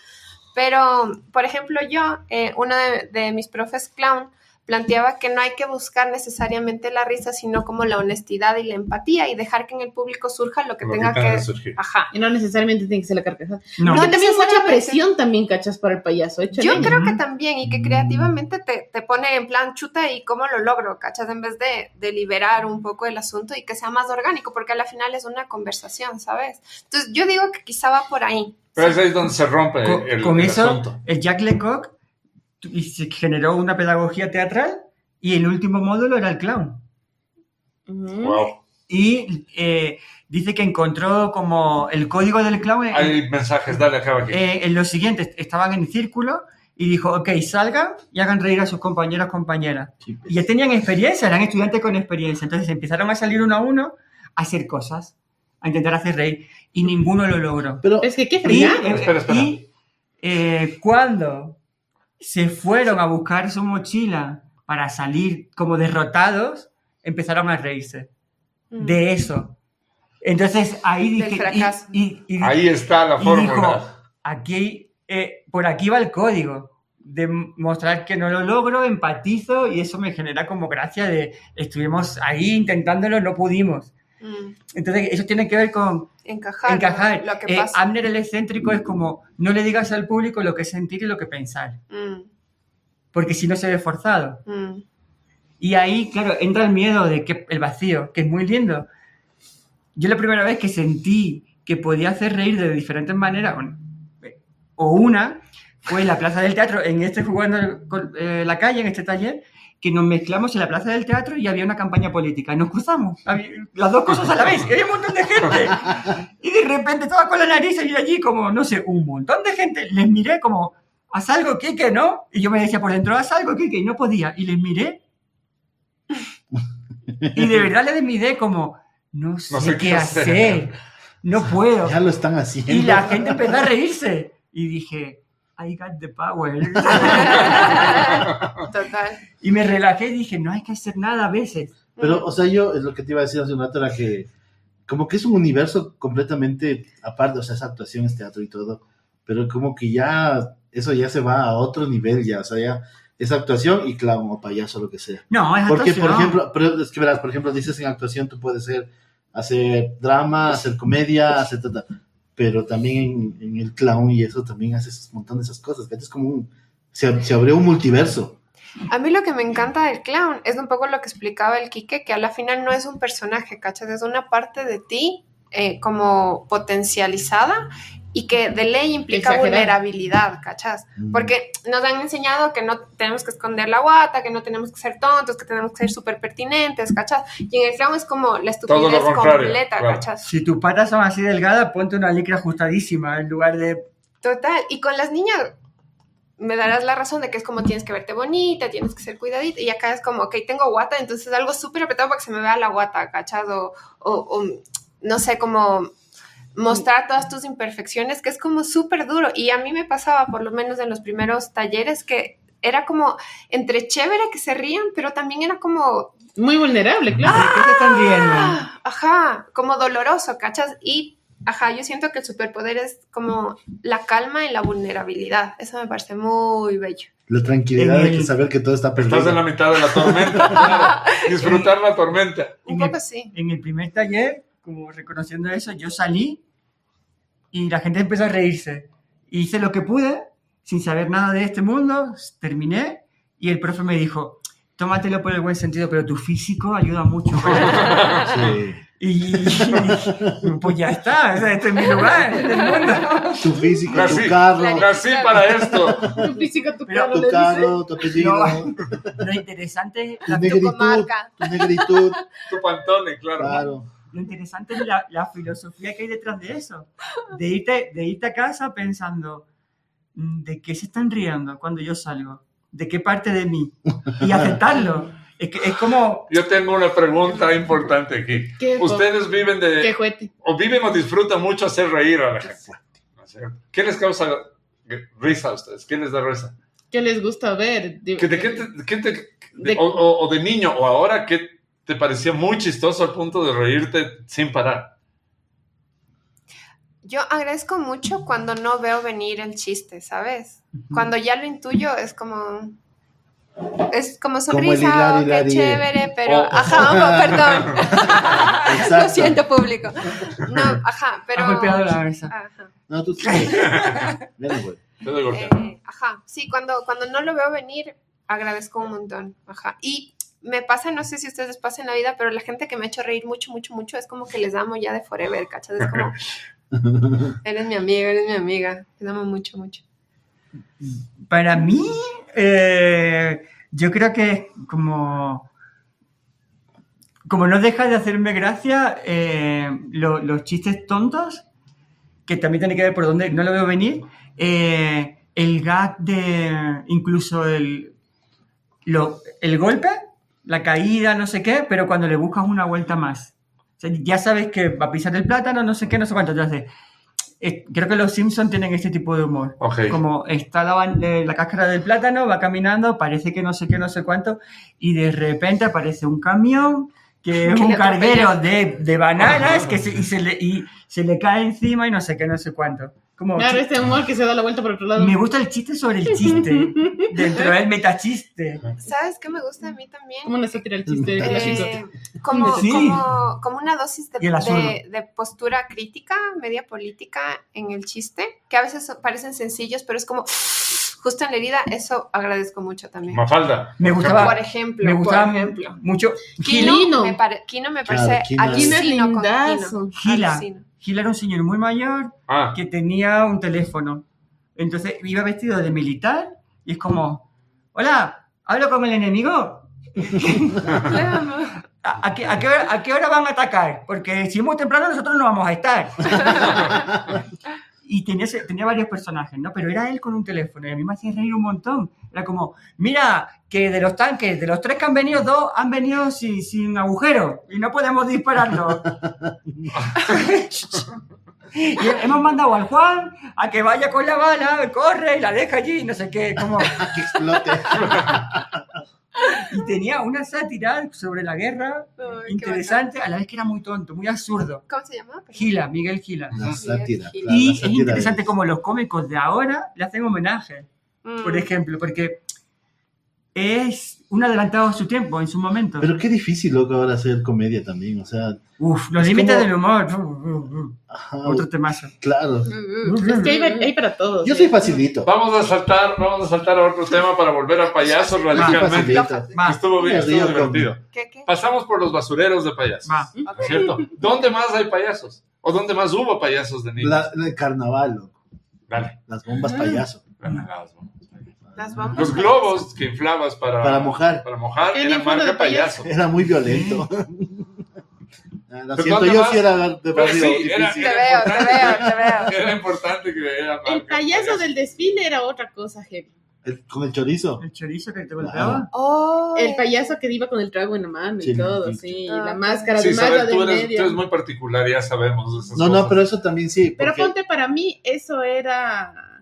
Speaker 4: Pero, por ejemplo, yo, eh, uno de, de mis profes clown planteaba que no hay que buscar necesariamente la risa, sino como la honestidad y la empatía y dejar que en el público surja lo que
Speaker 1: Lo que
Speaker 4: tenga
Speaker 1: tenga
Speaker 4: que...
Speaker 1: surgir.
Speaker 4: Ajá.
Speaker 3: Y no necesariamente tiene que ser la carcajada.
Speaker 2: No,
Speaker 3: No,
Speaker 4: No,
Speaker 3: también mucha
Speaker 4: necesariamente.
Speaker 3: presión también, cachas, para el payaso. hecho
Speaker 4: Yo
Speaker 3: leña.
Speaker 4: creo que
Speaker 2: Ujú.
Speaker 4: también, y que creativamente te, te pone en plan chuta y cómo lo logro, ¿cachas? En vez de, de liberar un poco el asunto y que sea más orgánico, porque al final es una conversación, ¿sabes? Entonces yo digo que quizá va por ahí.
Speaker 1: Pero es ahí donde se rompe
Speaker 2: Co-
Speaker 1: el,
Speaker 2: con
Speaker 1: el
Speaker 2: eso,
Speaker 1: asunto.
Speaker 2: el Jack Lecoq tu- y se generó una pedagogía teatral y el último módulo era el clown.
Speaker 3: Ujú.
Speaker 1: Wow.
Speaker 2: Y eh, dice que encontró como el código del clown en,
Speaker 1: Hay mensajes, dale, acaba aquí.
Speaker 2: eh, en lo siguiente, est- estaban en el círculo y dijo, ok, salgan y hagan reír a sus compañeros, compañeras. Y ya tenían experiencia, eran estudiantes con experiencia, entonces empezaron a salir uno a uno a hacer cosas, a intentar hacer reír y ninguno lo logró.
Speaker 5: Pero
Speaker 3: Es que qué
Speaker 2: Y,
Speaker 3: fregado.
Speaker 2: eh,
Speaker 1: Espera, espera.
Speaker 2: y, eh, cuando se fueron a buscar su mochila para salir como derrotados, empezaron a reírse
Speaker 4: Mm,
Speaker 2: de eso. Entonces ahí
Speaker 4: Del
Speaker 2: dije, y-
Speaker 4: fracaso.
Speaker 2: y- y-
Speaker 1: Ahí está la
Speaker 2: y dijo,
Speaker 1: fórmula.
Speaker 2: aquí, eh, por aquí va el código de mostrar que no lo logro, empatizo y eso me genera como gracia de estuvimos ahí intentándolo, no pudimos.
Speaker 4: Mm,
Speaker 2: Entonces eso tiene que ver con
Speaker 4: encajar.
Speaker 2: encajar.
Speaker 4: Lo que
Speaker 2: Eh,
Speaker 4: pasa.
Speaker 2: Amner el excéntrico es como no le digas al público lo que sentir y lo que pensar,
Speaker 4: Mm,
Speaker 2: porque si no se ve forzado.
Speaker 4: mm.
Speaker 2: Y ahí, claro, entra el miedo de que el vacío, que es muy lindo. Yo la primera vez que sentí que podía hacer reír de diferentes maneras, bueno, eh, o una, fue en la Plaza del Teatro, en este jugando con, eh, la calle, en este taller, que nos mezclamos en la Plaza del Teatro y había una campaña política. y Nos cruzamos, había- las dos cosas a la vez, y había un montón de gente. Y de repente, todas con la nariz, y yo allí como, no sé, un montón de gente. Les miré como, haz algo, Kike, ¿no? Y yo me decía por dentro, haz algo, Kike, y no podía. Y les miré. Y de verdad les miré como, no sé,
Speaker 1: sé
Speaker 2: qué,
Speaker 1: qué
Speaker 2: hacer.
Speaker 1: hacer".
Speaker 2: No puedo.
Speaker 5: ya lo están haciendo.
Speaker 2: Y la gente empezó a reírse. Y dije, I got the power.
Speaker 4: Total.
Speaker 2: y me relajé y dije, no hay que hacer nada a veces.
Speaker 5: Pero,
Speaker 4: Mm.
Speaker 5: o sea, yo es lo que te iba a decir hace un rato era que como que es un universo completamente aparte, o sea, esa actuación, es teatro y todo, pero como que ya eso ya se va a otro nivel ya, o sea, ya es actuación y clown o payaso, lo que sea.
Speaker 2: No, es
Speaker 5: Porque,
Speaker 2: Ah, actuación.
Speaker 5: por ejemplo, pero es que verás, por ejemplo, dices en actuación tú puedes ser, hacer drama, hacer comedia, hacer ta, ta. pero también en, en el clown y eso también haces un montón de esas cosas, ¿cachai? Es como un, se, se abrió un multiverso.
Speaker 4: A mí lo que me encanta del clown es un poco lo que explicaba el Quique, que a la final no es un personaje, ¿cachas? Es una parte de ti eh, como potencializada y que de ley implica
Speaker 3: Exagerado.
Speaker 4: vulnerabilidad, ¿cachas?
Speaker 5: Mm.
Speaker 4: Porque nos han enseñado que no tenemos que esconder la guata, que no tenemos que ser tontos, que tenemos que ser súper pertinentes, ¿cachas? Y en el clown es como la
Speaker 1: Todo lo
Speaker 4: estupidez
Speaker 1: contrario,
Speaker 4: completa,
Speaker 1: claro.
Speaker 4: ¿cachas?
Speaker 2: Si tus patas son así delgadas, ponte una licra ajustadísima en lugar de...
Speaker 4: Total, y con las niñas me darás la razón de que es como tienes que verte bonita, tienes que ser cuidadita, y acá es como, ok, tengo guata, entonces algo súper apretado para que se me vea la guata, ¿cachas? O, o- o, no sé, como mostrar todas tus imperfecciones, que es como súper duro. Y a mí me pasaba, por lo menos en los primeros talleres, que era como entre chévere que se rían, pero también era como,
Speaker 3: Muy vulnerable, claro.
Speaker 2: ¿De qué se están riendo?
Speaker 4: ¡Ah! Ajá, como doloroso, ¿cachas? Y, ajá, yo siento que el superpoder es como la calma y la vulnerabilidad. Eso me parece muy bello.
Speaker 5: La tranquilidad
Speaker 2: En
Speaker 5: de que
Speaker 2: el-
Speaker 5: saber que todo está perdido.
Speaker 1: Estás en la mitad de la tormenta. claro. Disfrutar la tormenta.
Speaker 4: Un
Speaker 2: Y me-
Speaker 4: poco sí.
Speaker 2: En el primer taller, como reconociendo eso, yo salí y la gente empezó a reírse. Hice lo que pude, sin saber nada de este mundo, terminé y el profe me dijo, tómatelo por el buen sentido, pero tu físico ayuda mucho.
Speaker 5: Sí.
Speaker 2: Y, pues ya está, o sea, este es mi lugar, este es mi mundo.
Speaker 5: Tu físico,
Speaker 1: La
Speaker 5: tu
Speaker 1: sí.
Speaker 5: carro,
Speaker 1: Nací para esto.
Speaker 3: Tu físico, tu
Speaker 2: Pero
Speaker 3: cara,
Speaker 5: tu
Speaker 3: le dice.
Speaker 5: carro, tu apellido,
Speaker 2: No. Lo interesante es
Speaker 5: tu
Speaker 2: la-
Speaker 5: negritud,
Speaker 4: comarca.
Speaker 5: tu negritud,
Speaker 1: Tu pantone, claro.
Speaker 5: claro.
Speaker 2: lo interesante es la, la filosofía que hay detrás de eso. De irte, de irte a casa pensando, mm, ¿de qué se están riendo cuando yo salgo? ¿De qué parte de mí? Y aceptarlo. Es, que, es como...
Speaker 1: Yo tengo una pregunta importante aquí.
Speaker 3: Qué bo-
Speaker 1: Ustedes viven
Speaker 3: Qué
Speaker 1: de.
Speaker 3: juguete.
Speaker 1: O viven o disfrutan mucho hacer reír a la gente. ¿no es cierto? ¿Qué les causa risa a ustedes? ¿Qué les da risa?
Speaker 3: ¿Qué les gusta ver? eh, De-
Speaker 1: ¿Que de qué te- qué te-
Speaker 3: De-
Speaker 1: o, o- o de niño o ahora que te parecía muy chistoso al punto de reírte sin parar.
Speaker 4: Yo agradezco mucho cuando no veo venir el chiste, ¿sabes? Cuando ya lo intuyo es como... Es como sonrisa, "Oh,
Speaker 5: hilari,
Speaker 4: qué
Speaker 5: hilari.
Speaker 4: chévere, pero...
Speaker 1: Oh.
Speaker 4: Ajá, oh, perdón. Lo
Speaker 5: Exacto.
Speaker 4: siento, público. No, ajá, pero...
Speaker 2: Has golpeado la mesa.
Speaker 4: Ajá.
Speaker 5: No, tú sí. Ven, güey.
Speaker 1: Te doy golpe.
Speaker 4: Eh, ajá, sí, cuando, cuando no lo veo venir, agradezco un montón. Ajá. Y me pasa, no sé si a ustedes les pasa en la vida, pero la gente que me ha hecho reír mucho, mucho, mucho, es como que les amo ya de forever, ¿cachas? Es como, eres mi amiga, eres mi amiga, les amo mucho, mucho.
Speaker 2: Para mí, eh, yo creo que es como... Como no deja de hacerme gracia eh, lo- los chistes tontos, que también tiene que ver por dónde no lo veo venir, eh, el gag de incluso el, lo- el golpe, la caída, no sé qué, pero cuando le buscas una vuelta más. O sea, ya sabes que va a pisar el plátano, no sé qué, no sé cuánto. Entonces, eh, creo que los Simpsons tienen este tipo de humor.
Speaker 1: Ok.
Speaker 2: Como está la, ban- eh, la cáscara del plátano, va caminando, parece que no sé qué, no sé cuánto, y de repente aparece un camión que es
Speaker 4: Que
Speaker 2: un
Speaker 4: le atropella.
Speaker 2: carguero de, de bananas que se, y, se le, y se le cae encima y no sé qué, no sé cuánto. Como,
Speaker 3: Claro,
Speaker 2: chi-
Speaker 3: este humor que se da la vuelta por otro lado.
Speaker 2: me gusta el chiste sobre el chiste, dentro del metachiste.
Speaker 4: ¿Sabes qué me gusta a mí también?
Speaker 3: Como una sátira al chiste
Speaker 4: Eh,
Speaker 3: clásico.
Speaker 4: como,
Speaker 2: Sí.
Speaker 4: como, como una dosis de,
Speaker 2: Y el azul.
Speaker 4: de- de postura crítica, media política en el chiste, que a veces son- parecen sencillos, pero es como justo en la herida, eso agradezco mucho también.
Speaker 1: Mafalda.
Speaker 2: Me gustaba,
Speaker 4: Por ejemplo,
Speaker 2: me gustaba
Speaker 4: por ejemplo.
Speaker 2: mucho
Speaker 4: Quino
Speaker 3: Quilino.
Speaker 4: me, pare- Quino me
Speaker 5: Claro,
Speaker 4: parece
Speaker 5: Quino es-
Speaker 3: Quino es
Speaker 4: alucino con
Speaker 3: lindazo.
Speaker 4: Quino.
Speaker 2: Gila.
Speaker 4: Alucino.
Speaker 2: Gil era un señor muy mayor
Speaker 1: Ah,
Speaker 2: que tenía un teléfono. Entonces iba vestido de militar y es como, hola, ¿hablo con el enemigo? ¿A, a qué, a qué hora, a qué hora van a atacar? Porque si es muy temprano nosotros no vamos a estar. y tenía, ese- tenía varios personajes, ¿no? Pero era él con un teléfono y a mí me hacía reír un montón. Era como, mira, que de los tanques, de los tres que han venido, dos han venido sin, sin agujero y no podemos dispararlos. Y hemos mandado al Juan a que vaya con la bala, corre y la deja allí, no sé qué, como...
Speaker 5: Ah, Que explote.
Speaker 2: Y tenía una sátira sobre la guerra
Speaker 4: Ay, qué
Speaker 2: interesante, a la vez que era muy tonto, muy absurdo.
Speaker 4: bacán. ¿Cómo se llama?
Speaker 2: Gila, Miguel Gila.
Speaker 5: La sátira.
Speaker 4: Y
Speaker 5: claro, la
Speaker 2: Y es
Speaker 5: sátira
Speaker 2: interesante
Speaker 5: es-
Speaker 2: como los cómicos de ahora le hacen homenaje,
Speaker 4: Mm.
Speaker 2: por ejemplo, porque es un adelantado a su tiempo, en su momento.
Speaker 5: Pero qué difícil, loco, ahora hacer comedia también, o sea...
Speaker 2: Uf, los límites
Speaker 5: como- Oh,
Speaker 2: del humor. uh, uh, uh,
Speaker 5: ajá,
Speaker 2: Otro temazo.
Speaker 5: Claro.
Speaker 4: Mm,
Speaker 3: Es que hay, hay para todos.
Speaker 5: Yo
Speaker 3: ¿eh?
Speaker 5: soy facilito.
Speaker 1: Vamos a saltar, vamos a saltar a otro tema para volver a payasos
Speaker 5: Soy
Speaker 1: radicalmente. Ah,
Speaker 5: facilito.
Speaker 2: Va,
Speaker 1: Estuvo bien,
Speaker 5: Me
Speaker 1: estuvo
Speaker 5: río con-
Speaker 1: divertido.
Speaker 4: ¿Qué, qué?
Speaker 1: Pasamos por los basureros de payasos.
Speaker 2: va.
Speaker 1: ¿no es ¿Cierto? ¿Dónde más hay payasos? ¿O dónde más hubo payasos de niños?
Speaker 5: La- el carnaval, loco.
Speaker 1: Dale.
Speaker 5: Las bombas
Speaker 2: Ah.
Speaker 5: payaso.
Speaker 1: Las bombas.
Speaker 4: Las bombas.
Speaker 1: Los globos que inflabas para,
Speaker 5: Para mojar.
Speaker 1: para mojar
Speaker 3: Era
Speaker 1: eran
Speaker 3: bien fondo
Speaker 1: marca
Speaker 3: de payaso.
Speaker 1: payaso.
Speaker 5: Era muy violento. Ah, Lo
Speaker 1: Pero
Speaker 5: siento,
Speaker 1: ¿dónde
Speaker 5: yo
Speaker 1: vas?
Speaker 5: pues sí era de
Speaker 1: Pero
Speaker 5: barrio
Speaker 1: sí, era-
Speaker 5: difícil.
Speaker 4: Te veo, te veo, te veo.
Speaker 1: Era importante que era marca
Speaker 3: El payaso del desfile era otra cosa, heavy.
Speaker 5: El- con el chorizo.
Speaker 2: El chorizo que te golpeaba.
Speaker 4: Oh.
Speaker 3: El payaso que iba con el trago en la mano y
Speaker 5: Sí,
Speaker 3: todo,
Speaker 5: sí.
Speaker 3: sí.
Speaker 4: Ah.
Speaker 3: La máscara
Speaker 1: Sí,
Speaker 3: de malla
Speaker 1: Isabel,
Speaker 3: del
Speaker 1: tú eres, tú
Speaker 3: medio.
Speaker 1: eres muy particular, ya sabemos. esas
Speaker 5: No, no,
Speaker 1: pues, cosas.
Speaker 5: pero eso también sí.
Speaker 3: Pero
Speaker 5: porque-
Speaker 3: ponte, para mí eso era...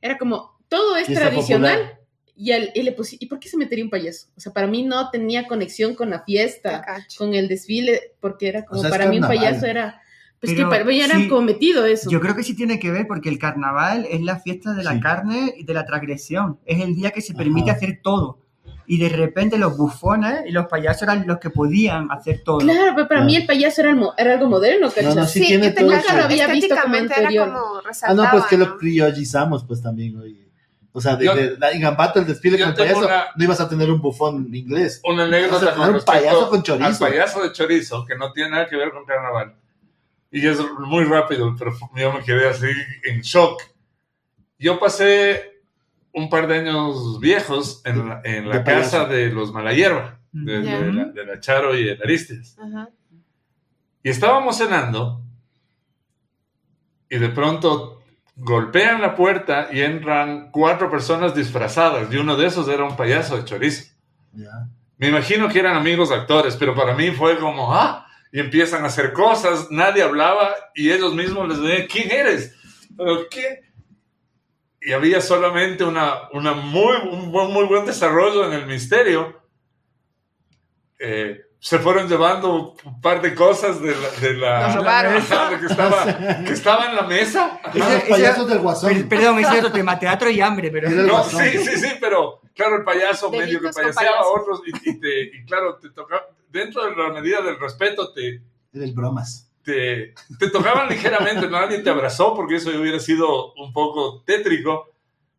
Speaker 3: Era como, todo es
Speaker 5: y está
Speaker 3: tradicional.
Speaker 5: popular.
Speaker 3: Y, al- y le puse, ¿y por qué se metería un payaso? O sea, para mí no tenía conexión con la fiesta.
Speaker 4: Te cacho.
Speaker 3: con el desfile, porque era como
Speaker 5: O sea, es
Speaker 3: para mí un
Speaker 5: carnaval.
Speaker 3: payaso era, pues
Speaker 2: Pero,
Speaker 3: que para mí era
Speaker 2: sí,
Speaker 3: como metido eso.
Speaker 2: Yo creo que sí tiene que ver porque el carnaval es la fiesta de la
Speaker 5: Sí.
Speaker 2: carne y de la transgresión. Es el día que se permite
Speaker 5: Ajá.
Speaker 2: hacer todo. Y de repente los bufones y los payasos eran los que podían hacer todo.
Speaker 3: Claro, pero para
Speaker 5: No.
Speaker 3: mí el payaso era, algo- era algo moderno, ¿cachai?
Speaker 5: Ah. No, no, sí tiene
Speaker 4: yo te
Speaker 5: todo
Speaker 4: cacho.
Speaker 5: eso.
Speaker 3: Nunca lo había visto como
Speaker 4: Estéticamente
Speaker 3: anterior.
Speaker 4: era como
Speaker 5: Ah, no,
Speaker 4: resaltaba,
Speaker 5: pues que
Speaker 4: ¿no?
Speaker 5: lo criollizamos, pues también, oye. O sea, de,
Speaker 1: Yo-
Speaker 5: de- la- en Gambato el desfile
Speaker 1: yo
Speaker 5: con el
Speaker 1: tengo
Speaker 5: payaso,
Speaker 1: una-
Speaker 5: no ibas a tener un bufón inglés.
Speaker 1: Una
Speaker 5: Ibas a
Speaker 1: anécdota
Speaker 5: tener
Speaker 1: con
Speaker 5: un
Speaker 1: respecto
Speaker 5: payaso con
Speaker 1: al
Speaker 5: chorizo.
Speaker 1: payaso de chorizo, que no tiene nada que ver con carnaval. Y es muy rápido, pero fu- yo me quedé así en shock. Yo pasé un par de años viejos en la, en la
Speaker 5: De payaso.
Speaker 1: casa de los Malayerba, de,
Speaker 2: Ujú.
Speaker 1: de la, de la Charo y el Aristes.
Speaker 4: Ajá.
Speaker 1: Y estábamos cenando y de pronto golpean la puerta y entran cuatro personas disfrazadas y uno de esos era un payaso de chorizo.
Speaker 5: Ya.
Speaker 1: Me imagino que eran amigos actores, pero para mí fue como, ah, y empiezan a hacer cosas, nadie hablaba y ellos mismos les decían, ¿quién eres? ¿Pero qué? Y había solamente una, una muy, un buen- muy buen desarrollo en el misterio. Eh, se fueron llevando un par de cosas de la... De
Speaker 4: Nos
Speaker 1: la
Speaker 4: robaron.
Speaker 1: Ajá, de que, estaba, que estaba en la mesa.
Speaker 5: Es
Speaker 1: Ajá.
Speaker 5: los
Speaker 2: ese-
Speaker 5: payasos del
Speaker 2: Per-
Speaker 5: guasón.
Speaker 2: perdón, ese es otro tema, teatro y hambre, pero...
Speaker 5: Era el
Speaker 1: No,
Speaker 5: guasón.
Speaker 1: sí, sí, sí, pero claro, el payaso medio que
Speaker 4: Delitos con
Speaker 1: payaseaba a
Speaker 4: payaso.
Speaker 1: otros y, y te- y claro, te toca, dentro de la medida del respeto te,
Speaker 5: Era el bromas.
Speaker 1: te, te tocaban ligeramente, nadie te abrazó porque eso hubiera sido un poco tétrico.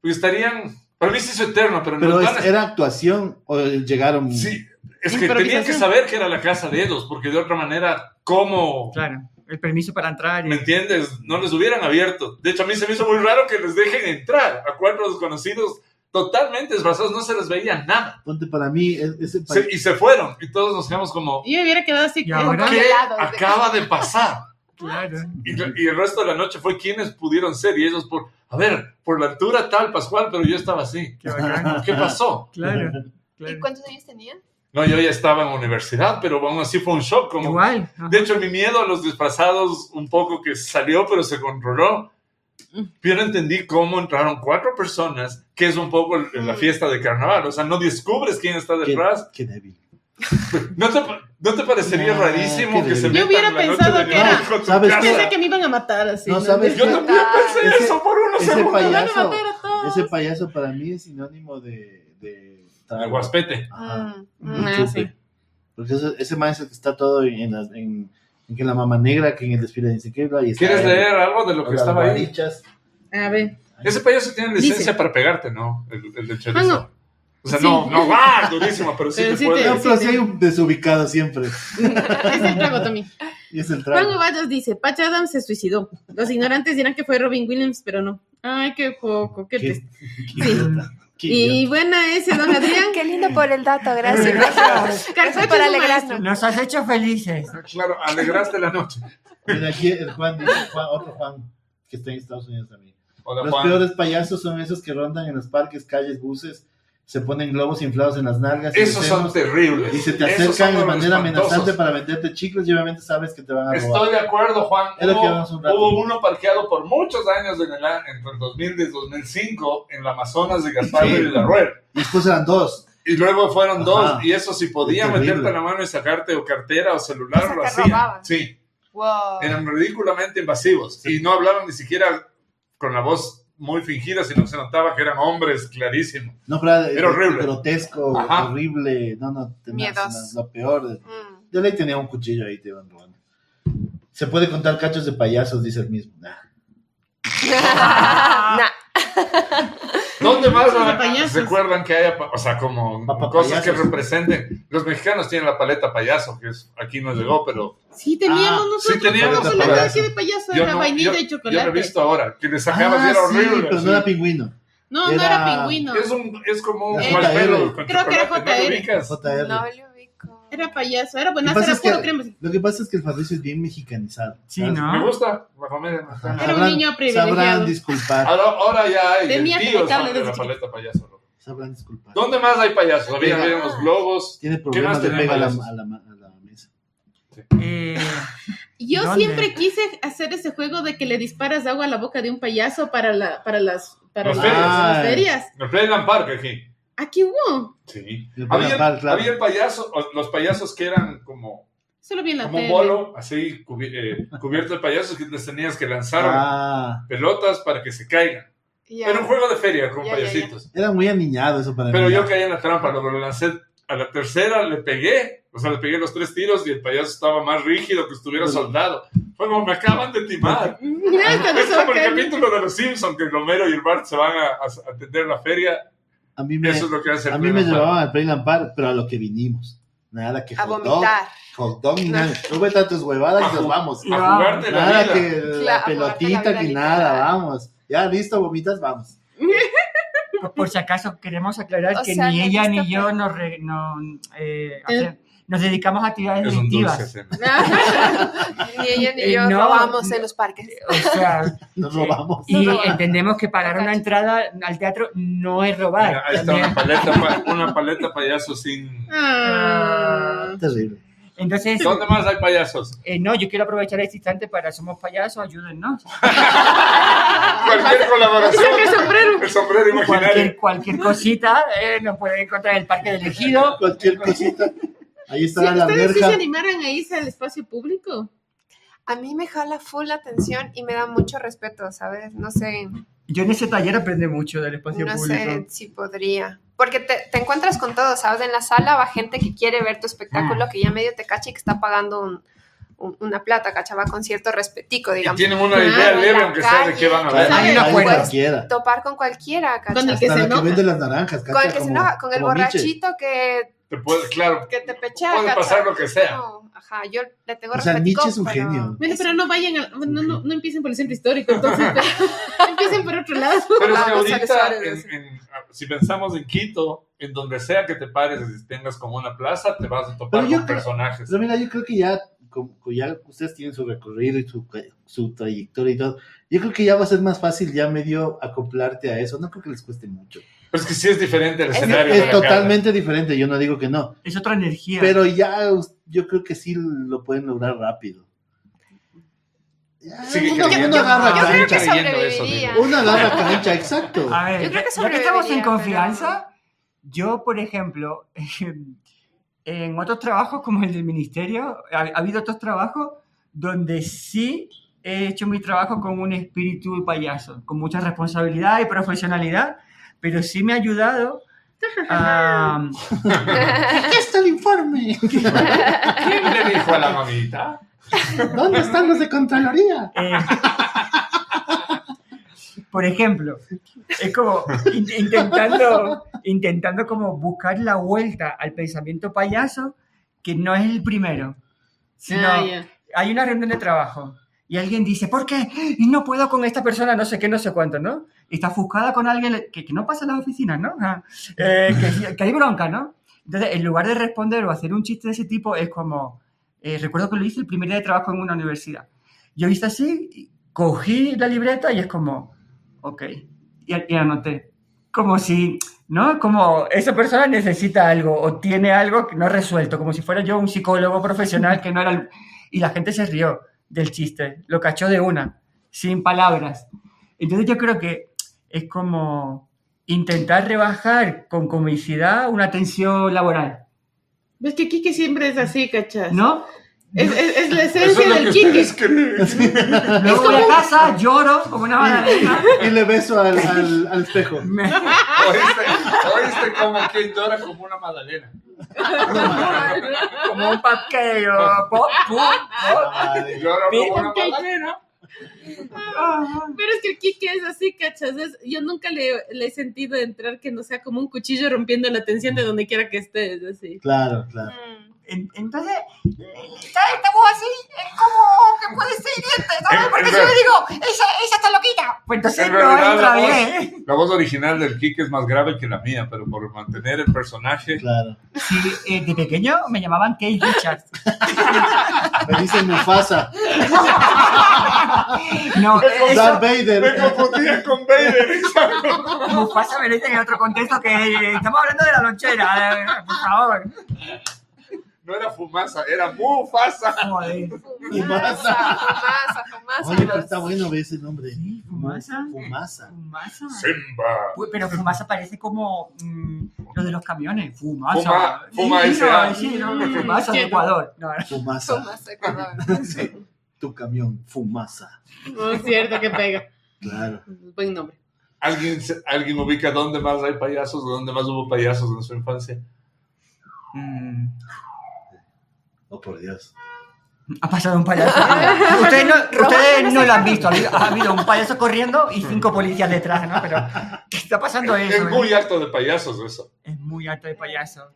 Speaker 1: Pues estarían, para mí se hizo eterno, pero,
Speaker 5: Pero
Speaker 1: no
Speaker 5: es- era actuación o llegaron.
Speaker 1: Sí, es que tenían que
Speaker 3: Improvisación.
Speaker 1: saber que era la casa de ellos, porque de otra manera, ¿cómo?
Speaker 2: Claro, el permiso para entrar. y-
Speaker 1: ¿Me entiendes? No les hubieran abierto. De hecho, a mí se me hizo muy raro que les dejen entrar a cuatro desconocidos totalmente desbrazados, no se les veía nada.
Speaker 5: Ponte para mí, es- ese payaso.
Speaker 1: Se- y se fueron, y todos nos quedamos como,
Speaker 3: Yo me hubiera quedado así
Speaker 2: Y
Speaker 3: como-
Speaker 2: ahora-
Speaker 1: ¿qué
Speaker 4: Congelados.
Speaker 5: Ah,
Speaker 1: acaba de pasar?
Speaker 2: Claro.
Speaker 1: Y, y el resto de la noche fue quienes pudieron ser y ellos por, a ver, por la altura tal, Pascual, pero yo estaba así.
Speaker 2: Qué bacán.
Speaker 1: ¿Qué pasó?
Speaker 2: Claro. claro.
Speaker 4: ¿Y cuántos años tenía?
Speaker 1: No, yo ya estaba en universidad, pero aún así fue un shock. Como,
Speaker 2: Igual. ah. ajá.
Speaker 1: de hecho, mi miedo a los disfrazados un poco que salió, pero se controló. Yo no entendí cómo entraron cuatro personas, que es un poco el- la fiesta de carnaval. O sea, no descubres quién está
Speaker 5: Qué,
Speaker 1: detrás.
Speaker 5: qué débil.
Speaker 1: ¿No te, pa- no te parecería
Speaker 5: No,
Speaker 1: rarísimo
Speaker 5: Ah, qué
Speaker 1: que se
Speaker 5: Yo
Speaker 1: metan la
Speaker 3: hubiera
Speaker 1: noche
Speaker 3: pensado
Speaker 1: de
Speaker 3: que era-
Speaker 1: Navidad con tu
Speaker 5: ¿Sabes
Speaker 1: casa?
Speaker 5: qué?
Speaker 3: Pensé que me iban a matar así.
Speaker 5: No, ¿sabes
Speaker 1: Yo
Speaker 5: qué?
Speaker 1: también pensé
Speaker 5: Ese-
Speaker 1: eso por unos
Speaker 5: Ese
Speaker 1: segundos.
Speaker 3: Me van a
Speaker 5: payaso,
Speaker 3: matar a todos.
Speaker 5: ese payaso para mí es sinónimo de. de
Speaker 1: El guaspete.
Speaker 5: Ajá.
Speaker 4: Mm,
Speaker 5: Un
Speaker 4: mm.
Speaker 3: Ah,
Speaker 5: chupe.
Speaker 3: sí.
Speaker 5: Porque ese, ese man es el que está todo en, la, en, en que la mamá negra, que en el desfile de Insequebra. y está
Speaker 1: ¿Quieres
Speaker 5: él,
Speaker 1: leer algo de lo
Speaker 5: con
Speaker 1: que
Speaker 5: las
Speaker 1: estaba ahí?
Speaker 5: varichas.
Speaker 3: A ver.
Speaker 1: Ese payaso tiene licencia
Speaker 3: Dice.
Speaker 1: para pegarte, ¿no? El, el de chorizo.
Speaker 3: Ah, no.
Speaker 1: O sea,
Speaker 3: Sí.
Speaker 1: no, no va durísimo, pero sí
Speaker 3: Pero
Speaker 1: te
Speaker 3: sí
Speaker 1: puede.
Speaker 5: No,
Speaker 3: sí
Speaker 5: pero
Speaker 3: te-
Speaker 5: sí hay un desubicado siempre.
Speaker 3: Es el trago también.
Speaker 5: Y es el
Speaker 3: Juan
Speaker 5: trago.
Speaker 3: Ovallos dice, Patch Adams se suicidó. Los ignorantes dirán que fue Robin Williams, pero no. Ay, qué poco, qué
Speaker 5: Qué-
Speaker 3: triste.
Speaker 5: qué idiota, qué
Speaker 3: Y
Speaker 5: idiota.
Speaker 3: buena ese, don Adrián.
Speaker 4: Qué lindo por el dato, gracias.
Speaker 2: Gracias.
Speaker 4: Gracias
Speaker 3: Carpaccio
Speaker 4: por
Speaker 3: es un
Speaker 4: alegrarnos.
Speaker 3: maestro.
Speaker 2: Nos has hecho felices.
Speaker 1: Claro, alegraste la noche.
Speaker 5: Mira, aquí el Juan, el Juan- otro Juan, que está en Estados Unidos también.
Speaker 1: Hola,
Speaker 5: Los
Speaker 1: Juan.
Speaker 5: peores payasos son esos que rondan en los parques, calles, buses, se ponen globos inflados en las nalgas. y
Speaker 1: Esos son
Speaker 5: senos,
Speaker 1: terribles.
Speaker 5: y se te
Speaker 1: Esos son
Speaker 5: acercan de
Speaker 1: los
Speaker 5: manera
Speaker 1: espantosos.
Speaker 5: amenazante para venderte chicles y obviamente sabes que te van a robar.
Speaker 1: Estoy de acuerdo, Juan.
Speaker 5: Ah, Es lo que
Speaker 1: Hubo-
Speaker 5: hablamos un rato.
Speaker 1: Hubo uno parqueado por muchos años en el, a- entre el 2010 y 2005 en la Amazonas de Gaspar
Speaker 5: Sí.
Speaker 1: de Villarroel.
Speaker 5: Y después eran dos.
Speaker 1: Y luego fueron
Speaker 5: Ajá.
Speaker 1: dos, y eso sí podía
Speaker 5: Terrible.
Speaker 1: meterte la mano y sacarte o cartera o celular
Speaker 4: O sea,
Speaker 1: lo
Speaker 4: te
Speaker 1: hacían.
Speaker 4: robaban.
Speaker 1: Sí,
Speaker 4: Wow.
Speaker 1: eran ridículamente invasivos y no hablaban ni siquiera con la voz muy fingidas, sino que se notaba que eran hombres, clarísimo.
Speaker 5: No, pero
Speaker 1: Era horrible.
Speaker 5: grotesco,
Speaker 1: Ajá.
Speaker 5: horrible. No, no, tenaz,
Speaker 4: Miedos.
Speaker 5: tenaz, lo peor. de-
Speaker 4: Mm.
Speaker 5: Yo le tenía un cuchillo ahí, te iban robando. Se puede contar cachos de payasos, dice el mismo. Nah.
Speaker 4: Nah.
Speaker 1: ¿Dónde más
Speaker 3: Cosas de
Speaker 1: ah,
Speaker 3: payasos.
Speaker 1: recuerdan que haya, pa- o sea, como
Speaker 5: Papá
Speaker 1: cosas que
Speaker 5: payasos.
Speaker 1: representen? Los mexicanos tienen la paleta payaso, que es, aquí no llegó, pero
Speaker 3: Sí, teníamos
Speaker 5: Ah,
Speaker 1: sí
Speaker 3: nosotros
Speaker 1: teníamos
Speaker 3: como
Speaker 5: de
Speaker 3: la
Speaker 5: payaso.
Speaker 3: leche de payaso,
Speaker 1: yo no,
Speaker 3: era
Speaker 1: yo,
Speaker 3: vainilla y
Speaker 1: yo
Speaker 3: chocolate.
Speaker 1: lo he visto ahora, que le sacabas y
Speaker 5: Ah,
Speaker 1: era
Speaker 5: sí,
Speaker 1: horrible.
Speaker 5: pero
Speaker 1: sí.
Speaker 5: no era pingüino.
Speaker 3: no, no
Speaker 5: era-
Speaker 3: era pingüino.
Speaker 1: es, un, es como un
Speaker 5: La
Speaker 1: marshmallow con
Speaker 5: JR.
Speaker 3: Creo que era
Speaker 1: chocolate, ¿no lo
Speaker 3: JR.
Speaker 1: ubicas?
Speaker 5: JR.
Speaker 4: No lo ubico.
Speaker 3: Era payaso, era bueno,
Speaker 5: Lo que pasa
Speaker 3: era
Speaker 5: es que-
Speaker 3: puro crema.
Speaker 5: Lo que pasa es que el Fabricio es bien mexicanizado.
Speaker 2: Sí,
Speaker 5: ¿sabes?
Speaker 2: ¿no?
Speaker 1: Me gusta la familia.
Speaker 5: Ajá.
Speaker 1: mexicana.
Speaker 3: Era un niño privilegiado.
Speaker 5: Sabrán disculpar.
Speaker 1: Ahora, ahora ya hay
Speaker 3: Tenía
Speaker 1: desvíos
Speaker 3: cable
Speaker 1: sobre
Speaker 3: desde
Speaker 1: la
Speaker 3: chiquito.
Speaker 1: paleta payaso. ¿no?
Speaker 5: Sabrán disculpar.
Speaker 1: ¿Dónde más hay payasos? Había,
Speaker 5: Venga.
Speaker 1: había unos globos.
Speaker 5: Tiene
Speaker 1: más
Speaker 5: problemas de
Speaker 1: tenía
Speaker 5: pega a la,
Speaker 1: payasos?
Speaker 5: a la ma- a la mesa.
Speaker 2: Eh,
Speaker 3: Yo
Speaker 2: ¿Dónde?
Speaker 3: siempre quise hacer ese juego de que le disparas agua a la boca de un payaso para, la, para las para
Speaker 1: Las
Speaker 3: las
Speaker 1: ferias.
Speaker 3: las ferias.
Speaker 1: En el Playland Park aquí.
Speaker 3: Aquí hubo.
Speaker 1: Sí.
Speaker 5: El
Speaker 1: Había,
Speaker 5: Playland Park, claro.
Speaker 1: había el payaso, o- los payasos que eran como,
Speaker 3: Solo vi en la
Speaker 1: como un
Speaker 3: tele.
Speaker 1: bolo, así cubi- eh, cubierto de payasos que les tenías que lanzar
Speaker 5: Ah,
Speaker 1: pelotas para que se caigan.
Speaker 4: Ya.
Speaker 1: Era un juego de feria con
Speaker 4: Ya, ya, ya.
Speaker 1: payasitos.
Speaker 5: era muy aniñado eso para
Speaker 1: Pero
Speaker 5: mí.
Speaker 1: yo caí en la trampa, lo lo lancé a la tercera, le pegué, o sea, le pegué los tres tiros y el payaso estaba más rígido que estuviera soldado. Fue como, me acaban de timar.
Speaker 3: Mira, cuando
Speaker 1: Es
Speaker 3: se va a
Speaker 1: como el
Speaker 3: caer.
Speaker 1: capítulo de los Simpsons, que Romero y el Bart se van a, a atender la feria.
Speaker 5: A mí me,
Speaker 1: Eso es lo que hace el
Speaker 5: a mí me
Speaker 1: Playland Park.
Speaker 5: llevaban al Playland Park, pero a lo que vinimos. Nada que
Speaker 4: A
Speaker 5: hot dog,
Speaker 4: vomitar.
Speaker 5: hot dog ni nada. Tú vete a tus huevadas y nos vamos.
Speaker 1: A jugarte la
Speaker 5: Nada
Speaker 1: vida.
Speaker 5: que
Speaker 4: Claro,
Speaker 5: la
Speaker 4: a jugarte la
Speaker 5: pelotita,
Speaker 4: vida
Speaker 5: que
Speaker 4: literal.
Speaker 5: nada, vamos. Ya listo, vomitas, vamos.
Speaker 2: por- por si acaso queremos aclarar
Speaker 4: O
Speaker 2: que
Speaker 4: sea,
Speaker 2: ni
Speaker 4: me
Speaker 2: ella
Speaker 4: gusta,
Speaker 2: ni yo
Speaker 4: pero-
Speaker 2: nos, re- no, eh,
Speaker 3: Eh.
Speaker 2: hacer- nos dedicamos a actividades
Speaker 1: Es un dulce
Speaker 2: delictivas.
Speaker 1: tema.
Speaker 4: Ni ella ni
Speaker 2: Eh,
Speaker 4: yo
Speaker 2: no.
Speaker 4: robamos en los parques.
Speaker 2: O sea,
Speaker 5: Nos
Speaker 2: Sí.
Speaker 5: robamos.
Speaker 2: y
Speaker 4: robar.
Speaker 2: entendemos que pagar una entrada al teatro no es robar.
Speaker 1: Mira, ahí está
Speaker 2: también.
Speaker 1: una paleta, pa- una paleta payaso sin...
Speaker 3: Ah.
Speaker 5: Terrible.
Speaker 2: Entonces,
Speaker 1: ¿Dónde más hay payasos?
Speaker 2: eh, no, yo quiero aprovechar este instante para Somos Payasos, ayúdennos.
Speaker 1: Cualquier colaboración. El sombrero. El sombrero
Speaker 2: Cualquier,
Speaker 1: imaginario.
Speaker 2: cualquier cosita eh, nos pueden encontrar en el Parque del Ejido.
Speaker 5: Cualquier cosita. Ahí
Speaker 3: Si
Speaker 5: estará la
Speaker 3: ustedes sí se
Speaker 5: verja.
Speaker 3: animaran a irse al espacio público.
Speaker 4: A mí me jala full la atención y me da mucho respeto, ¿sabes? No sé,
Speaker 2: Yo en ese taller aprendí mucho del espacio
Speaker 4: no
Speaker 2: público.
Speaker 4: sé si podría. Porque te, te encuentras con todo, ¿sabes? En la sala va gente que quiere ver tu
Speaker 3: Ah.
Speaker 4: espectáculo, que ya medio te cacha y que está pagando un- un- una plata, cachaba con cierto respetico,
Speaker 1: Y
Speaker 4: digamos.
Speaker 1: tienen una
Speaker 3: Ah,
Speaker 1: idea
Speaker 4: en
Speaker 1: leve,
Speaker 4: la
Speaker 1: aunque sea de qué van a
Speaker 4: calle.
Speaker 1: ver.
Speaker 5: Ahí
Speaker 2: Hay una
Speaker 5: ahí
Speaker 2: cuerda.
Speaker 5: cualquiera.
Speaker 4: Topar con cualquiera,
Speaker 3: Con el
Speaker 4: ¿cachas?
Speaker 3: que
Speaker 5: Hasta
Speaker 3: se
Speaker 5: la que
Speaker 3: enoja.
Speaker 5: vende las naranjas,
Speaker 4: Con
Speaker 5: cacha,
Speaker 4: el que se
Speaker 5: como-
Speaker 4: enoja, con el
Speaker 5: como Miche.
Speaker 4: borrachito que,
Speaker 1: Te puede, claro,
Speaker 4: que te pechea,
Speaker 1: puede
Speaker 4: ¿cachas?
Speaker 1: pasar lo que sea.
Speaker 4: No, ajá, yo le tengo
Speaker 5: O sea,
Speaker 4: respetico,
Speaker 5: Nietzsche es un
Speaker 4: pero-
Speaker 5: genio.
Speaker 3: Bueno, pero no vayan al- no, no, no empiecen por el centro histórico, entonces empiecen por otro lado.
Speaker 1: Pero es que
Speaker 4: Vamos a
Speaker 1: ahorita,
Speaker 4: Suárez,
Speaker 1: en-
Speaker 4: sí.
Speaker 1: en- ah, si pensamos en Quito, en donde sea que te pares y tengas como una plaza, te vas a topar
Speaker 5: Pero yo
Speaker 1: con
Speaker 5: creo-
Speaker 1: personajes.
Speaker 5: Pero Pues mira, yo creo que ya, como ya ustedes tienen su recorrido y su, su trayectoria y todo, yo creo que ya va a ser más fácil ya medio acoplarte a eso. No creo que les cueste mucho.
Speaker 1: Pero es que sí es diferente el
Speaker 4: Es-
Speaker 1: escenario. de
Speaker 5: es
Speaker 1: la calle.
Speaker 5: totalmente diferente, yo no digo que no,
Speaker 2: Es otra energía.
Speaker 5: pero ya us- yo creo que sí lo pueden lograr rápido. Ya,
Speaker 1: Sigue
Speaker 5: uno,
Speaker 1: creyendo.
Speaker 5: uno agarra
Speaker 4: Yo creo que
Speaker 5: cancha,
Speaker 1: Creyendo eso,
Speaker 4: sobreviviría.
Speaker 5: uno agarra cancha, exacto.
Speaker 2: A ver,
Speaker 4: Yo creo que
Speaker 2: ya que estamos en
Speaker 4: sobreviviría,
Speaker 2: confianza, yo, por ejemplo, en otros trabajos como el del ministerio, ha, ha habido otros trabajos donde sí he hecho mi trabajo con un espíritu de payaso, con mucha responsabilidad y profesionalidad, pero sí me ha ayudado a...
Speaker 5: Aquí está el informe.
Speaker 1: ¿Quién le dijo a la mamita?
Speaker 5: ¿Dónde están los de Contraloría?
Speaker 2: Eh, por ejemplo, es como in- intentando, intentando como buscar la vuelta al pensamiento payaso, que no es el primero. Sino
Speaker 3: Ah, ya.
Speaker 2: Hay una reunión de trabajo y alguien dice, ¿por qué? No puedo con esta persona, no sé qué, no sé cuánto, ¿no? Y está ofuscada con alguien que, que no pasa en las oficinas, ¿no? Ah, eh, que, que hay bronca, ¿no? Entonces, en lugar de responder o hacer un chiste de ese tipo, es como, eh, recuerdo que lo hice el primer día de trabajo en una universidad. Yo hice así, y cogí la libreta y es como, ok, y, y anoté. Como si, ¿no? Como esa persona necesita algo o tiene algo que no ha resuelto, como si fuera yo un psicólogo profesional que no era... el- Y la gente se rió del chiste, lo cachó de una, sin palabras. Entonces yo creo que es como intentar rebajar con comicidad una tensión laboral,
Speaker 3: Ves que Kike siempre es así, cachas.
Speaker 2: ¿no?
Speaker 3: Es, es- es la
Speaker 1: Eso
Speaker 3: esencia
Speaker 1: es lo
Speaker 3: del
Speaker 1: que
Speaker 3: Kiki.
Speaker 1: ustedes creen.
Speaker 2: Luego voy a casa, lloro como una banana.
Speaker 5: Y le beso al, al, al espejo.
Speaker 2: Me-
Speaker 4: Ah.
Speaker 1: ¿Oíste, oíste como quien llora como una magdalena.
Speaker 2: como un papqueo. Pop, pop,
Speaker 5: Ay,
Speaker 1: Llora
Speaker 2: Sí,
Speaker 1: como una
Speaker 3: ok.
Speaker 1: magdalena.
Speaker 3: Pero es que el Kike es así, cachas. Es- yo nunca le, le he sentido entrar que no sea como un cuchillo rompiendo la tensión de donde quiera que estés, así.
Speaker 5: Claro, claro.
Speaker 2: En- Entonces, está esta voz así, es como que puede ser hiriente, ¿sabes?
Speaker 1: En-
Speaker 2: Porque
Speaker 1: en
Speaker 2: si yo
Speaker 1: ver-
Speaker 2: digo, esa, esa está loquita, pues entonces
Speaker 1: En
Speaker 2: no
Speaker 1: realidad,
Speaker 2: entra
Speaker 1: la voz-
Speaker 2: bien.
Speaker 1: La voz original del Kike es más grave que la mía, pero por mantener el personaje.
Speaker 5: Claro.
Speaker 2: Sí, eh, de pequeño me llamaban Kate Richards.
Speaker 5: Me dicen Mufasa,
Speaker 2: No, eso,
Speaker 5: Darth Vader.
Speaker 1: Me confundía con Vader, exacto.
Speaker 2: Mufasa me lo dicen en otro contexto que eh, estamos hablando de la lonchera, eh, por favor.
Speaker 1: No era Fumasa, era Mufasa.
Speaker 2: Joder.
Speaker 5: Mufasa.
Speaker 4: Fumasa,
Speaker 5: Oye, pero
Speaker 4: fumasa.
Speaker 5: está bueno ver ese nombre.
Speaker 2: Sí, Fumasa.
Speaker 5: Fumasa.
Speaker 2: Fumasa.
Speaker 1: Simba.
Speaker 2: Uy, pero Fumasa parece como mm, lo de los camiones. Fumasa.
Speaker 1: Fuma- Fuma
Speaker 2: Sí,
Speaker 1: ese,
Speaker 2: no,
Speaker 1: ah.
Speaker 2: sí, no,
Speaker 3: Mm,
Speaker 2: Fumasa de
Speaker 3: sí, no.
Speaker 2: Ecuador. No,
Speaker 5: Fumasa.
Speaker 4: Fumasa, Ecuador.
Speaker 5: Tu camión, Fumasa.
Speaker 3: No es cierto que pega.
Speaker 5: Claro.
Speaker 3: Buen nombre.
Speaker 1: ¿Alguien, se- ¿Alguien ubica dónde más hay payasos? ¿Dónde más hubo payasos en su infancia?
Speaker 2: Mm,
Speaker 5: Oh, por Dios.
Speaker 2: Ha pasado un payaso. Ustedes no, ustedes no lo han visto. Ha habido- ha habido un payaso corriendo y cinco policías detrás, ¿no? Pero, ¿qué está pasando eso?
Speaker 1: Es
Speaker 2: eh?
Speaker 1: muy harto de payasos eso.
Speaker 2: Es muy alto de payaso.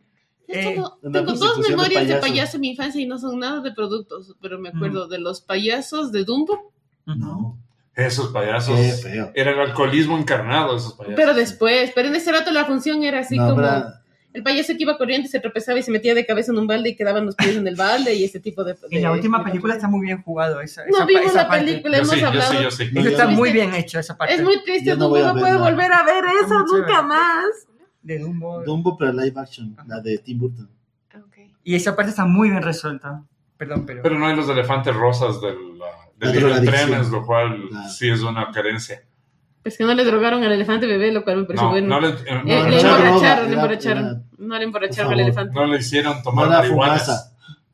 Speaker 3: De
Speaker 2: Eh,
Speaker 3: hecho, no-
Speaker 5: una
Speaker 3: tengo dos
Speaker 5: persecución de
Speaker 3: memorias de
Speaker 5: payaso.
Speaker 3: payaso en mi infancia y no son nada de productos, pero me acuerdo de los payasos de Dumbo,
Speaker 5: No.
Speaker 1: Esos payasos.
Speaker 5: Qué feo.
Speaker 1: Era el alcoholismo encarnado, esos payasos.
Speaker 3: pero después, pero en ese rato la función era así
Speaker 5: No
Speaker 3: como
Speaker 5: habrá-
Speaker 3: el payaso que iba corriendo y se tropezaba y se metía de cabeza en un balde y quedaban los pies en el balde y ese tipo de... de-
Speaker 2: En la última
Speaker 3: de-
Speaker 2: película está muy bien jugado esa, esa,
Speaker 3: No
Speaker 2: pa-
Speaker 3: vimos
Speaker 2: esa
Speaker 3: la
Speaker 2: parte.
Speaker 3: película,
Speaker 1: yo
Speaker 3: hemos
Speaker 1: sí, yo sí,
Speaker 3: hablado.
Speaker 1: yo sí.
Speaker 5: No,
Speaker 2: Eso está
Speaker 5: yo-
Speaker 2: muy bien hecho esa parte.
Speaker 3: Es muy triste,
Speaker 5: Yo no
Speaker 3: Dumbo
Speaker 5: voy a
Speaker 3: no
Speaker 5: ver
Speaker 3: puede
Speaker 5: nada.
Speaker 3: volver a ver
Speaker 2: Es
Speaker 3: eso
Speaker 2: muy chévere.
Speaker 3: nunca más.
Speaker 2: De Dumbo.
Speaker 5: Dumbo, pero live action, la de Tim Burton.
Speaker 4: Ok.
Speaker 2: Y esa parte está muy bien resuelta. Perdón, pero...
Speaker 1: Pero no hay los elefantes rosas del, la- del
Speaker 5: La
Speaker 1: libro de
Speaker 5: drogadicción.
Speaker 1: trenes, lo cual
Speaker 5: Claro.
Speaker 1: sí es una carencia.
Speaker 3: Es que no le drogaron al elefante bebé, lo cual me pareció
Speaker 1: No,
Speaker 3: bueno.
Speaker 1: no le,
Speaker 3: Eh,
Speaker 1: no-
Speaker 3: le
Speaker 5: no, no,
Speaker 3: emborracharon,
Speaker 5: no,
Speaker 3: le
Speaker 5: era-
Speaker 3: emborracharon.
Speaker 5: era-
Speaker 3: no le emborracharon
Speaker 5: Por
Speaker 3: al
Speaker 5: favor.
Speaker 3: elefante.
Speaker 1: no le hicieron tomar
Speaker 5: No la
Speaker 1: marihuanas.
Speaker 5: Fumasa.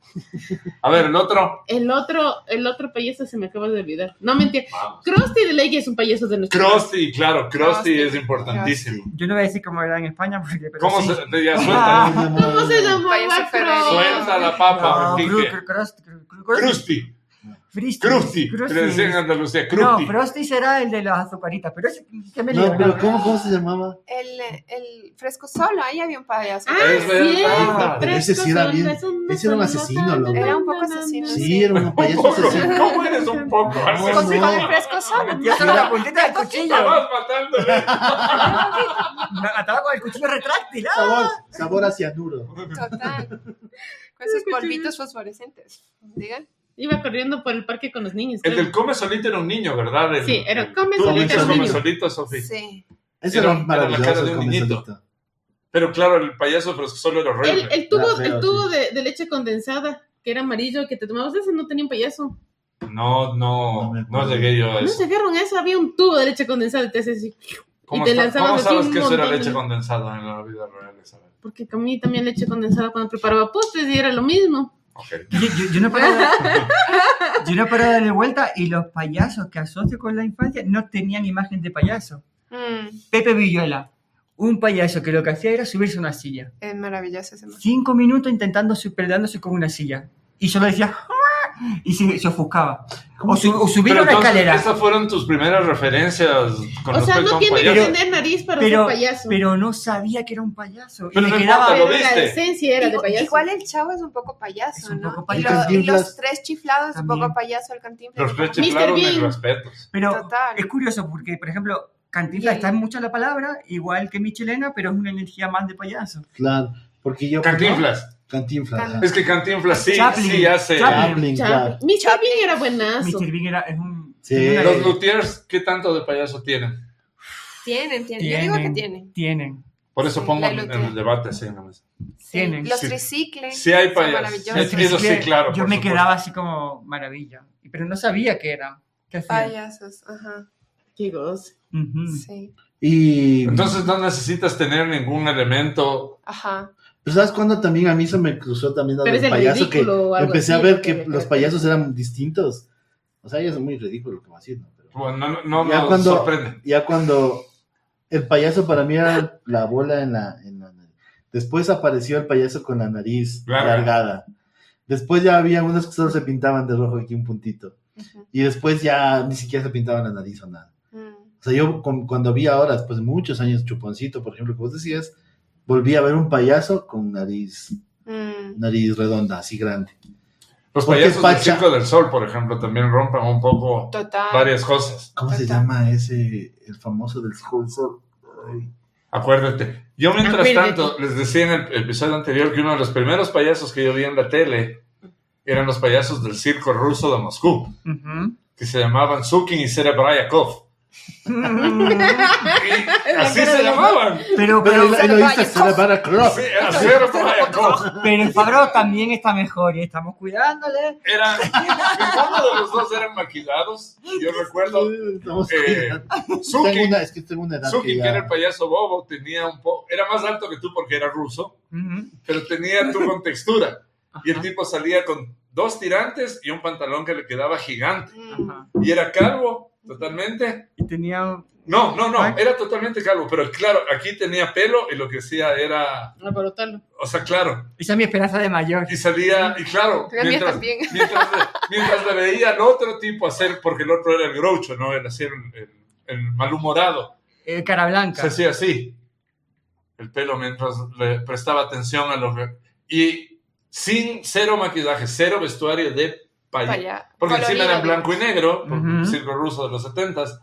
Speaker 1: A ver, el otro.
Speaker 3: El otro, el otro payaso se me acaba de olvidar. No mentira.
Speaker 1: Vamos.
Speaker 3: Krusty de Ley es un payaso de nuestro.
Speaker 1: Krusty, claro, Krusty
Speaker 4: Krusty.
Speaker 1: es importantísimo.
Speaker 2: Yo no voy a decir cómo era en España porque... Pero
Speaker 1: ¿Cómo
Speaker 2: sí.
Speaker 1: se te ya suelta?
Speaker 3: Ah, ¿Cómo se llama?
Speaker 4: Payaso
Speaker 3: Macro.
Speaker 4: Ferreri.
Speaker 1: Suelta la
Speaker 2: No,
Speaker 1: papa,
Speaker 2: Cru-
Speaker 1: Kike.
Speaker 2: Cru- Crust- Cru- Cru-
Speaker 1: Krusty,
Speaker 2: Fristi.
Speaker 1: Krusty,
Speaker 2: Crusti.
Speaker 1: le decían en Andalucía,
Speaker 2: No,
Speaker 1: Krusty.
Speaker 2: Frosty será el de las azucaritas, pero ese, ¿qué me
Speaker 5: No,
Speaker 2: lío?
Speaker 5: pero ¿cómo, cómo se llamaba?
Speaker 4: El, el fresco solo, ahí había un payaso. Pues,
Speaker 3: Ah,
Speaker 1: Es verdad.
Speaker 3: cierto.
Speaker 5: Pero ese sí era
Speaker 3: Fresco,
Speaker 5: bien-
Speaker 3: es una
Speaker 5: ese era un
Speaker 3: sola
Speaker 5: asesino,
Speaker 3: tarde.
Speaker 5: loco.
Speaker 4: Era un poco asesino.
Speaker 5: Sí, era un
Speaker 1: Un
Speaker 5: payaso
Speaker 1: poco,
Speaker 5: asesino.
Speaker 1: ¿cómo eres un poco
Speaker 5: No,
Speaker 4: Con,
Speaker 1: asesino?
Speaker 4: con el fresco solo.
Speaker 2: Yo solo la puntita del cuchillo.
Speaker 1: Te vas matando.
Speaker 2: Me Mataba con el cuchillo retráctil. ¡ah!
Speaker 5: Sabor, sabor a cianuro.
Speaker 4: Total. Con esos polvitos fosforescentes. Digan.
Speaker 3: Iba corriendo por el parque con los niños.
Speaker 1: El
Speaker 3: creo.
Speaker 1: del come solito era un niño, ¿verdad? El-
Speaker 3: Sí, era
Speaker 1: el-
Speaker 3: come
Speaker 1: tú
Speaker 5: solito
Speaker 1: dices
Speaker 5: era un
Speaker 1: come
Speaker 3: niño.
Speaker 1: solito, Sofi.
Speaker 4: Sí.
Speaker 5: Ese
Speaker 1: Era-
Speaker 5: era,
Speaker 1: era la cara
Speaker 5: maravilloso
Speaker 1: de un
Speaker 5: el
Speaker 1: niñito.
Speaker 5: comisolito.
Speaker 1: Pero claro, el payaso fresco solo era
Speaker 3: El,
Speaker 1: horrible.
Speaker 3: el tubo,
Speaker 5: Era feo,
Speaker 3: el tubo de, de leche condensada, que era amarillo, que te tomabas ese, no tenía un payaso.
Speaker 1: No, no,
Speaker 5: No me
Speaker 1: no,
Speaker 5: acuerdo.
Speaker 1: llegué yo a
Speaker 3: No
Speaker 1: eso.
Speaker 3: se vieron eso, había un tubo de leche condensada y te hacías así.
Speaker 1: ¿Cómo,
Speaker 3: te
Speaker 1: sa-
Speaker 3: lanzabas
Speaker 1: cómo
Speaker 3: así
Speaker 1: sabes
Speaker 3: un
Speaker 1: que eso era
Speaker 3: montón de-
Speaker 1: leche condensada en la vida real? Isabel?
Speaker 3: Porque comí también leche condensada cuando preparaba postres y era lo mismo.
Speaker 1: Ok.
Speaker 2: Yo, yo- yo no paro de, yo no paro de darle vuelta y los payasos que asocio con la infancia no tenían imagen de payaso.
Speaker 4: Mm,
Speaker 2: Pepe Villuela, un payaso que lo que hacía era subirse a una silla.
Speaker 4: es maravilloso ese mazo.
Speaker 2: Cinco minutos intentando superándose con una silla. Y solo decía "¡Ah!", y se, se ofuscaba. O, su- o subir a
Speaker 1: Pero
Speaker 2: una
Speaker 1: entonces,
Speaker 2: escalera.
Speaker 1: Esas fueron tus primeras referencias con
Speaker 3: o sea,
Speaker 1: respecto a
Speaker 3: no
Speaker 1: un
Speaker 3: tiene que
Speaker 1: payaso.
Speaker 3: tener nariz para
Speaker 2: Pero,
Speaker 3: ser payaso.
Speaker 2: pero no sabía que era un payaso.
Speaker 1: Pero
Speaker 2: y
Speaker 1: no
Speaker 2: me quedaba.
Speaker 1: importa, Ah, ¿lo
Speaker 3: Pero la
Speaker 1: viste?
Speaker 3: esencia era de
Speaker 4: Igual-
Speaker 3: payaso.
Speaker 4: Igual el chavo es un poco payaso,
Speaker 2: Es un
Speaker 4: ¿no?
Speaker 2: poco
Speaker 4: Y lo-
Speaker 2: payaso.
Speaker 4: Y, los
Speaker 5: Cantinflas
Speaker 4: tres chiflados, un
Speaker 2: también.
Speaker 4: poco payaso, el cantinflas.
Speaker 1: Los
Speaker 4: un
Speaker 1: tres
Speaker 4: poco-
Speaker 1: chiflados, mis
Speaker 3: Bean.
Speaker 1: respetos.
Speaker 2: Pero
Speaker 4: Total.
Speaker 2: es curioso porque, por ejemplo, Cantinflas
Speaker 4: Y-
Speaker 2: está en mucha la palabra, igual que Michelena, pero es una energía más de payaso.
Speaker 5: Claro, porque yo.
Speaker 1: Cantinflas.
Speaker 5: Cantinflas. ajá.
Speaker 1: Es que Cantinflas sí,
Speaker 2: Chaplin.
Speaker 1: sí hace.
Speaker 2: Chaplin.
Speaker 5: Chaplin,
Speaker 3: Chap-
Speaker 5: claro.
Speaker 3: Mr. Bean era buenazo.
Speaker 2: Mr. Bean era, es un.
Speaker 5: Sí.
Speaker 2: tiene
Speaker 1: Los
Speaker 2: una-
Speaker 1: Lutiers, ¿qué tanto de payaso tienen?
Speaker 4: Tienen, tienen. Yo digo que tienen.
Speaker 2: Tienen.
Speaker 1: Por eso
Speaker 4: Sí,
Speaker 1: pongo
Speaker 4: la
Speaker 1: en,
Speaker 4: Luthier.
Speaker 1: el debate así en la mesa.
Speaker 4: Sí,
Speaker 2: Tienen,
Speaker 4: Los
Speaker 1: sí.
Speaker 4: tricicles.
Speaker 1: Sí hay
Speaker 4: son
Speaker 1: payasos.
Speaker 4: maravillosos.
Speaker 1: Sí, eso sí, claro.
Speaker 2: Yo
Speaker 1: por
Speaker 2: me
Speaker 1: supuesto.
Speaker 2: quedaba así como maravilla. Pero no sabía qué era. ¿Qué hacía?
Speaker 4: Payasos, ajá.
Speaker 3: Qué gozo.
Speaker 2: Ujú.
Speaker 4: Sí.
Speaker 5: Y.
Speaker 1: Entonces no necesitas tener ningún elemento
Speaker 4: Ajá.
Speaker 5: Pero ¿sabes cuándo también a mí se me cruzó también
Speaker 3: Pero
Speaker 5: al
Speaker 3: es el
Speaker 5: payaso que
Speaker 3: ridículo o algo
Speaker 5: empecé a
Speaker 3: así,
Speaker 5: ver
Speaker 3: lo
Speaker 5: que
Speaker 3: le
Speaker 5: los
Speaker 3: caracteriza.
Speaker 5: payasos eran distintos? O sea, ya es muy ridículo lo que va haciendo. Pero...
Speaker 1: Bueno, no, no,
Speaker 5: Ya
Speaker 1: nos
Speaker 5: cuando-
Speaker 1: sorprende.
Speaker 5: ya cuando el payaso para mí era la bola en la, en la nariz. Después apareció el payaso con la nariz
Speaker 1: Larga.
Speaker 5: largada. Después ya había unos que solo se pintaban de rojo aquí un puntito.
Speaker 4: Ujú.
Speaker 5: Y después ya ni siquiera se pintaban la nariz o nada.
Speaker 4: Mm.
Speaker 5: O sea, yo con- cuando vi ahora, después de muchos años, Chuponcito, por ejemplo, que vos decías, volví a ver un payaso con nariz,
Speaker 4: Mm.
Speaker 5: nariz redonda, así grande.
Speaker 1: Los
Speaker 5: ¿Por qué
Speaker 1: payasos del
Speaker 5: Pacha?
Speaker 1: Circo del Sol, por ejemplo, también rompen un poco
Speaker 4: Total.
Speaker 1: varias cosas.
Speaker 5: ¿Cómo se
Speaker 4: Ajá.
Speaker 5: llama ese, el famoso del sponsor? Ay.
Speaker 1: Acuérdate. Yo, mientras
Speaker 3: Acuérdate.
Speaker 1: tanto, les decía en el episodio anterior que uno de los primeros payasos que yo vi en la tele eran los payasos del circo ruso de Moscú, que se llamaban Sukin y Serebrayakov. Y así se llamaban.
Speaker 2: Mm. Pero,
Speaker 5: Pero
Speaker 2: pero,
Speaker 5: el- el oíste es Sarah Croft.
Speaker 1: Sí, era Serebrayakov.
Speaker 2: pero el Fabro también está mejor y estamos cuidándole.
Speaker 1: Era, ninguno de los dos eran maquillados. Yo recuerdo,
Speaker 5: Estamos
Speaker 1: eh,
Speaker 5: cuidando. Tengo
Speaker 1: Sukin,
Speaker 5: una- es que tengo una edad que
Speaker 1: Sukin, que era el
Speaker 5: ya...
Speaker 1: payaso bobo, tenía un poco, era más alto que tú porque era ruso.
Speaker 2: Ujú.
Speaker 1: pero tenía tu contextura. Y el
Speaker 2: Ajá,
Speaker 1: tipo salía con dos tirantes y un pantalón que le quedaba gigante.
Speaker 4: Mm.
Speaker 2: ajá.
Speaker 1: Y era calvo, totalmente.
Speaker 2: Y tenía.
Speaker 1: No, no,
Speaker 2: Ah.
Speaker 1: no, era totalmente calvo, pero claro, aquí tenía pelo y lo que hacía era,
Speaker 3: Alborotarlo.
Speaker 1: o sea, claro,
Speaker 2: Esa es mi esperanza de mayor.
Speaker 1: y salía, y claro,
Speaker 4: La mía
Speaker 1: mientras,
Speaker 4: también.
Speaker 1: mientras, le, mientras le veía al otro tipo hacer, porque el otro era el groucho, ¿no? Era así el, el- el malhumorado,
Speaker 2: Eh, cara blanca.
Speaker 1: se hacía así, el pelo mientras le prestaba atención a lo que... Y sin cero maquillaje, cero vestuario de payaso.
Speaker 4: Vaya.
Speaker 1: Porque encima
Speaker 4: Colorido,
Speaker 1: era en blanco y negro, por
Speaker 2: Ujú.
Speaker 1: el circo ruso de los 70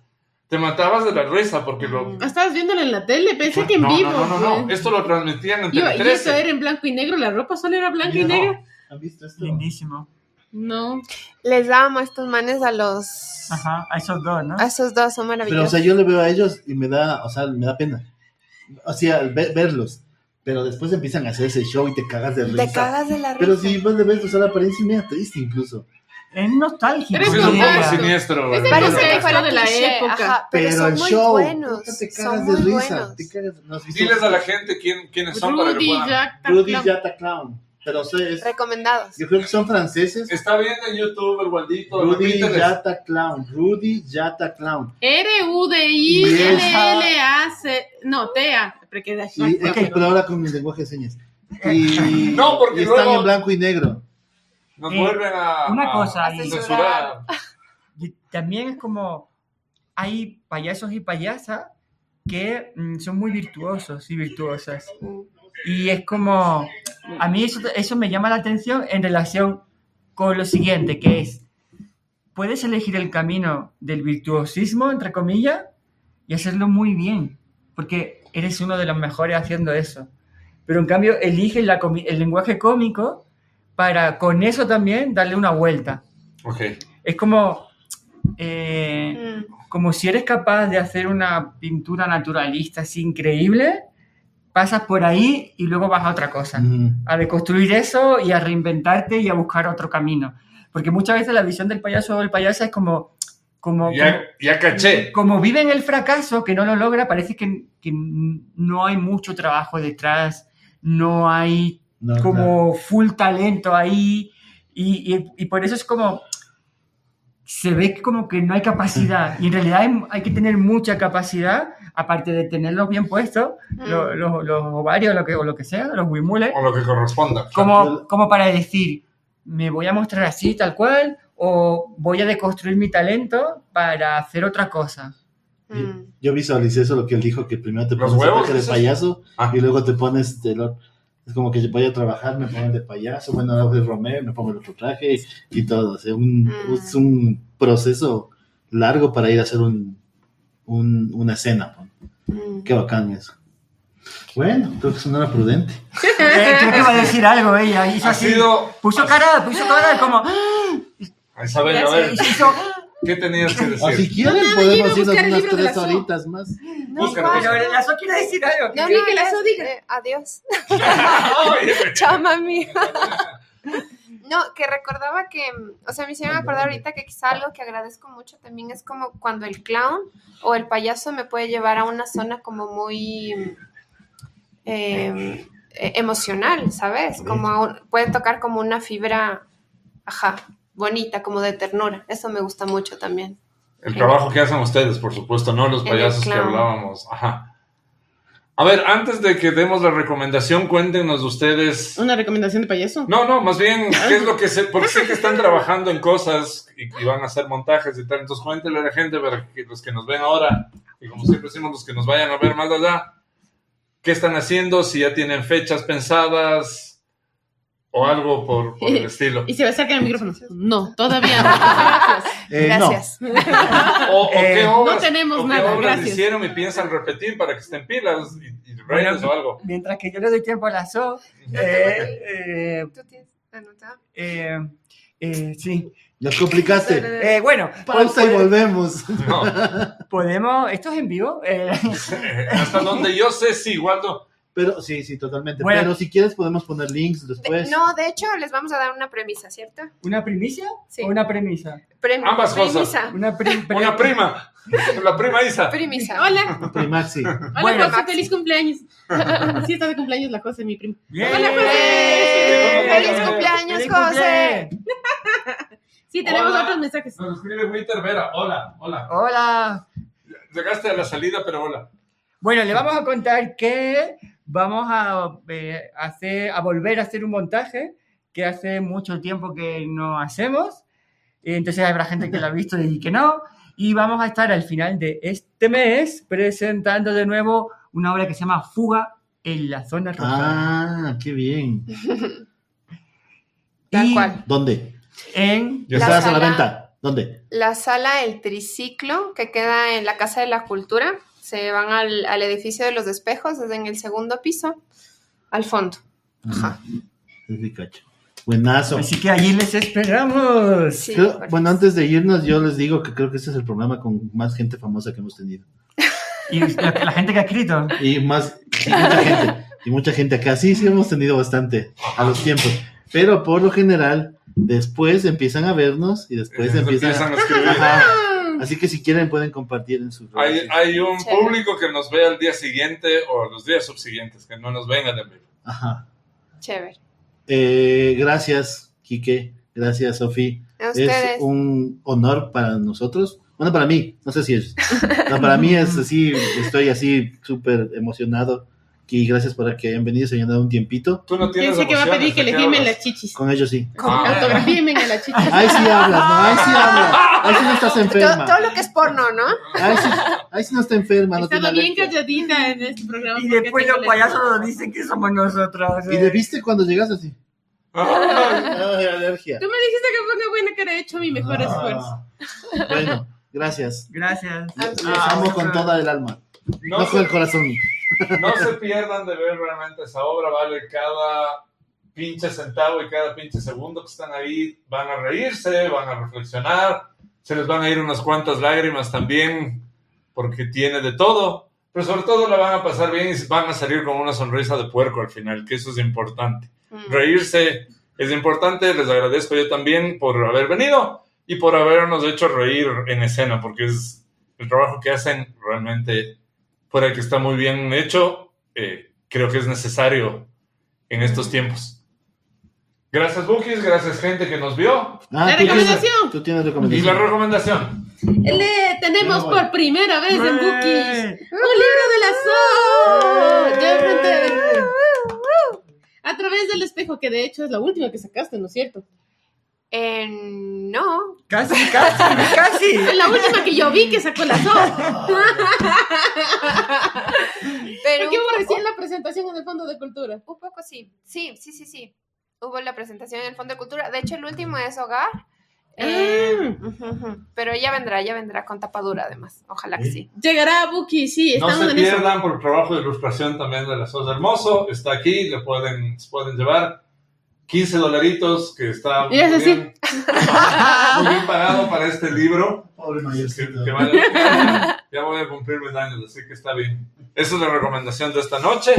Speaker 1: te matabas de la risa porque lo... Pues,
Speaker 3: Ah, Estabas viéndolo en la tele, pensé que en
Speaker 1: no, no,
Speaker 3: vivo.
Speaker 1: No, no, no,
Speaker 3: güey.
Speaker 1: esto lo transmitían en
Speaker 3: Yo- y eso
Speaker 1: 13.
Speaker 3: era en blanco y negro, la ropa solo era blanca y
Speaker 1: Ya no.
Speaker 3: negra.
Speaker 5: ¿Han visto esto?
Speaker 2: Lindísimo.
Speaker 3: No.
Speaker 4: Les amo a estos manes a los.
Speaker 2: Ajá, a esos dos, ¿no?
Speaker 4: A esos dos son
Speaker 5: Pero, o
Speaker 4: maravillosos.
Speaker 5: sea, yo le veo a ellos y me da, o sea, me da pena. O sea, ve- verlos. Pero después empiezan a hacer ese show y te cagas de risa.
Speaker 4: Te cagas de la risa.
Speaker 5: Pero si vos le ves, o sea, la apariencia es media triste incluso.
Speaker 2: Es nostálgico.
Speaker 1: Pues
Speaker 3: Pero
Speaker 1: es un poco
Speaker 3: Exacto.
Speaker 1: siniestro, güey.
Speaker 3: Ese
Speaker 4: Parece
Speaker 1: Entonces,
Speaker 4: que fuera
Speaker 3: de
Speaker 4: de
Speaker 3: la
Speaker 4: la
Speaker 3: época.
Speaker 4: Ajá, pero,
Speaker 5: Pero,
Speaker 4: son
Speaker 5: el
Speaker 4: muy
Speaker 5: show,
Speaker 4: buenos.
Speaker 5: puta, te
Speaker 4: Son
Speaker 5: cagas de
Speaker 4: muy
Speaker 5: risa.
Speaker 4: buenos.
Speaker 5: Te cagas, ¿no has visto?
Speaker 1: Diles a la gente quién, quiénes son para que
Speaker 3: Rudy,
Speaker 1: puedan...
Speaker 3: Jack,
Speaker 5: Rudy
Speaker 3: Clown.
Speaker 5: Jata Clown. Pero o sea, es-
Speaker 4: Recomendados.
Speaker 5: yo creo que son franceses.
Speaker 1: Está viendo en YouTube el Waldito,
Speaker 5: Rudy
Speaker 1: repíteles.
Speaker 5: Jata Clown. Rudy Jata Clown.
Speaker 3: R-U-D-I-L-L-A-C. No, TEA. Porque era
Speaker 5: Y,
Speaker 3: Jack,
Speaker 5: ok,
Speaker 3: pero-
Speaker 5: pero ahora con mi lenguaje de señas. Y,
Speaker 1: No, porque
Speaker 5: y están
Speaker 1: luego-
Speaker 5: en blanco y negro.
Speaker 1: Nos
Speaker 2: Eh,
Speaker 1: vuelven a...
Speaker 2: una
Speaker 1: a
Speaker 2: cosa, y-
Speaker 1: censurar.
Speaker 2: Y también es como hay payasos y payasas que mm, son muy virtuosos y virtuosas. Y es como, a mí eso, eso me llama la atención en relación con lo siguiente, que es, puedes elegir el camino del virtuosismo, entre comillas, y hacerlo muy bien, porque eres uno de los mejores haciendo eso. Pero en cambio, eliges la comi- el lenguaje cómico para con eso también darle una vuelta.
Speaker 1: Ok.
Speaker 2: Es como, eh,
Speaker 4: Mm.
Speaker 2: como si eres capaz de hacer una pintura naturalista así increíble, pasas por ahí y luego vas a otra cosa.
Speaker 5: Mm.
Speaker 2: A deconstruir eso y a reinventarte y a buscar otro camino. Porque muchas veces la visión del payaso o del payaso es como, como,
Speaker 1: Ya, ya
Speaker 2: como,
Speaker 1: caché.
Speaker 2: como vive en el fracaso, que no lo logra, parece que, que no hay mucho trabajo detrás, no hay
Speaker 5: No,
Speaker 1: Ah,
Speaker 5: no.
Speaker 2: como full talento ahí y, y- y por eso es como se ve que como que no hay capacidad y en realidad hay, hay que tener mucha capacidad aparte de tenerlos bien puestos
Speaker 4: mm,
Speaker 2: lo- los, los ovarios lo que, o lo que sea los huimules
Speaker 1: O lo que corresponda.
Speaker 2: como, como para decir me voy a mostrar así tal cual o voy a deconstruir mi talento para hacer otra cosa
Speaker 4: Mm. Mm.
Speaker 5: Yo visualicé eso lo que él dijo, que primero te
Speaker 1: Los
Speaker 5: pones el
Speaker 1: huevos,
Speaker 5: traje de
Speaker 1: dices.
Speaker 5: payaso
Speaker 1: Ah.
Speaker 5: y luego te pones de lo- Es como que yo voy a trabajar, me pongo el de payaso, bueno, hago de Romeo, me pongo el otro traje y todo. O sea, un-
Speaker 4: Mm.
Speaker 5: es un proceso largo para ir a hacer un, un- una cena. po.
Speaker 4: Mm.
Speaker 5: Qué bacán eso. Bueno, creo que eso no era prudente.
Speaker 2: Eh, creo que va a decir algo ella hizo
Speaker 1: Ha
Speaker 2: así
Speaker 1: sido...
Speaker 2: puso cara puso cara como
Speaker 1: A Isabel, a ver,
Speaker 2: hizo-
Speaker 1: ¿qué tenías que
Speaker 5: O si
Speaker 1: decir?
Speaker 5: quieren,
Speaker 3: No, no, Pues yo iba a
Speaker 5: podemos irnos
Speaker 3: buscar el
Speaker 5: unas
Speaker 3: libro de la
Speaker 5: tres
Speaker 3: Zoo.
Speaker 5: horitas más.
Speaker 1: Búscalo,
Speaker 4: igual.
Speaker 1: búscalo.
Speaker 2: Pero la Zo quiere decir algo.
Speaker 4: No,
Speaker 3: Sí,
Speaker 4: no,
Speaker 3: que la
Speaker 4: ya,
Speaker 3: Zo diga.
Speaker 4: eh, adiós.
Speaker 1: Oye,
Speaker 4: Chao, mami. No, que recordaba que, mm, o sea, me hicieron acordar ahorita que quizá algo que agradezco mucho también es como cuando el clown o el payaso me puede llevar a una zona como muy mm, eh, eh, emocional, ¿sabes? Como un- puede tocar como una fibra, ajá, bonita, como de ternura. Eso me gusta mucho también.
Speaker 1: El trabajo que hacen ustedes, por supuesto, no los
Speaker 4: En
Speaker 1: payasos
Speaker 4: el
Speaker 1: que
Speaker 4: clown.
Speaker 1: hablábamos. Ajá. A ver, antes de que demos la recomendación, cuéntenos ustedes.
Speaker 3: ¿Una recomendación de payaso?
Speaker 1: No, no, más bien, ¿qué es lo que se.? Porque sé que están trabajando en cosas y, y van a hacer montajes y tal. Entonces, cuéntenle a la gente, para que los que nos ven ahora, y como siempre decimos, los que nos vayan a ver más allá, ¿qué están haciendo? Si ya tienen fechas pensadas o algo por, por el estilo.
Speaker 3: Y se va a acercar el micrófono. No, todavía no.
Speaker 5: Eh, no.
Speaker 4: Gracias.
Speaker 1: O, o
Speaker 2: Eh,
Speaker 1: qué
Speaker 2: no
Speaker 1: obras,
Speaker 3: tenemos
Speaker 1: o qué
Speaker 3: nada,
Speaker 1: obras
Speaker 3: gracias.
Speaker 1: hicieron y piensan repetir para que estén pilas y, y reyes
Speaker 2: Bueno,
Speaker 1: o algo.
Speaker 2: Mientras que yo le doy tiempo a la SO. eh, eh,
Speaker 4: ¿Tú tienes anotado?
Speaker 2: eh, eh, sí.
Speaker 5: Nos complicaste.
Speaker 2: Eh, bueno,
Speaker 5: Pausa y
Speaker 2: po-
Speaker 5: volvemos.
Speaker 1: No.
Speaker 2: podemos. ¿Esto es en vivo? Eh,
Speaker 1: Hasta donde yo sé, sí, Waldo.
Speaker 5: Pero sí, sí, totalmente.
Speaker 2: Bueno.
Speaker 5: Pero si quieres podemos poner links después.
Speaker 4: No, de hecho, les vamos a dar una premisa, ¿cierto?
Speaker 2: ¿Una primicia?
Speaker 4: Sí.
Speaker 2: ¿O una premisa?
Speaker 4: Prem-
Speaker 1: Ambas cosas.
Speaker 4: premisa.
Speaker 2: Una, prim-
Speaker 1: Una prima. La prima Isa.
Speaker 4: Premisa.
Speaker 3: Hola,
Speaker 5: Primaxi.
Speaker 3: hola,
Speaker 2: Bueno,
Speaker 3: José,
Speaker 4: Maxi.
Speaker 3: feliz cumpleaños. Sí, está de cumpleaños la José, mi prima.
Speaker 2: Bien.
Speaker 3: Hola,
Speaker 4: José.
Speaker 1: ¡Feliz
Speaker 4: cumpleaños,
Speaker 2: ¡Feliz cumple!
Speaker 3: Sí, tenemos
Speaker 1: Hola.
Speaker 3: otros mensajes.
Speaker 1: Nos escribe Winter Vera. Hola, hola.
Speaker 2: Hola.
Speaker 1: Llegaste a la salida, pero hola.
Speaker 2: Bueno, le vamos a contar que vamos a, eh, hacer, a volver a hacer un montaje que hace mucho tiempo que no hacemos. Y Entonces habrá gente que lo ha visto y que no. Y vamos a estar al final de este mes presentando de nuevo una obra que se llama Fuga en la zona roja.
Speaker 5: Ah, qué bien.
Speaker 4: Tal
Speaker 2: Y
Speaker 4: cual.
Speaker 5: ¿Dónde?
Speaker 2: En,
Speaker 5: Ya
Speaker 4: La
Speaker 5: estabas a la
Speaker 4: sala.
Speaker 5: venta. ¿Dónde?
Speaker 4: La sala El Triciclo, que queda en la Casa de la Cultura. Se van al, al edificio de los espejos, desde en el segundo piso, al fondo. Ajá.
Speaker 5: Mm, Es mi cacho. Buenazo.
Speaker 2: así que allí les esperamos.
Speaker 4: Sí,
Speaker 5: Creo-
Speaker 4: por-
Speaker 5: bueno, antes de irnos, yo les digo que creo que este es el programa con más gente famosa que hemos tenido.
Speaker 2: Y la, la gente que ha escrito.
Speaker 5: Y más, y mucha gente. Y mucha gente acá. Sí, sí, hemos tenido bastante a los tiempos. Pero por lo general, después empiezan a vernos y después
Speaker 1: Eh,
Speaker 5: empiezan,
Speaker 1: a escribir.
Speaker 5: Ajá. Pues Así que si quieren pueden compartir en sus
Speaker 1: Hay,
Speaker 5: redes.
Speaker 1: hay un
Speaker 4: Sí.
Speaker 1: público que nos ve al día siguiente o a los días subsiguientes, que no nos vengan de vivo.
Speaker 5: Ajá.
Speaker 4: chévere.
Speaker 5: Eh, gracias, Quique. Gracias, Sofi.
Speaker 4: A
Speaker 5: Es
Speaker 4: ustedes.
Speaker 5: un honor para nosotros. Bueno, para mí, no sé si es. No, para mí es así, estoy así súper emocionado. Y gracias por que hayan venido, se hayan dado un tiempito.
Speaker 1: Tú no tienes
Speaker 3: Pensé que va a
Speaker 1: emociones,
Speaker 3: pedir que
Speaker 1: ¿de
Speaker 3: le
Speaker 1: qué
Speaker 3: firmen
Speaker 1: hablas?
Speaker 3: las chichis.
Speaker 5: Con ellos sí.
Speaker 1: Ah,
Speaker 3: Autografíenme a las chichis.
Speaker 5: Ahí sí hablas, ¿no? Ahí sí hablas. Ahí sí no estás
Speaker 4: todo,
Speaker 5: enferma.
Speaker 4: todo lo que es porno, ¿no?
Speaker 5: Ahí sí, ahí sí no está enferma. No
Speaker 3: Estaba
Speaker 5: tiene
Speaker 3: bien
Speaker 5: alergia.
Speaker 3: calladita en este programa.
Speaker 2: Y
Speaker 3: porque
Speaker 2: después
Speaker 3: tengo
Speaker 2: los
Speaker 3: la-
Speaker 2: payasos nos dicen que somos nosotros.
Speaker 5: ¿Y
Speaker 2: eh.
Speaker 5: le viste cuando llegaste así?
Speaker 1: Ah,
Speaker 5: Ay, alergia.
Speaker 3: Tú me dijiste que ponga buena cara, he hecho mi mejor esfuerzo.
Speaker 5: Ah, Bueno, gracias.
Speaker 2: Gracias.
Speaker 5: Les
Speaker 4: Ah,
Speaker 5: amo con toda el alma,
Speaker 1: no,
Speaker 5: no con el
Speaker 1: se,
Speaker 5: corazón.
Speaker 1: no se pierdan de ver realmente esa obra, vale cada pinche centavo y cada pinche segundo que están ahí. Van a reírse, van a reflexionar, se les van a ir unas cuantas lágrimas también, porque tiene de todo. Pero sobre todo la van a pasar bien y van a salir con una sonrisa de puerco al final, que eso es importante.
Speaker 4: Mm.
Speaker 1: reírse es importante. Les agradezco yo también por haber venido y por habernos hecho reír en escena, porque es el trabajo que hacen realmente fuera de que está muy bien hecho. eh, creo que es necesario en estos tiempos. Gracias, Bookies. Gracias, gente que nos vio.
Speaker 5: Ah,
Speaker 3: La
Speaker 5: tú tienes-
Speaker 3: recomendación.
Speaker 5: Tú tienes
Speaker 1: Y la
Speaker 5: recomendación.
Speaker 1: recomendación.
Speaker 3: Le tenemos
Speaker 5: Yo voy.
Speaker 3: por primera vez en
Speaker 2: ¡Bien!
Speaker 3: Bookies un libro de la SO. Ya enfrente- A través del espejo, que de hecho es la última que sacaste, ¿no es cierto?
Speaker 4: Eh, no,
Speaker 2: Casi, casi, casi.
Speaker 3: Es la última que yo vi que sacó la SO.
Speaker 4: pero
Speaker 3: Porque
Speaker 4: un
Speaker 3: hubo
Speaker 4: poco-
Speaker 3: recién la presentación en el Fondo de Cultura.
Speaker 4: Un poco sí, sí, sí, sí, sí. Hubo la presentación en el Fondo de Cultura. De hecho, el último es Hogar.
Speaker 2: Ah.
Speaker 5: Ah.
Speaker 4: Eh, ujú, ujú. Pero ya vendrá, ya vendrá con tapadura además. Ojalá
Speaker 5: ¿Eh?
Speaker 4: que sí.
Speaker 3: Llegará Buki, sí,
Speaker 1: No se
Speaker 3: estamos en eso.
Speaker 1: pierdan por el trabajo de ilustración también de la Sosa Hermoso. Está aquí, le pueden, se pueden llevar 15 dolaritos que está muy
Speaker 3: Y es así.
Speaker 1: bien, muy bien pagado para este libro. Este,
Speaker 5: Pobre
Speaker 1: Que,
Speaker 5: mayorcito.
Speaker 1: que vale la pena. ya voy a cumplir mis años, así que está bien. Esa es la recomendación de esta noche.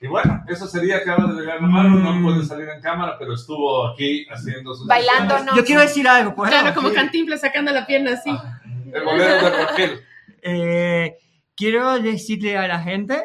Speaker 1: Y bueno, eso sería, acaba de llegar la mano, no puede salir en cámara, pero estuvo aquí haciendo sus...
Speaker 4: Bailando,
Speaker 1: acciones.
Speaker 4: no.
Speaker 2: Yo quiero decir algo, pues.
Speaker 3: Claro, como Cantinflas sacando la pierna así.
Speaker 5: Ah.
Speaker 1: El bolero de Raquel.
Speaker 2: Eh, quiero decirle a la gente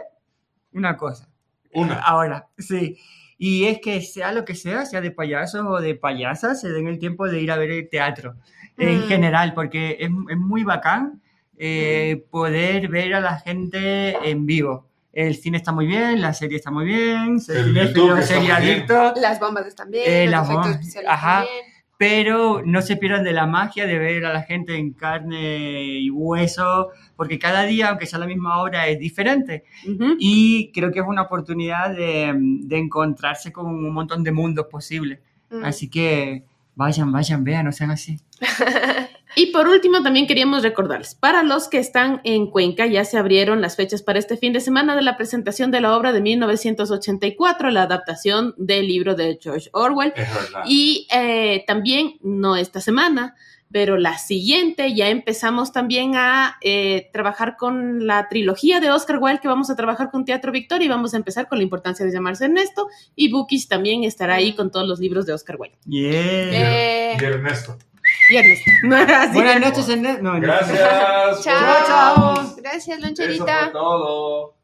Speaker 2: una cosa.
Speaker 1: Una.
Speaker 2: Ahora, sí. Y es que sea lo que sea, sea de payasos o de payasas, se den el tiempo de ir a ver el teatro en
Speaker 4: Mm.
Speaker 2: general, porque es, es muy bacán eh,
Speaker 4: Mm.
Speaker 2: poder ver a la gente en vivo. El cine está muy bien, la serie está muy bien, se
Speaker 1: El
Speaker 2: sería
Speaker 1: YouTube está muy bien.
Speaker 2: adicto,
Speaker 4: Las bombas están bien,
Speaker 2: Eh,
Speaker 4: los
Speaker 2: las
Speaker 4: efectos
Speaker 2: bombas,
Speaker 4: especiales
Speaker 2: ajá.
Speaker 4: también.
Speaker 2: pero no se pierdan de la magia de ver a la gente en carne y hueso, porque cada día, aunque sea la misma hora, es diferente.
Speaker 3: Ujú.
Speaker 2: Y creo que es una oportunidad de, de encontrarse con un montón de mundos posibles.
Speaker 4: Mm.
Speaker 2: Así que vayan, vayan, vean, no sean así.
Speaker 3: Y por último, también queríamos recordarles, para los que están en Cuenca, ya se abrieron las fechas para este fin de semana de la presentación de la obra de 1984, la adaptación del libro de George Orwell.
Speaker 1: Es verdad.
Speaker 3: Y eh, también, no esta semana, pero la siguiente, ya empezamos también a eh, trabajar con la trilogía de Oscar Wilde, que vamos a trabajar con Teatro Victoria y vamos a empezar con la importancia de llamarse Ernesto. Y Bookish también estará ahí con todos los libros de Oscar Wilde.
Speaker 2: Yeah.
Speaker 4: Eh,
Speaker 1: Y Ernesto.
Speaker 3: Y Ernesto. Así que-
Speaker 2: Buenas noches, Ernest. No, no.
Speaker 1: Gracias.
Speaker 4: Chao.
Speaker 2: Chao, chao.
Speaker 4: Gracias,
Speaker 1: Eso
Speaker 4: loncherita.
Speaker 1: fue todo.